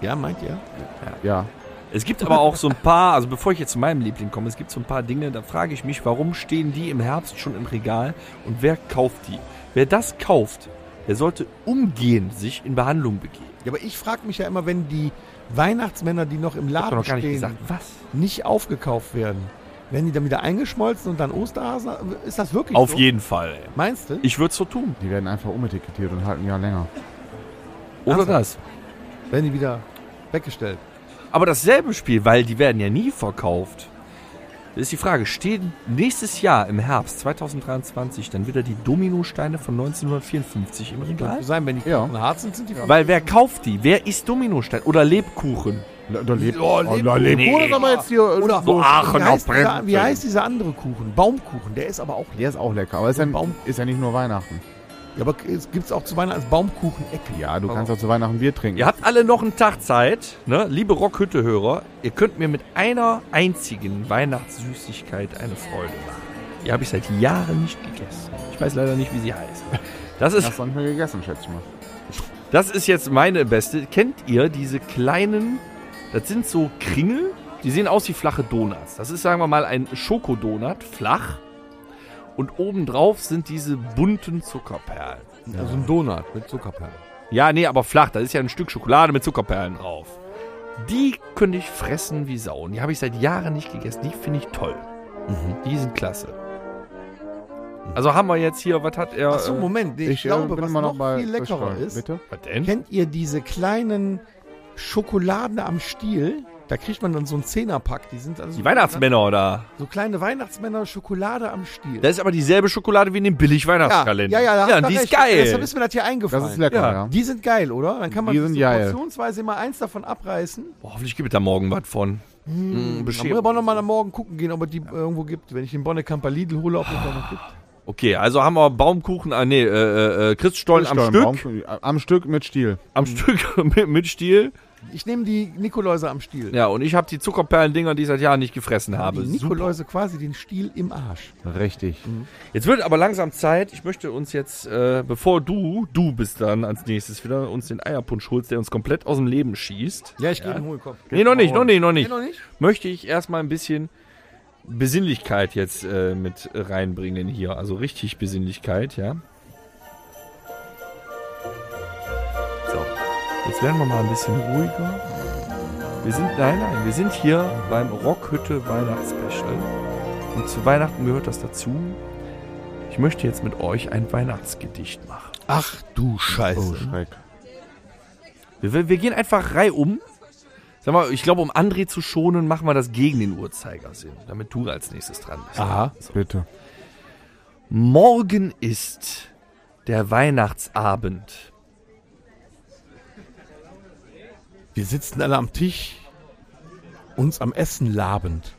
Speaker 1: Ja, meint ihr?
Speaker 5: ja.
Speaker 6: Es gibt aber auch so ein paar, also bevor ich jetzt zu meinem Liebling komme, es gibt so ein paar Dinge, da frage ich mich, warum stehen die im Herbst schon im Regal und wer kauft die? Wer das kauft, der sollte umgehend sich in Behandlung begeben.
Speaker 1: Ja, aber ich frage mich ja immer, wenn die Weihnachtsmänner, die noch im Laden stehen,
Speaker 6: was?
Speaker 1: nicht aufgekauft werden. Werden die dann wieder eingeschmolzen und dann Osterhasen? Ist das wirklich
Speaker 6: Auf
Speaker 1: so?
Speaker 6: jeden Fall. ey.
Speaker 1: Meinst du?
Speaker 6: Ich würde es so tun.
Speaker 5: Die werden einfach umetikettiert und halten ein Jahr länger.
Speaker 6: Oder
Speaker 1: Ernsthaft?
Speaker 6: das.
Speaker 1: Werden die wieder weggestellt?
Speaker 6: Aber dasselbe Spiel, weil die werden ja nie verkauft. Das ist die Frage, stehen nächstes Jahr im Herbst 2023 dann wieder die Dominosteine von 1954 im Regal?
Speaker 1: Könnte sein, wenn die
Speaker 5: Ja.
Speaker 1: Knochen hart sind, sind die
Speaker 6: Weil wer kauft die? Wer isst Dominostein? Oder Lebkuchen?
Speaker 5: Da, da lebt.
Speaker 1: Oh, lebt-
Speaker 5: da lebt.
Speaker 1: Nee.
Speaker 5: Oder aber jetzt hier.
Speaker 1: Oder
Speaker 5: so,
Speaker 1: wie, heißt dieser, wie heißt dieser andere Kuchen? Baumkuchen, der ist aber auch leer.
Speaker 5: Der ist auch lecker, aber ist ja,
Speaker 1: Baum-
Speaker 5: ist ja nicht nur Weihnachten.
Speaker 1: Ja, aber es gibt es auch zu Weihnachten als Baumkuchen-Ecke.
Speaker 5: Ja, du
Speaker 1: Warum?
Speaker 5: kannst auch zu Weihnachten Bier trinken.
Speaker 6: Ihr habt alle noch einen Tag Zeit, ne? liebe Rockhütte-Hörer. Ihr könnt mir mit einer einzigen Weihnachtssüßigkeit eine Freude machen. Die habe ich seit Jahren nicht gegessen. Ich weiß leider nicht, wie sie heißt. Das ist,
Speaker 5: Hast du nicht mehr gegessen, schätze ich mal.
Speaker 6: das ist jetzt meine beste. Kennt ihr diese kleinen, das sind so Kringel, die sehen aus wie flache Donuts. Das ist, sagen wir mal, ein Schokodonut, flach. Und obendrauf sind diese bunten Zuckerperlen.
Speaker 1: Also ein Donut mit Zuckerperlen.
Speaker 6: Ja, nee, aber flach. Das ist ja ein Stück Schokolade mit Zuckerperlen drauf. Die könnte ich fressen wie Sau. Und die habe ich seit Jahren nicht gegessen. Die finde ich toll. Die sind klasse. Also haben wir jetzt hier, was hat er?
Speaker 1: Achso,
Speaker 6: äh,
Speaker 1: Moment, nee, ich,
Speaker 5: äh,
Speaker 1: glaube, was
Speaker 5: immer
Speaker 1: noch, viel leckerer
Speaker 5: Fischroll.
Speaker 1: ist,
Speaker 5: Bitte?
Speaker 6: was denn?
Speaker 1: kennt ihr diese kleinen Schokoladen am Stiel? Da kriegt man dann so einen Zehnerpack. Die sind also
Speaker 6: Die Weihnachtsmänner oder?
Speaker 1: so kleine Weihnachtsmänner Schokolade am Stiel.
Speaker 6: Das ist aber dieselbe Schokolade wie in dem Billig-Weihnachtskalender.
Speaker 1: ja, ja, da
Speaker 6: ja
Speaker 1: hast du
Speaker 6: die ist
Speaker 1: recht.
Speaker 6: geil.
Speaker 1: Deshalb ist mir das hier eingefallen.
Speaker 5: Das ist lecker,
Speaker 6: Ja.
Speaker 5: ja.
Speaker 1: Die sind geil, oder? Dann kann man
Speaker 5: Die sind
Speaker 1: so
Speaker 5: geil.
Speaker 1: portionsweise mal eins davon abreißen.
Speaker 6: Boah, hoffentlich gibt es da morgen was von. Mm,
Speaker 1: Da muss ich
Speaker 6: Bescherung.
Speaker 1: aber nochmal am Morgen gucken gehen, ob es die irgendwo gibt. Wenn ich den Bonnekamper Lidl hole, ob es da noch gibt.
Speaker 6: okay, also haben wir Baumkuchen, ah, nee, äh, äh, Christstollen am Stück.
Speaker 5: Stollen, Baum- äh, am Stück mit Stiel.
Speaker 6: Am Stück mit, mit Stiel.
Speaker 1: Ich nehme die Nikoläuse am Stiel.
Speaker 6: Ja, und ich habe die Zuckerperlen-Dinger, die ich seit Jahren nicht gefressen habe.
Speaker 1: die Nikoläuse quasi den Stiel im Arsch.
Speaker 5: Richtig.
Speaker 6: Jetzt wird aber langsam Zeit. Ich möchte uns jetzt, äh, bevor du, du bist dann als nächstes wieder, uns den Eierpunsch holst, der uns komplett aus dem Leben schießt.
Speaker 1: Ja, ich gehe den holen, komm.
Speaker 6: Nee, noch nicht, noch nicht, noch nicht.
Speaker 1: noch nicht?
Speaker 6: Möchte ich erstmal ein bisschen Besinnlichkeit jetzt äh, mit reinbringen hier. Also richtig Besinnlichkeit, ja. So, jetzt werden wir mal ein bisschen ruhiger. Wir sind, nein, nein, wir sind hier beim Rockhütte Weihnachtsspecial. Und zu Weihnachten gehört das dazu. Ich möchte jetzt mit euch ein Weihnachtsgedicht machen.
Speaker 1: Ach du Scheiße.
Speaker 5: Oh, Schreck.
Speaker 6: Wir, wir, wir gehen einfach reihum. Sag mal, ich glaube, um André zu schonen, machen wir das gegen den Uhrzeigersinn, damit du als nächstes dran
Speaker 1: Ah.
Speaker 6: bist.
Speaker 5: Aha, bitte.
Speaker 6: Morgen ist der Weihnachtsabend.
Speaker 1: Wir sitzen alle am Tisch, uns am Essen labend.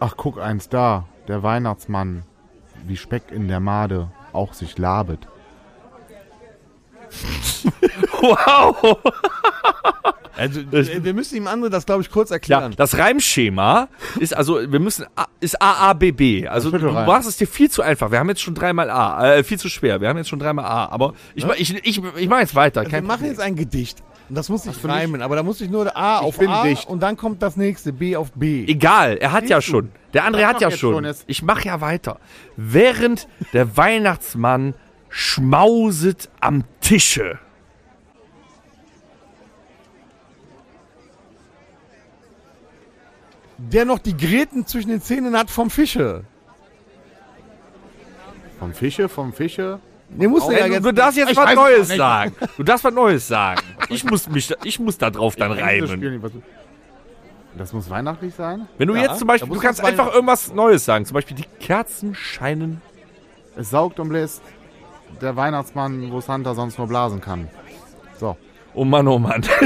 Speaker 5: Ach, guck eins da. Der Weihnachtsmann. Wie Speck in der Made. Auch sich labet.
Speaker 6: Wow!
Speaker 1: Also, wir müssen ihm andere das, glaube ich, kurz
Speaker 6: Ja,
Speaker 1: erklären.
Speaker 6: das Reimschema ist also, wir müssen, A- ist AABB.
Speaker 5: Das
Speaker 6: Also,
Speaker 5: wird
Speaker 6: du
Speaker 5: doch rein.
Speaker 6: machst es dir viel zu einfach. Wir haben jetzt schon dreimal A, äh, viel zu schwer. Wir haben jetzt schon dreimal A, aber ich, ma- ich, ich, ich mache jetzt weiter.
Speaker 1: Also wir
Speaker 6: Kein
Speaker 1: machen
Speaker 6: Problem.
Speaker 1: jetzt ein Gedicht. Und das muss nicht
Speaker 5: du nicht?
Speaker 1: reimen, aber da muss ich nur A auf
Speaker 5: bin
Speaker 1: A
Speaker 5: dicht.
Speaker 1: und dann kommt das nächste, B auf B.
Speaker 6: Egal, er hat ja schon. Der André
Speaker 5: Ich
Speaker 6: hat
Speaker 5: mach
Speaker 6: ja
Speaker 5: jetzt
Speaker 6: schon.
Speaker 5: schon, jetzt-
Speaker 6: Ich mache ja weiter. Während der Weihnachtsmann schmauset am Tische.
Speaker 1: Der noch die Gräten zwischen den Zähnen hat vom Fische.
Speaker 5: Vom Fische, vom Fische.
Speaker 1: Nee, muss der ja
Speaker 6: Ey, du,
Speaker 1: jetzt
Speaker 6: du darfst jetzt
Speaker 1: Ich
Speaker 6: was
Speaker 1: weiß-
Speaker 6: Neues sagen. Du darfst was Neues sagen. Ich muss mich, da- ich muss da drauf dann
Speaker 5: Das Spiel
Speaker 6: reimen.
Speaker 5: nicht, was- Das muss weihnachtlich sein?
Speaker 6: Wenn du
Speaker 1: Ja,
Speaker 6: jetzt zum Beispiel,
Speaker 1: da
Speaker 6: du
Speaker 1: muss
Speaker 6: kannst
Speaker 1: man
Speaker 6: einfach irgendwas Neues sagen. Zum Beispiel die Kerzen scheinen.
Speaker 5: Es saugt und bläst der Weihnachtsmann, wo Santa sonst nur blasen kann.
Speaker 6: Oh Mann, oh Mann.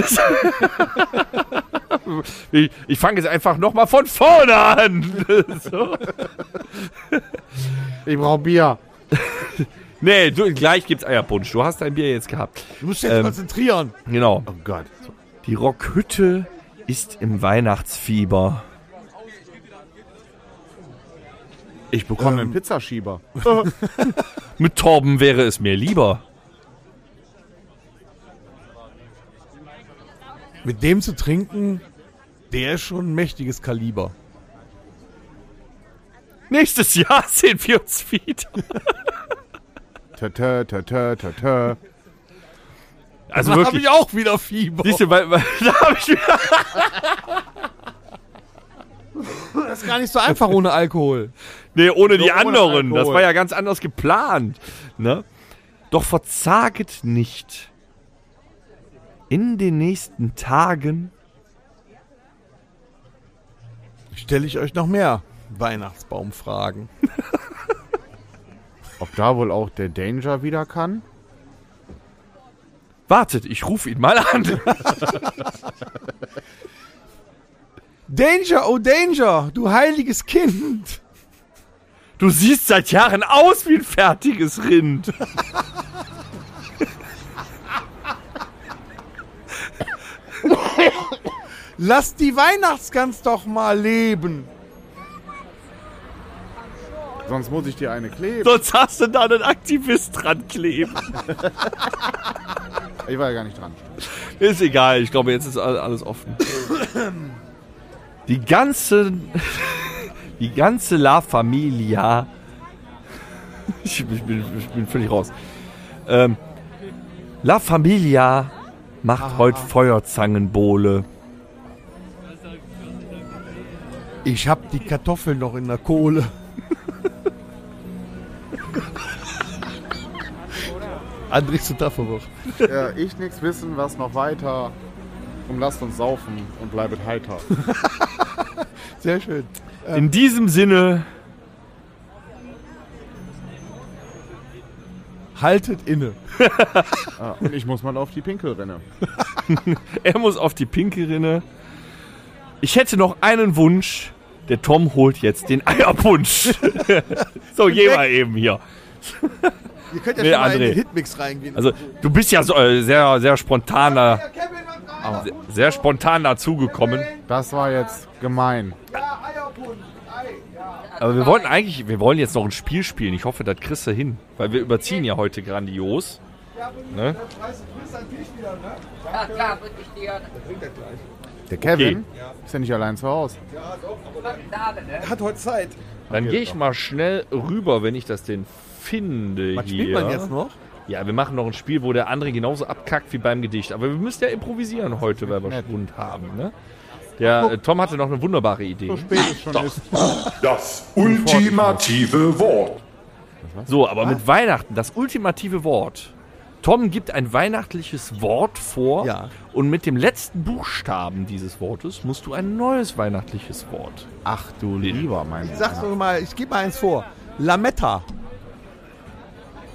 Speaker 6: Ich, ich fange jetzt einfach nochmal von vorne an. So.
Speaker 5: Ich brauche Bier.
Speaker 6: Nee, du, gleich gibt's Eierpunsch. Du hast dein Bier jetzt gehabt.
Speaker 1: Du musst jetzt
Speaker 6: Ähm.
Speaker 1: konzentrieren.
Speaker 6: Genau.
Speaker 5: Oh Gott.
Speaker 6: Die Rockhütte ist im Weihnachtsfieber.
Speaker 5: Ich bekomme einen Pizzaschieber.
Speaker 6: Mit Torben wäre es mir lieber.
Speaker 1: Mit dem zu trinken, der ist schon ein mächtiges Kaliber.
Speaker 6: Nächstes Jahr sehen wir uns wieder.
Speaker 5: Tö, tö, tö, tö, tö, tö.
Speaker 6: Also
Speaker 1: Da habe
Speaker 6: wirklich.
Speaker 1: ich auch wieder Fieber.
Speaker 6: Siehst du, weil, weil, da habe ich wieder.
Speaker 1: Das ist gar nicht so einfach ohne Alkohol.
Speaker 6: Nee, ohne die
Speaker 5: Nur ohne
Speaker 6: anderen. Das
Speaker 5: Alkohol.
Speaker 6: war ja ganz anders geplant. Ne? Doch verzaget nicht. In den nächsten Tagen
Speaker 1: Stelle ich euch noch mehr Weihnachtsbaumfragen.
Speaker 5: Ob da wohl auch der Danger wieder kann?
Speaker 6: Wartet, ich rufe ihn mal an.
Speaker 1: Danger, oh Danger, du heiliges Kind.
Speaker 6: Du siehst seit Jahren aus wie ein fertiges Rind.
Speaker 1: Lass die Weihnachtsgans doch mal leben.
Speaker 5: Sonst muss ich dir eine kleben.
Speaker 6: Sonst hast du da einen Aktivist dran kleben.
Speaker 5: Ich war ja gar nicht dran.
Speaker 6: Ist egal, ich glaube, jetzt ist all- alles offen. Die ganze. Die ganze La Familia. Ich, ich, bin, ich bin völlig raus. Ähm, La Familia macht heute Feuerzangenbowle.
Speaker 1: Ich hab die Kartoffeln noch in der Kohle. André ist total verwirrt.
Speaker 5: Ja, ich nix wissen, was noch weiter. Und lasst uns saufen und bleibet heiter.
Speaker 1: Sehr schön.
Speaker 6: In diesem Sinne,
Speaker 1: Haltet inne.
Speaker 5: Ah, und ich muss mal auf die Pinkelrinne.
Speaker 6: er muss auf die pinke Rinne. Ich hätte noch einen Wunsch. Der Tom holt jetzt den Eierpunsch. so, geh mal eben hier.
Speaker 1: Ihr könnt ja
Speaker 6: Nee,
Speaker 1: schon mal in
Speaker 6: André.
Speaker 1: den Hitmix reingehen.
Speaker 6: Also, du bist ja so, äh, sehr, sehr spontaner, sehr, sehr spontan dazugekommen.
Speaker 5: Das war jetzt gemein.
Speaker 6: Aber wir wollten eigentlich, wir wollen jetzt noch ein Spiel spielen. Ich hoffe, das kriegst du hin. Weil wir überziehen ja heute grandios. Ne?
Speaker 10: Ja, klar, Ah, würde ich dir
Speaker 5: Der Kevin ist ja nicht allein zu Hause.
Speaker 10: sagen, ne?
Speaker 1: hat heute Zeit.
Speaker 6: Dann gehe ich mal schnell rüber, wenn ich das denn finde
Speaker 1: Was
Speaker 6: hier.
Speaker 1: spielt man jetzt noch?
Speaker 6: Ja, wir machen noch ein Spiel, wo der andere genauso abkackt wie beim Gedicht. Aber wir müssen ja improvisieren heute, weil wir Schwund haben. Ne? Der äh, Tom hatte noch eine wunderbare Idee.
Speaker 9: Das ultimative Wort.
Speaker 6: So, aber mit Weihnachten, das ultimative Wort. Tom gibt ein weihnachtliches Wort vor
Speaker 1: Ja.
Speaker 6: und mit dem letzten Buchstaben dieses Wortes musst du ein neues weihnachtliches Wort.
Speaker 5: Ach du lieber, mein
Speaker 1: Sag doch mal, ich gebe mal eins vor. Lametta.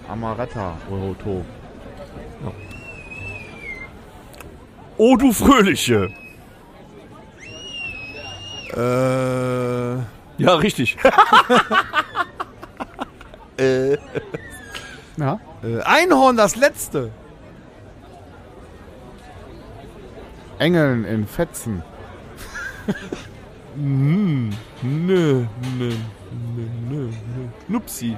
Speaker 5: Amaretta, Oroto.
Speaker 6: Oh du Fröhliche!
Speaker 1: Äh,
Speaker 6: Ja, richtig.
Speaker 5: Ja?
Speaker 1: äh, Einhorn, das letzte.
Speaker 5: Engeln in Fetzen.
Speaker 6: nö, nö, nö, nö, nö. Nupsi.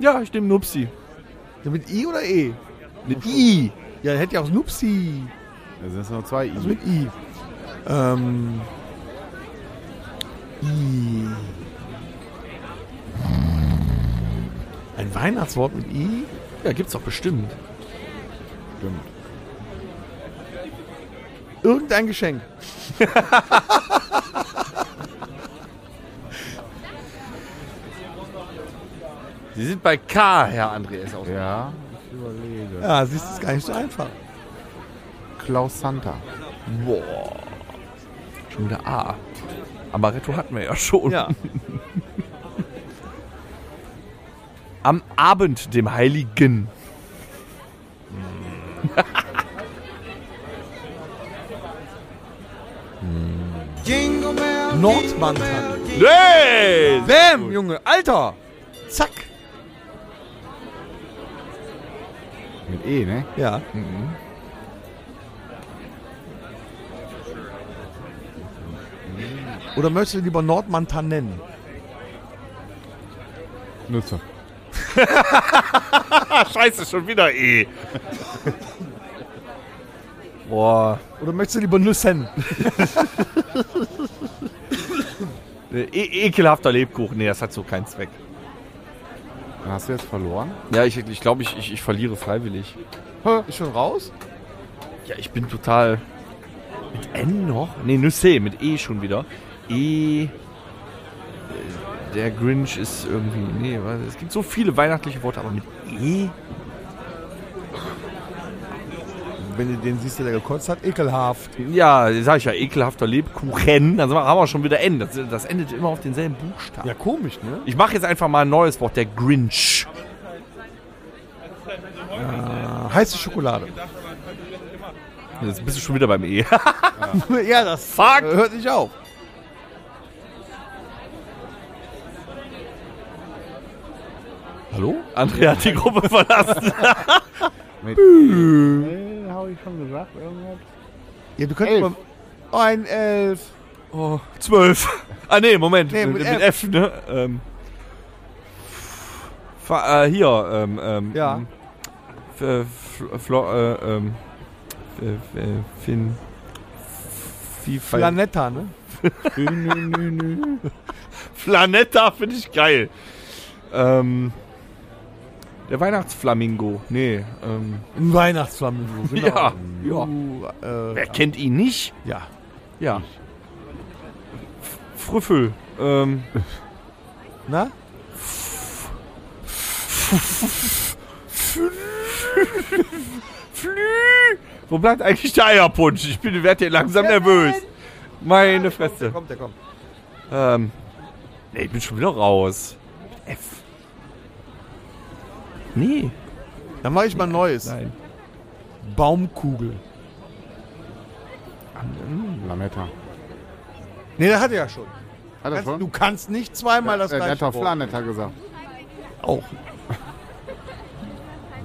Speaker 6: ja, ich nehme Nupsi.
Speaker 1: Ja, mit I oder E?
Speaker 6: Mit I.
Speaker 1: Ja, hätte ja auch Snupsi.
Speaker 5: Da sind nur zwei I.
Speaker 1: Also mit I. Ähm. I. Ein Weihnachtswort mit I?
Speaker 6: Ja, gibt's doch bestimmt.
Speaker 1: Irgendein Geschenk.
Speaker 6: Sie sind bei K,
Speaker 1: Ah,
Speaker 6: Herr Andreas. aus-
Speaker 5: Ja.
Speaker 1: Ja, siehst du, ist gar nicht so einfach.
Speaker 5: Klaus Santa.
Speaker 6: Boah. Schon wieder A. Amaretto hatten wir ja schon.
Speaker 1: Ja.
Speaker 6: Am Abend dem Heiligen.
Speaker 1: Nordmantan.
Speaker 6: Nee!
Speaker 1: Äh, Bäm, Junge, Alter! Zack!
Speaker 5: Mit E, ne?
Speaker 1: Ja. Mhm. Oder möchtest du lieber Nordmantan nennen?
Speaker 5: Nütze.
Speaker 6: Scheiße, schon wieder E. Boah.
Speaker 1: Oder möchtest du lieber Nüssen?
Speaker 6: E ekelhafter Lebkuchen. Nee, das hat so keinen Zweck.
Speaker 5: Hast du jetzt verloren?
Speaker 6: Ja, ich glaube, ich, glaub, ich, ich, ich verliere freiwillig.
Speaker 1: Ist schon raus?
Speaker 6: Ja, ich bin total. Mit N noch? Nee, Nüsse, mit E schon wieder. E. Der Grinch ist irgendwie. Nee, was- es gibt so viele weihnachtliche Worte, aber mit E?
Speaker 1: Wenn du den siehst, der da gekotzt hat, ekelhaft.
Speaker 6: Ja, sag ich ja, ekelhafter Lebkuchen. Dann sind wir- haben wir schon wieder N. Das, das endet immer auf denselben Buchstaben.
Speaker 1: Ja, komisch, ne?
Speaker 6: Ich mache jetzt einfach mal ein neues Wort, der Grinch.
Speaker 1: Heiße Schokolade.
Speaker 6: Jetzt bist du schon wieder beim E.
Speaker 1: ja, das Fuck. hört nicht auf.
Speaker 6: Hallo? André hat die Gruppe verlassen.
Speaker 5: Nee, habe ich schon gesagt. Irgendwas.
Speaker 1: Ja, du könntest mal. Oh, ein Elf.
Speaker 6: Oh, zwölf. Ah, nee, Moment.
Speaker 1: Nee,
Speaker 6: mit,
Speaker 1: mit
Speaker 6: mit F, ne? Ähm. Fa äh, hier, ähm, ähm.
Speaker 1: Ja.
Speaker 6: ähm, F äh, Fl Flo äh, ähm. F äh, fin. Fi-
Speaker 1: Planetta, ne?
Speaker 6: Flanetta finde ich geil. Ähm. Der Weihnachtsflamingo. Nee, ähm.
Speaker 1: Ein Weihnachtsflamingo, genau.
Speaker 6: Ja, ja.
Speaker 1: Uh, äh,
Speaker 6: Wer kennt ihn nicht?
Speaker 1: ja.
Speaker 6: Ja. F- Früffel. Ähm.
Speaker 1: Na?
Speaker 6: Flü! Wo bleibt eigentlich der Eierpunsch? Ich bin, werd hier langsam nervös. Meine Fresse.
Speaker 1: Kommt, der kommt.
Speaker 6: Ähm. Nee, ich bin schon wieder raus. Mit F. Nee.
Speaker 1: Dann mache ich mal ein neues.
Speaker 6: Nein.
Speaker 1: Baumkugel.
Speaker 5: Planetta.
Speaker 1: Nee, das hat er ja schon.
Speaker 5: Hat er
Speaker 1: Kannst, du
Speaker 5: schon?
Speaker 1: kannst nicht zweimal das
Speaker 5: Er hat
Speaker 1: gleiche
Speaker 5: doch
Speaker 1: Wort.
Speaker 5: Planetta gesagt.
Speaker 1: Auch.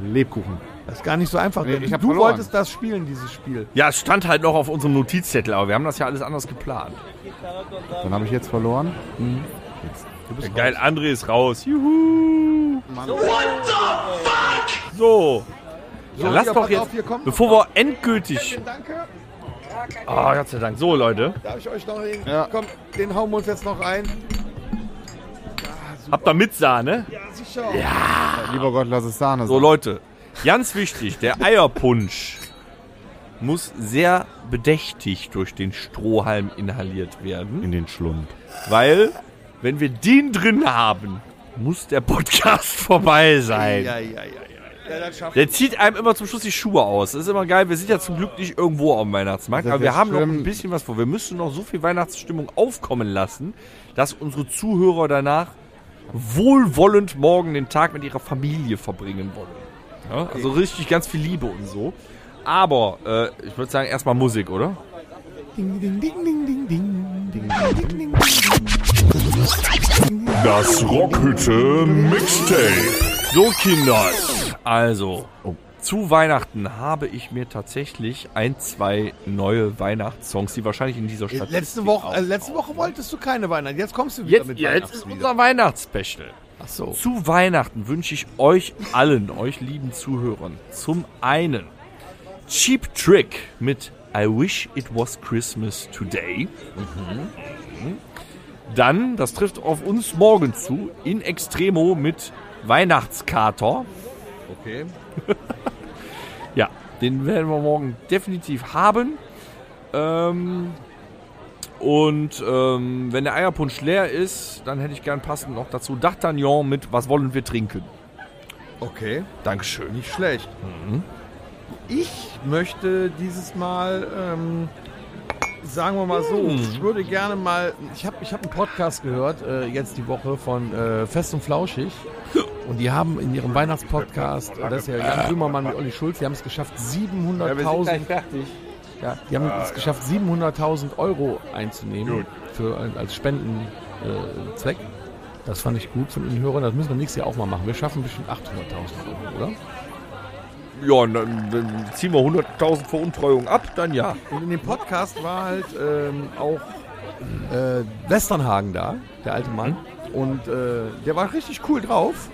Speaker 5: Lebkuchen.
Speaker 1: Das ist gar nicht so einfach.
Speaker 5: Nee,
Speaker 1: denn
Speaker 5: ich hab
Speaker 1: du
Speaker 5: verloren.
Speaker 1: wolltest das spielen, dieses Spiel.
Speaker 6: Ja, es stand halt noch auf unserem Notizzettel, aber wir haben das ja alles anders geplant.
Speaker 5: Dann habe ich jetzt verloren.
Speaker 6: Geil, André ist raus. Juhu! What the fuck? So. Dann lass
Speaker 1: hier,
Speaker 6: doch
Speaker 1: pass
Speaker 6: jetzt,
Speaker 1: auf, hier kommt-
Speaker 6: bevor wir endgültig.
Speaker 1: Danke.
Speaker 6: Ah, Gott sei Dank. So, Leute.
Speaker 1: Darf ich euch noch den...
Speaker 5: Ja.
Speaker 1: Komm, den hauen wir uns jetzt noch ein.
Speaker 6: Habt ihr mit Sahne?
Speaker 5: Lieber Gott, lass es Sahne
Speaker 6: So
Speaker 5: sein.
Speaker 6: Leute, ganz wichtig, der Eierpunsch muss sehr bedächtig durch den Strohhalm inhaliert werden,
Speaker 5: In den Schlund.
Speaker 6: weil wenn wir den drin haben, muss der Podcast vorbei sein.
Speaker 1: Ja, ja, ja, ja. Ja, das schafft
Speaker 6: Der zieht einem immer zum Schluss die Schuhe aus. Das ist immer geil. Wir sind ja zum Glück nicht irgendwo am Weihnachtsmarkt,
Speaker 5: Das
Speaker 6: aber
Speaker 5: wär
Speaker 6: wir haben noch ein
Speaker 5: schlimm.
Speaker 6: bisschen was vor. Wir müssen noch so viel Weihnachtsstimmung aufkommen lassen, dass unsere Zuhörer danach wohlwollend morgen den Tag mit ihrer Familie verbringen wollen. Ja, Also richtig ganz viel Liebe und so. Aber äh, ich würde sagen, erstmal Musik, oder?
Speaker 9: Das Rockhütte Mixtape.
Speaker 6: So, Kinder. Also, zu Weihnachten habe ich mir tatsächlich ein, zwei neue Weihnachtssongs, die wahrscheinlich in dieser Stadt.
Speaker 1: Letzte Woche, äh, letzte Woche wolltest du keine Weihnachten. Jetzt kommst du wieder
Speaker 6: Jetzt,
Speaker 1: mit
Speaker 6: ja, jetzt ist
Speaker 1: Weihnachtslieder.
Speaker 6: unser Weihnachtsspecial.
Speaker 1: Ach so.
Speaker 6: Zu Weihnachten wünsche ich euch allen, euch lieben Zuhörern, zum einen Cheap Trick mit I Wish It Was Christmas Today. Mhm. Dann, das trifft auf uns morgen zu, in Extremo mit Weihnachtskater. Okay. ja, den werden wir morgen definitiv haben. Ähm, und ähm, wenn der Eierpunsch leer ist, dann hätte ich gern passend noch dazu D'Artagnan mit Was wollen wir trinken?
Speaker 1: Okay,
Speaker 6: Dankeschön.
Speaker 1: nicht schlecht.
Speaker 6: Mhm.
Speaker 1: Ich möchte dieses Mal, ähm, sagen wir mal so,
Speaker 6: Mhm.
Speaker 1: ich würde gerne mal, ich habe ich hab einen Podcast gehört, äh, jetzt die Woche von äh, Fest und Flauschig. Und die haben in ihrem Weihnachtspodcast, äh, das ist ja Jan Böhmermann mit Olli Schulz, die haben es geschafft, 700.000
Speaker 8: fertig.
Speaker 1: Ah, Ja, die haben es geschafft, 700.000 Euro einzunehmen für, als Spendenzweck. Äh, Zweck. das fand ich gut von den Hörern. Das müssen wir nächstes Jahr auch mal machen. Wir schaffen bestimmt 800.000 Euro, oder?
Speaker 6: Ja, und dann, dann ziehen wir 100.000 Veruntreuung ab, dann ja.
Speaker 1: Und in dem Podcast war halt ähm, auch äh, Westernhagen da, der alte Mhm. Mann. Und äh, der war richtig cool drauf.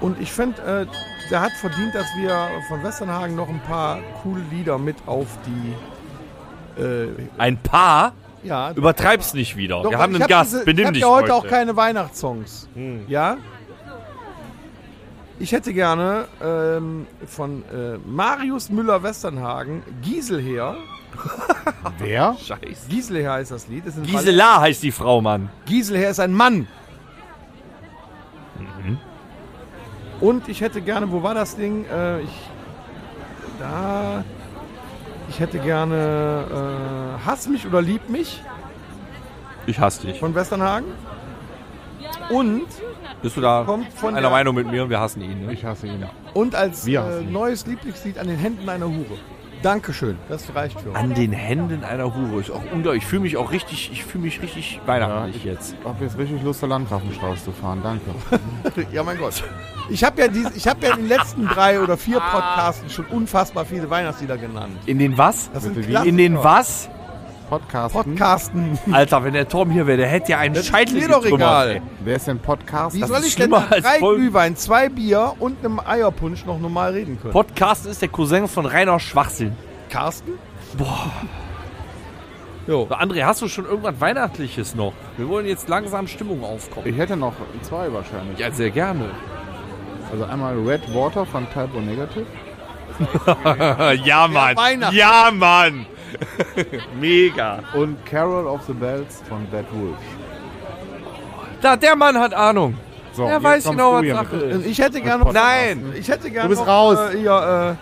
Speaker 1: Und ich fand, äh, der hat verdient, dass wir von Westernhagen noch ein paar coole Lieder mit auf die. Äh,
Speaker 6: Ein paar?
Speaker 1: ja,
Speaker 6: Übertreib's nicht wieder.
Speaker 1: Doch,
Speaker 6: Wir haben
Speaker 1: ich
Speaker 6: einen
Speaker 1: hab
Speaker 6: Gast.
Speaker 1: diese-
Speaker 6: Benimm
Speaker 1: Ich
Speaker 6: dich
Speaker 1: habe
Speaker 6: heute. Hm.
Speaker 1: heute auch keine Weihnachtssongs. Ja? Ich hätte gerne ähm, von äh, Marius Müller-Westernhagen Gieselher.
Speaker 5: Wer?
Speaker 6: Scheiße.
Speaker 1: Gieselher heißt das Lied. Ist ein
Speaker 6: Gisela heißt die Frau, Mann.
Speaker 1: Gieselher ist ein Mann.
Speaker 6: Mhm.
Speaker 1: Und ich hätte gerne, wo war das Ding? Äh, ich, da. Ich hätte gerne äh, Hass mich oder lieb mich
Speaker 6: Ich hasse dich.
Speaker 1: von Westernhagen. Und
Speaker 6: Bist du da
Speaker 1: kommt von
Speaker 6: einer
Speaker 1: der-
Speaker 6: Meinung mit mir? Wir hassen ihn. Ne?
Speaker 5: Ich hasse ihn.
Speaker 1: Und als
Speaker 5: Wir
Speaker 1: äh,
Speaker 5: hassen ihn.
Speaker 1: neues Lieblingslied an den Händen einer Hure. Dankeschön, das reicht für uns.
Speaker 6: An den Händen einer Hure ist auch unglaublich. Ich fühle mich auch richtig, ich fühle mich richtig weihnachtlich jetzt.
Speaker 5: Ich hab jetzt richtig Lust, der Landgrafenstraße zu fahren. Danke.
Speaker 1: Ja, mein Gott. Ich habe ja, dies- ich hab ja in den letzten drei oder vier Podcasten schon unfassbar viele Weihnachtslieder genannt.
Speaker 6: In den was?
Speaker 1: Das
Speaker 5: Bitte wie?
Speaker 1: Klassiker.
Speaker 6: In den was?
Speaker 5: Podcasten.
Speaker 1: Podcasten.
Speaker 6: Alter, wenn der Tom hier wäre, der hätte ja einen Scheitel
Speaker 1: mir doch
Speaker 6: getrümmert,
Speaker 1: egal.
Speaker 5: Wer ist denn Podcast?
Speaker 1: Wie
Speaker 5: Das
Speaker 1: soll
Speaker 6: ist
Speaker 1: ich denn
Speaker 6: schlimmer
Speaker 1: nach
Speaker 6: als
Speaker 1: drei
Speaker 6: Folgen.
Speaker 1: Glühwein, zwei Bier und einem Eierpunsch noch normal reden können?
Speaker 6: Podcast ist der Cousin von Rainer Schwachsinn.
Speaker 1: Podcasten?
Speaker 6: So, André, hast du schon irgendwas Weihnachtliches noch? Wir wollen jetzt langsam Stimmung aufkommen.
Speaker 5: ich hätte noch zwei wahrscheinlich.
Speaker 6: Ja, sehr gerne.
Speaker 5: Also einmal Red Water von Typo Negative.
Speaker 6: Äh, ja, Mann.
Speaker 1: Weihnachten.
Speaker 6: Ja, Mann. Mega.
Speaker 5: Und Carol of the Bells von Bad Wolf.
Speaker 6: Da, der Mann hat Ahnung.
Speaker 5: So,
Speaker 6: Der
Speaker 5: jetzt
Speaker 6: weiß
Speaker 5: kommst
Speaker 6: genau,
Speaker 5: du
Speaker 6: was
Speaker 5: hier
Speaker 6: Sache
Speaker 5: mit-
Speaker 6: ist.
Speaker 1: Also Ich hätte gerne noch.
Speaker 6: Nein.
Speaker 1: Ich hätte gerne
Speaker 5: Du bist
Speaker 1: noch,
Speaker 5: raus.
Speaker 1: Äh, hier,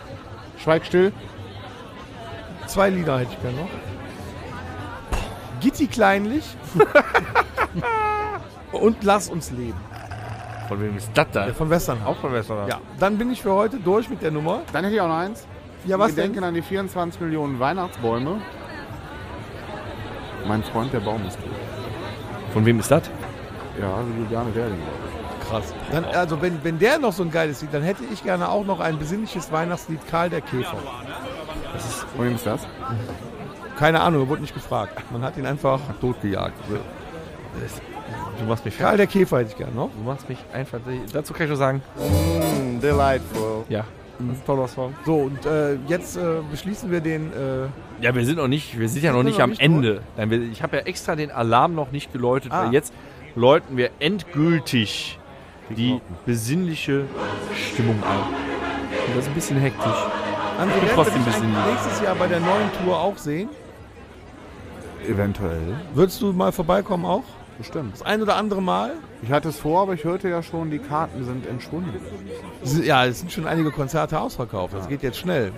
Speaker 5: Schweig still.
Speaker 1: äh, zwei Lieder hätte ich gerne noch. Gitti kleinlich. und lass uns leben.
Speaker 6: Von wem ist das da?
Speaker 1: Ja, von Westernhagen.
Speaker 6: Auch von halt, Westernhagen.
Speaker 1: Ja, dann bin ich für heute durch mit der Nummer.
Speaker 5: Dann hätte ich auch noch eins.
Speaker 1: Ja,
Speaker 5: Wir
Speaker 1: was
Speaker 5: denken
Speaker 1: denn?
Speaker 5: an die 24 Millionen Weihnachtsbäume. Mein Freund, der Baum ist tot.
Speaker 6: Von wem ist das?
Speaker 5: Ja, also Juliane Werling. glaub ich.
Speaker 1: Dann, also wenn, wenn der noch so ein geiles Lied, dann hätte ich gerne auch noch ein besinnliches Weihnachtslied Karl der Käfer.
Speaker 5: Von wem ist das?
Speaker 1: Keine Ahnung, er wurde nicht gefragt. Man hat ihn einfach totgejagt.
Speaker 6: Du machst mich
Speaker 1: Karl der Käfer hätte ich gerne noch.
Speaker 6: Du machst mich einfach. Dazu kann ich nur sagen.
Speaker 5: Delightful.
Speaker 6: Ja. Das ist ein toller Song.
Speaker 1: So, und äh, jetzt äh, beschließen wir den... Äh,
Speaker 6: Ja, wir sind noch nicht, wir sind ja noch
Speaker 1: wir
Speaker 6: nicht
Speaker 1: noch
Speaker 6: am
Speaker 1: nicht
Speaker 6: Ende. Nein, wir, ich habe ja extra den Alarm noch nicht geläutet,
Speaker 1: Ah.
Speaker 6: weil jetzt läuten wir endgültig die besinnliche Stimmung ein. Und Das ist ein bisschen hektisch.
Speaker 1: André, werden wir
Speaker 6: trotzdem
Speaker 1: dich
Speaker 6: besinnlich.
Speaker 1: eigentlich nächstes Jahr bei der neuen Tour auch sehen?
Speaker 5: Eventuell.
Speaker 1: Würdest du mal vorbeikommen auch?
Speaker 5: Bestimmt.
Speaker 1: Das ein oder andere Mal?
Speaker 5: Ich hatte es vor, aber ich hörte ja schon, die Karten sind entschwunden.
Speaker 1: Ja, es sind schon einige Konzerte ausverkauft. Das geht jetzt schnell.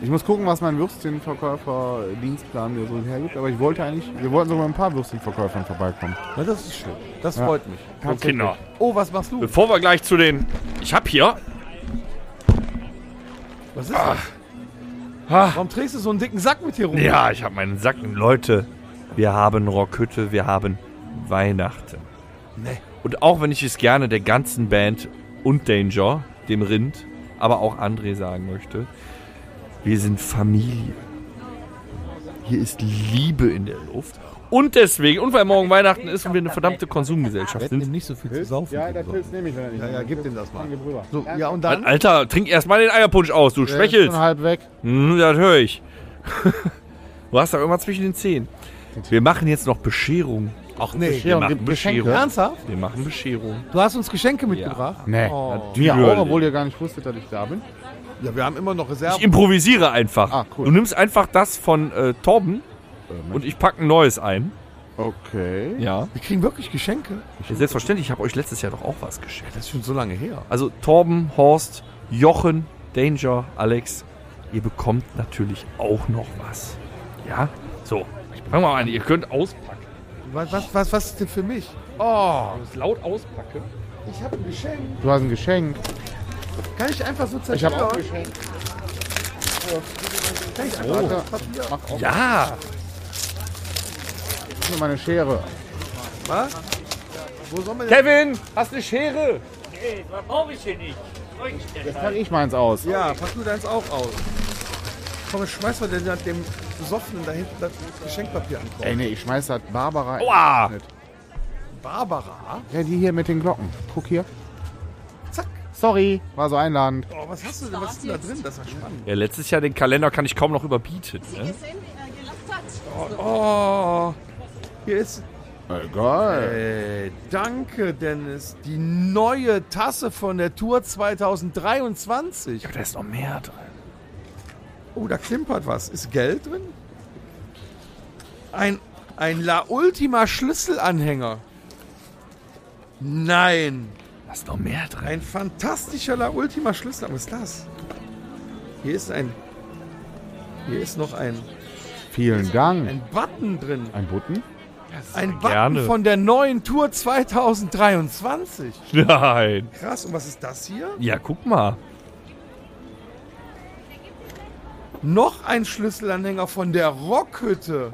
Speaker 5: Ich muss gucken, was mein Würstchenverkäufer-Dienstplan mir so hergibt. Aber ich wollte eigentlich, wir wollten sogar mit ein paar Würstchenverkäufern vorbeikommen.
Speaker 1: Na, das ist schön. Das
Speaker 5: Ja.
Speaker 1: freut mich.
Speaker 6: So, Kinder,
Speaker 1: Oh, was machst du?
Speaker 6: bevor wir gleich zu den. Ich habe hier.
Speaker 1: Was ist das? Warum trägst du so einen dicken Sack mit dir rum?
Speaker 6: Ja, ich habe meinen Sacken. Leute, wir haben Rockhütte, wir haben Weihnachten.
Speaker 1: Nee.
Speaker 6: Ne. Und auch wenn ich es gerne der ganzen Band und Danger, dem Rind, aber auch André sagen möchte, wir sind Familie. Hier ist Liebe in der Luft. Und deswegen, und weil morgen Weihnachten ist und wir eine verdammte Konsumgesellschaft
Speaker 1: Nimm
Speaker 6: sind.
Speaker 1: nicht so viel zu saufen.
Speaker 5: Ja, der Pilz nehme ich, wenn er nicht
Speaker 1: ja, ja, gib dem das mal. So, ja, und dann?
Speaker 6: Alter, trink erstmal den Eierpunsch aus, du
Speaker 5: Schwächel.
Speaker 6: Schwächels.
Speaker 5: Schon halb weg.
Speaker 6: Hm, das höre ich. du hast da irgendwas zwischen den Zehen. Wir machen jetzt noch Bescherung. Auch
Speaker 1: nee.
Speaker 6: wir
Speaker 5: Bescherung
Speaker 6: machen
Speaker 5: gibt Geschenke.
Speaker 6: Bescherung.
Speaker 1: Ernsthaft?
Speaker 6: Wir machen Bescherung.
Speaker 1: Du hast uns Geschenke mitgebracht?
Speaker 5: Nee.
Speaker 1: Oh.
Speaker 5: Mir
Speaker 6: Natürlich.
Speaker 5: auch, obwohl ihr gar nicht wusstet, dass ich da bin.
Speaker 1: Ja, wir haben immer noch
Speaker 6: Ich
Speaker 1: Reserven.
Speaker 6: improvisiere einfach.
Speaker 5: Ah, cool.
Speaker 6: Du nimmst einfach das von äh, Torben und ich packe ein neues ein.
Speaker 5: Okay.
Speaker 6: Ja.
Speaker 1: Wir kriegen wirklich Geschenke?
Speaker 6: Selbstverständlich, ich habe euch letztes Jahr doch auch was geschenkt.
Speaker 1: Das ist schon so lange her.
Speaker 6: Also Torben, Horst, Jochen, Danger, Alex, ihr bekommt natürlich auch noch was. Ja? So, ich fange mal an. Ihr könnt auspacken.
Speaker 1: Was, was, was, was ist denn für mich?
Speaker 6: Ich muss laut auspacken.
Speaker 1: Ich habe ein Geschenk.
Speaker 5: Du hast ein Geschenk.
Speaker 1: Kann ich einfach so
Speaker 5: Ich habe auch ein
Speaker 1: zerstören?
Speaker 5: Geschenk.
Speaker 1: Kann ich einfach
Speaker 5: Oh. Warte,
Speaker 1: das Papier?
Speaker 5: mach auf
Speaker 6: Ja!
Speaker 5: nur meine Schere.
Speaker 1: Was? Wo soll man denn?
Speaker 6: Kevin, hast eine Schere?
Speaker 5: Jetzt pack ich meins aus.
Speaker 1: Ja, pack du deins auch aus. Komm, schmeiß mal den, dem Besoffenen da hinten das Geschenkpapier an.
Speaker 5: Ey, nee, ich schmeiß das Barbara.
Speaker 6: Aua!
Speaker 5: Nicht.
Speaker 1: Barbara?
Speaker 5: Ja, die hier mit den Glocken. Guck hier.
Speaker 1: Zack.
Speaker 5: Sorry, war so einladend.
Speaker 13: Oh, was hast du denn? Was ist denn da drin? Das war spannend.
Speaker 6: Ja, letztes Jahr den Kalender kann ich kaum noch überbieten. Ne?
Speaker 11: äh,
Speaker 13: Oh, hier ist
Speaker 5: Egal.
Speaker 1: Ey, Äh, danke, Dennis. Die neue Tasse von der Tour 2023.
Speaker 2: Da ist noch mehr drin.
Speaker 1: Oh, da klimpert was. Ist Geld drin? Ein, ein La Ultima Schlüsselanhänger. Nein.
Speaker 2: Da ist noch mehr drin.
Speaker 1: Ein fantastischer La Ultima Schlüssel. Was ist das? Hier ist ein. Hier ist noch ein,
Speaker 5: Vielen Dank.
Speaker 1: ein Button drin.
Speaker 5: Ein Button?
Speaker 1: Ein Button
Speaker 2: gerne.
Speaker 1: von der neuen Tour 2023.
Speaker 2: Nein.
Speaker 1: Krass, und was ist das hier?
Speaker 2: Ja, guck mal.
Speaker 1: Noch ein Schlüsselanhänger von der Rockhütte.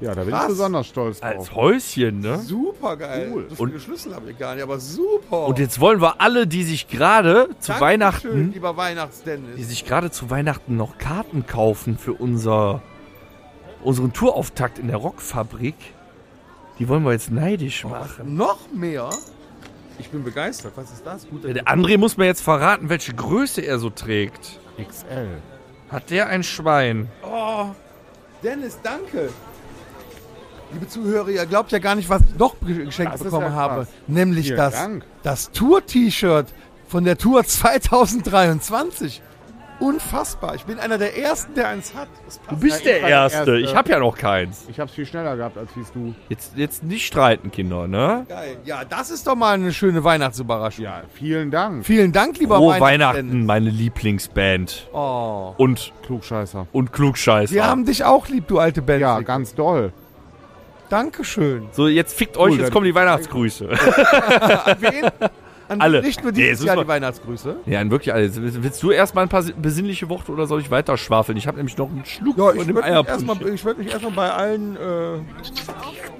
Speaker 5: Ja, da bin
Speaker 1: Krass.
Speaker 5: ich besonders stolz drauf.
Speaker 2: Als Häuschen, ne?
Speaker 1: Super geil.
Speaker 5: Cool.
Speaker 1: So viele Schlüssel habe ich gar nicht, aber super.
Speaker 2: Und jetzt wollen wir alle, die sich gerade zu
Speaker 1: Dankeschön,
Speaker 2: Weihnachten,
Speaker 1: lieber
Speaker 6: die
Speaker 1: Weihnachtsdennis.
Speaker 6: sich gerade zu Weihnachten noch Karten kaufen für unser, unseren Tourauftakt in der Rockfabrik, die wollen wir jetzt neidisch machen.
Speaker 1: Noch mehr? Ich bin begeistert. Was ist das? Gut,
Speaker 6: Der André muss mir jetzt verraten, welche Größe er so trägt.
Speaker 5: XL.
Speaker 6: Hat der ein Schwein?
Speaker 1: Dennis, danke. Liebe Zuhörer, ihr glaubt ja gar nicht, was ich noch ge- geschenkt
Speaker 5: Das ist
Speaker 1: bekommen
Speaker 5: ja
Speaker 1: habe.
Speaker 5: krass.
Speaker 1: Nämlich
Speaker 5: Vielen
Speaker 1: das,
Speaker 5: Dank.
Speaker 1: das Tour-T-Shirt von der Tour 2023. Unfassbar. Ich bin einer der Ersten, der eins hat. Das passt.
Speaker 2: du bist der
Speaker 5: war der
Speaker 2: Erste.
Speaker 5: Erste.
Speaker 2: Ich hab ja noch keins.
Speaker 5: Ich hab's viel schneller gehabt als wie du.
Speaker 6: Jetzt, jetzt nicht streiten, Kinder, ne?
Speaker 1: Geil. Ja, das ist doch mal eine schöne Weihnachtsüberraschung.
Speaker 5: Ja, vielen Dank.
Speaker 1: Vielen Dank, lieber
Speaker 6: Frohe
Speaker 1: Weihnachtsdennis.
Speaker 6: Weihnachten, meine Lieblingsband.
Speaker 1: Oh.
Speaker 6: Und,
Speaker 5: Klugscheißer.
Speaker 6: und Klugscheißer.
Speaker 1: Wir haben dich auch lieb, du alte Band.
Speaker 5: Ja, ganz doll.
Speaker 1: Dankeschön.
Speaker 6: so, jetzt fickt euch,
Speaker 5: Cool,
Speaker 6: jetzt
Speaker 5: dann-
Speaker 6: kommen die Weihnachtsgrüße.
Speaker 1: Wen? An
Speaker 6: Alle.
Speaker 1: Nicht nur
Speaker 6: Nee,
Speaker 1: dieses
Speaker 6: es ist
Speaker 1: Jahr die
Speaker 6: mal-
Speaker 1: Weihnachtsgrüße.
Speaker 6: Ja, wirklich, also, willst du erstmal ein paar besinnliche Worte oder soll ich weiter schwafeln? Ich habe nämlich noch einen Schluck
Speaker 1: Ja, ich
Speaker 6: von dem
Speaker 1: würde mich
Speaker 6: Eierpunsch.
Speaker 1: erstmal ich würd mich erstmal bei allen, äh,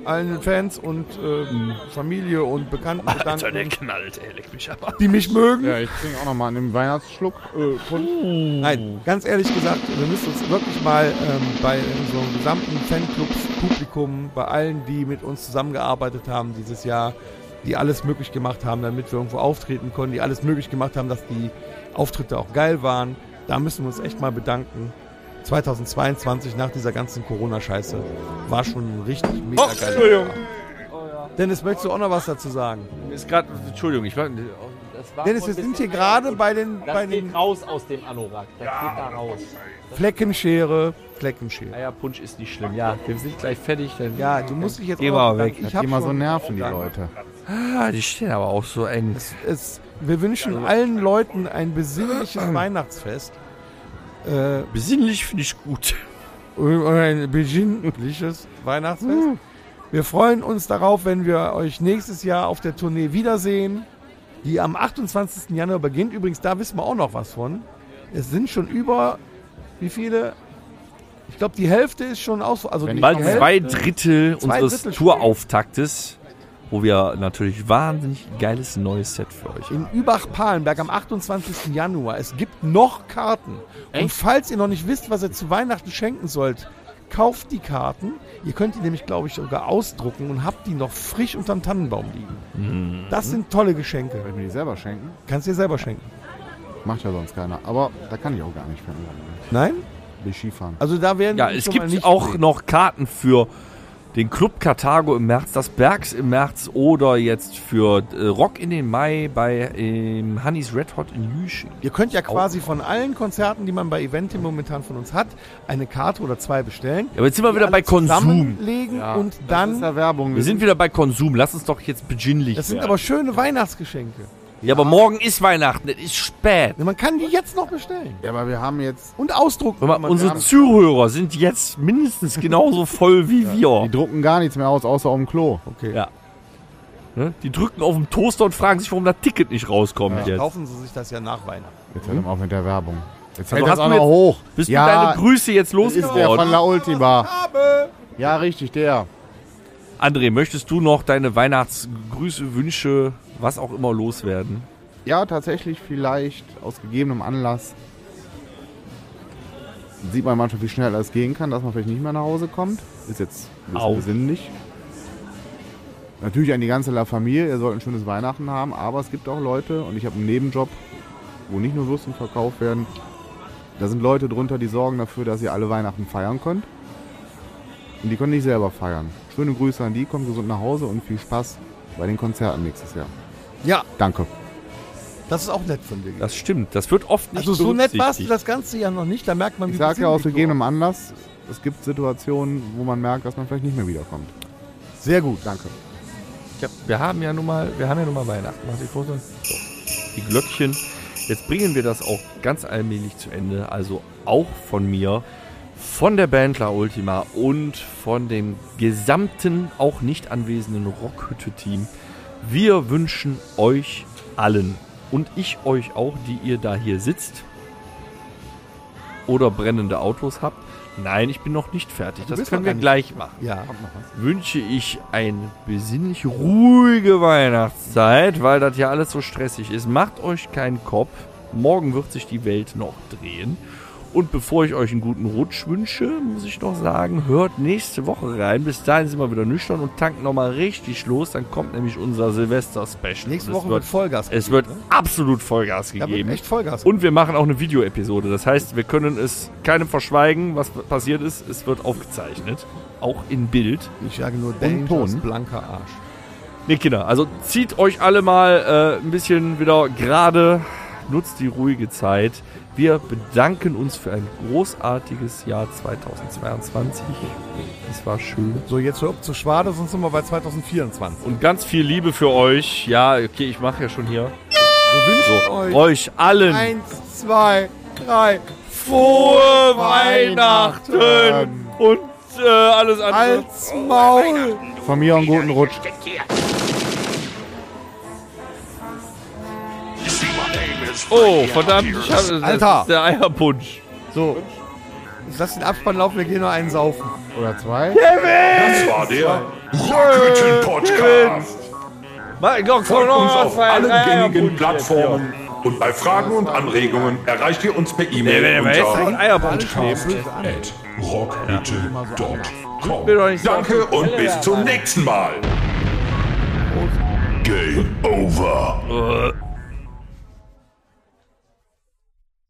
Speaker 1: allen Fans und äh, Familie und Bekannten
Speaker 2: Alter, der
Speaker 1: bedanken,
Speaker 2: knallt, ey, leck mich aber.
Speaker 1: die mich mögen.
Speaker 5: Ja, ich trinke auch nochmal an dem Weihnachtsschluck. Äh, Pfund.
Speaker 1: Nein, ganz ehrlich gesagt, wir müssen uns wirklich mal ähm, bei unserem gesamten Fanclubs-Publikum, bei allen, die mit uns zusammengearbeitet haben dieses Jahr, die alles möglich gemacht haben, damit wir irgendwo auftreten konnten, die alles möglich gemacht haben, dass die Auftritte auch geil waren. Da müssen wir uns echt mal bedanken. 2022 nach dieser ganzen Corona-Scheiße war schon ein richtig mega geil. Entschuldigung. Dennis, möchtest du auch noch was dazu sagen?
Speaker 6: Ist grad, Entschuldigung, ich war.
Speaker 8: Das war
Speaker 1: Dennis,
Speaker 8: wohl
Speaker 1: wir
Speaker 8: ein
Speaker 1: sind hier
Speaker 8: bisschen
Speaker 1: gerade
Speaker 8: kaputt.
Speaker 1: bei den,
Speaker 8: Das
Speaker 1: bei
Speaker 8: geht
Speaker 1: den
Speaker 8: raus aus dem Anorak. Das geht da raus.
Speaker 1: Fleckenschere, Fleckenschere.
Speaker 6: Eierpunsch ist nicht schlimm. Ja, wir sind gleich fertig. Dann
Speaker 1: Ja, du musst dich jetzt
Speaker 6: Geh
Speaker 1: auch
Speaker 6: mal
Speaker 1: bedanken.
Speaker 6: weg.
Speaker 1: Ich
Speaker 5: Dass
Speaker 1: hab
Speaker 5: die immer so
Speaker 1: schon-
Speaker 5: nerven, die Leute.
Speaker 6: Ah, die stehen aber auch so eng.
Speaker 1: Es, wir wünschen allen Leuten ein besinnliches Weihnachtsfest. Äh,
Speaker 6: Besinnlich finde ich gut.
Speaker 1: ein besinnliches Weihnachtsfest. Wir freuen uns darauf, wenn wir euch nächstes Jahr auf der Tournee wiedersehen, die am 28. Januar beginnt. Übrigens, da wissen wir auch noch was von. Es sind schon über, wie viele? Ich glaube, die Hälfte ist schon aus. Also
Speaker 5: Wenn
Speaker 1: die
Speaker 5: ich
Speaker 6: Bald
Speaker 5: noch Hälfte.
Speaker 1: Hälfte-
Speaker 6: zwei Drittel
Speaker 1: Zwei
Speaker 6: unseres
Speaker 1: Drittel.
Speaker 6: Tourauftaktes, wo wir natürlich wahnsinnig geiles neues Set für euch
Speaker 1: in
Speaker 6: haben.
Speaker 1: Übach-Palenberg am 28. Januar. Es gibt noch Karten. Und falls ihr noch nicht wisst, was ihr zu Weihnachten schenken sollt, kauft die Karten. Ihr könnt die nämlich, glaube ich, sogar ausdrucken und habt die noch frisch unterm Tannenbaum liegen.
Speaker 6: Mhm.
Speaker 1: Das sind tolle Geschenke.
Speaker 5: Soll ich mir die selber schenken?
Speaker 1: Kannst dir selber schenken.
Speaker 5: Macht ja sonst keiner. Aber da kann ich auch gar nicht mehr.
Speaker 1: Nein?
Speaker 5: Will Skifahren.
Speaker 1: Also da werden
Speaker 6: Ja,
Speaker 1: die
Speaker 6: es
Speaker 1: schon mal
Speaker 6: gibt
Speaker 1: nicht
Speaker 6: auch
Speaker 1: sehen.
Speaker 6: noch Karten für den Club Karthago im März, das Bergs im März oder jetzt für äh, Rock in den Mai bei ähm, Honey's Red Hot in Lüschen.
Speaker 1: Ihr könnt ja quasi von allen Konzerten, die man bei Eventim momentan von uns hat, eine Karte oder zwei bestellen.
Speaker 6: Ja, aber jetzt sind wir wieder
Speaker 1: Die
Speaker 6: bei
Speaker 1: alle
Speaker 6: Konsum.
Speaker 1: Zusammenlegen
Speaker 5: Ja,
Speaker 1: und
Speaker 5: Das ist
Speaker 1: dann.
Speaker 5: ja Werbung.
Speaker 6: Wir sind wieder bei Konsum. Lass uns doch jetzt beginnlich
Speaker 1: Das sind
Speaker 6: werden.
Speaker 1: aber schöne Weihnachtsgeschenke.
Speaker 6: ja, aber morgen ist Weihnachten. Es ist spät.
Speaker 1: Man kann die jetzt noch bestellen.
Speaker 5: ja, aber wir haben jetzt.
Speaker 1: Und ausdrucken.
Speaker 6: Hör mal, unsere Zuhörer sind jetzt mindestens genauso voll wie
Speaker 5: Die
Speaker 6: wir.
Speaker 5: drucken gar nichts mehr aus, außer auf dem Klo.
Speaker 1: Okay.
Speaker 6: Ja. Ne? Die drücken auf den Toaster und fragen sich, warum das Ticket nicht rauskommt jetzt.
Speaker 1: Kaufen Sie sich das ja nach Weihnachten.
Speaker 5: Jetzt hört hm? auf mit der Werbung. Jetzt hört
Speaker 6: Also
Speaker 5: das
Speaker 6: hast
Speaker 5: auch
Speaker 6: du
Speaker 5: noch
Speaker 6: jetzt-
Speaker 5: hoch.
Speaker 6: Bist
Speaker 5: ja,
Speaker 6: du deine Grüße jetzt
Speaker 5: das ist der von
Speaker 6: losgeworden?
Speaker 5: La Ultima. Ja, richtig, der.
Speaker 6: André, möchtest du noch deine Weihnachtsgrüße, Wünsche, was auch immer loswerden?
Speaker 5: Ja, tatsächlich vielleicht aus gegebenem Anlass sieht man manchmal, wie schnell alles gehen kann, dass man vielleicht nicht mehr nach Hause kommt. Ist jetzt ein
Speaker 6: Au.
Speaker 5: bisschen besinnlich. Natürlich an die ganze La Familie, ihr sollt ein schönes Weihnachten haben, aber es gibt auch Leute, und ich habe einen Nebenjob, wo nicht nur Würsten verkauft werden. Da sind Leute drunter, die sorgen dafür, dass ihr alle Weihnachten feiern könnt. Und die können nicht selber feiern. Schöne Grüße an die, kommt gesund nach Hause und viel Spaß bei den Konzerten nächstes Jahr.
Speaker 1: Ja.
Speaker 5: Danke.
Speaker 1: Das ist auch nett von dir.
Speaker 6: Das stimmt. Das wird oft nicht
Speaker 1: Also so nett warst du
Speaker 6: berücksichtigt.
Speaker 1: das ganze Jahr noch nicht, da merkt man,
Speaker 5: Ich sage ja aus
Speaker 1: besinnlich du
Speaker 5: gegebenem Anlass, es gibt Situationen, wo man merkt, dass man vielleicht nicht mehr wiederkommt.
Speaker 1: warst. Sehr gut.
Speaker 5: Danke.
Speaker 6: Ja, wir haben ja nun mal, wir haben ja nun mal Weihnachten. Mach die Fotos. So. Die Glöckchen. Jetzt bringen wir das auch ganz allmählich zu Ende. Also auch von mir, von der Band La Ultima und von dem gesamten, auch nicht anwesenden Rockhütte-Team. Wir wünschen euch allen und ich euch auch, die ihr da hier sitzt oder brennende Autos habt. Nein, ich bin noch nicht fertig. Das
Speaker 1: bist
Speaker 6: können
Speaker 1: noch
Speaker 6: wir
Speaker 1: gar nicht-
Speaker 6: gleich machen
Speaker 1: Ja.
Speaker 6: wünsche ich eine besinnlich ruhige Weihnachtszeit, weil das ja alles so stressig ist. Macht euch keinen Kopf. Morgen wird sich die Welt noch drehen. Und bevor ich euch einen guten Rutsch wünsche, muss ich noch sagen, hört nächste Woche rein. Bis dahin sind wir wieder nüchtern und tanken nochmal richtig los. Dann kommt nämlich unser Silvester-Special.
Speaker 1: Nächste
Speaker 6: Und
Speaker 1: Woche wird
Speaker 6: es wird,
Speaker 1: Vollgas ne?
Speaker 6: es
Speaker 1: gegeben,
Speaker 6: wird absolut Vollgas
Speaker 1: Da wird
Speaker 6: gegeben.
Speaker 1: echt Vollgas.
Speaker 6: Und wir machen auch eine Videoepisode. Das heißt, wir können es keinem verschweigen, was passiert ist. Es wird aufgezeichnet. Auch in Bild.
Speaker 1: ich sage nur
Speaker 5: Ton.
Speaker 1: blanker Arsch.
Speaker 6: Nee, Kinder, also zieht euch alle mal äh, ein bisschen wieder gerade, nutzt die ruhige Zeit. Wir bedanken uns für ein großartiges Jahr 2022. Es war schön.
Speaker 1: So, jetzt hör auf zu schwaden, sonst sind wir bei 2024.
Speaker 6: Und ganz viel Liebe für euch. Ja, okay, ich mache ja schon hier.
Speaker 1: Wir wünschen
Speaker 6: So,
Speaker 1: euch
Speaker 6: euch, allen
Speaker 1: eins, zwei, drei.
Speaker 6: frohe Weihnachten, und äh, alles andere.
Speaker 1: Als Maul.
Speaker 5: Von mir einen guten Rutsch.
Speaker 6: oh, verdammt, ich hab, das
Speaker 1: Alter.
Speaker 6: ist der Eierpunsch.
Speaker 1: So. Ich lass den Abspann laufen, wir gehen nur einen saufen.
Speaker 5: Oder zwei.
Speaker 9: Das war der Rockhütten Podcast.
Speaker 6: Mein Gott,
Speaker 9: Folgt uns
Speaker 6: Corona,
Speaker 9: auf allen gängigen Plattformen. Und bei Fragen und Anregungen erreicht ihr uns per E-Mail unter
Speaker 6: Eierpunsch nehmen.
Speaker 9: rockhütte.com.
Speaker 6: Will doch nicht sagen.
Speaker 9: Danke und bis zum nächsten Mal. Game over.
Speaker 6: Äh,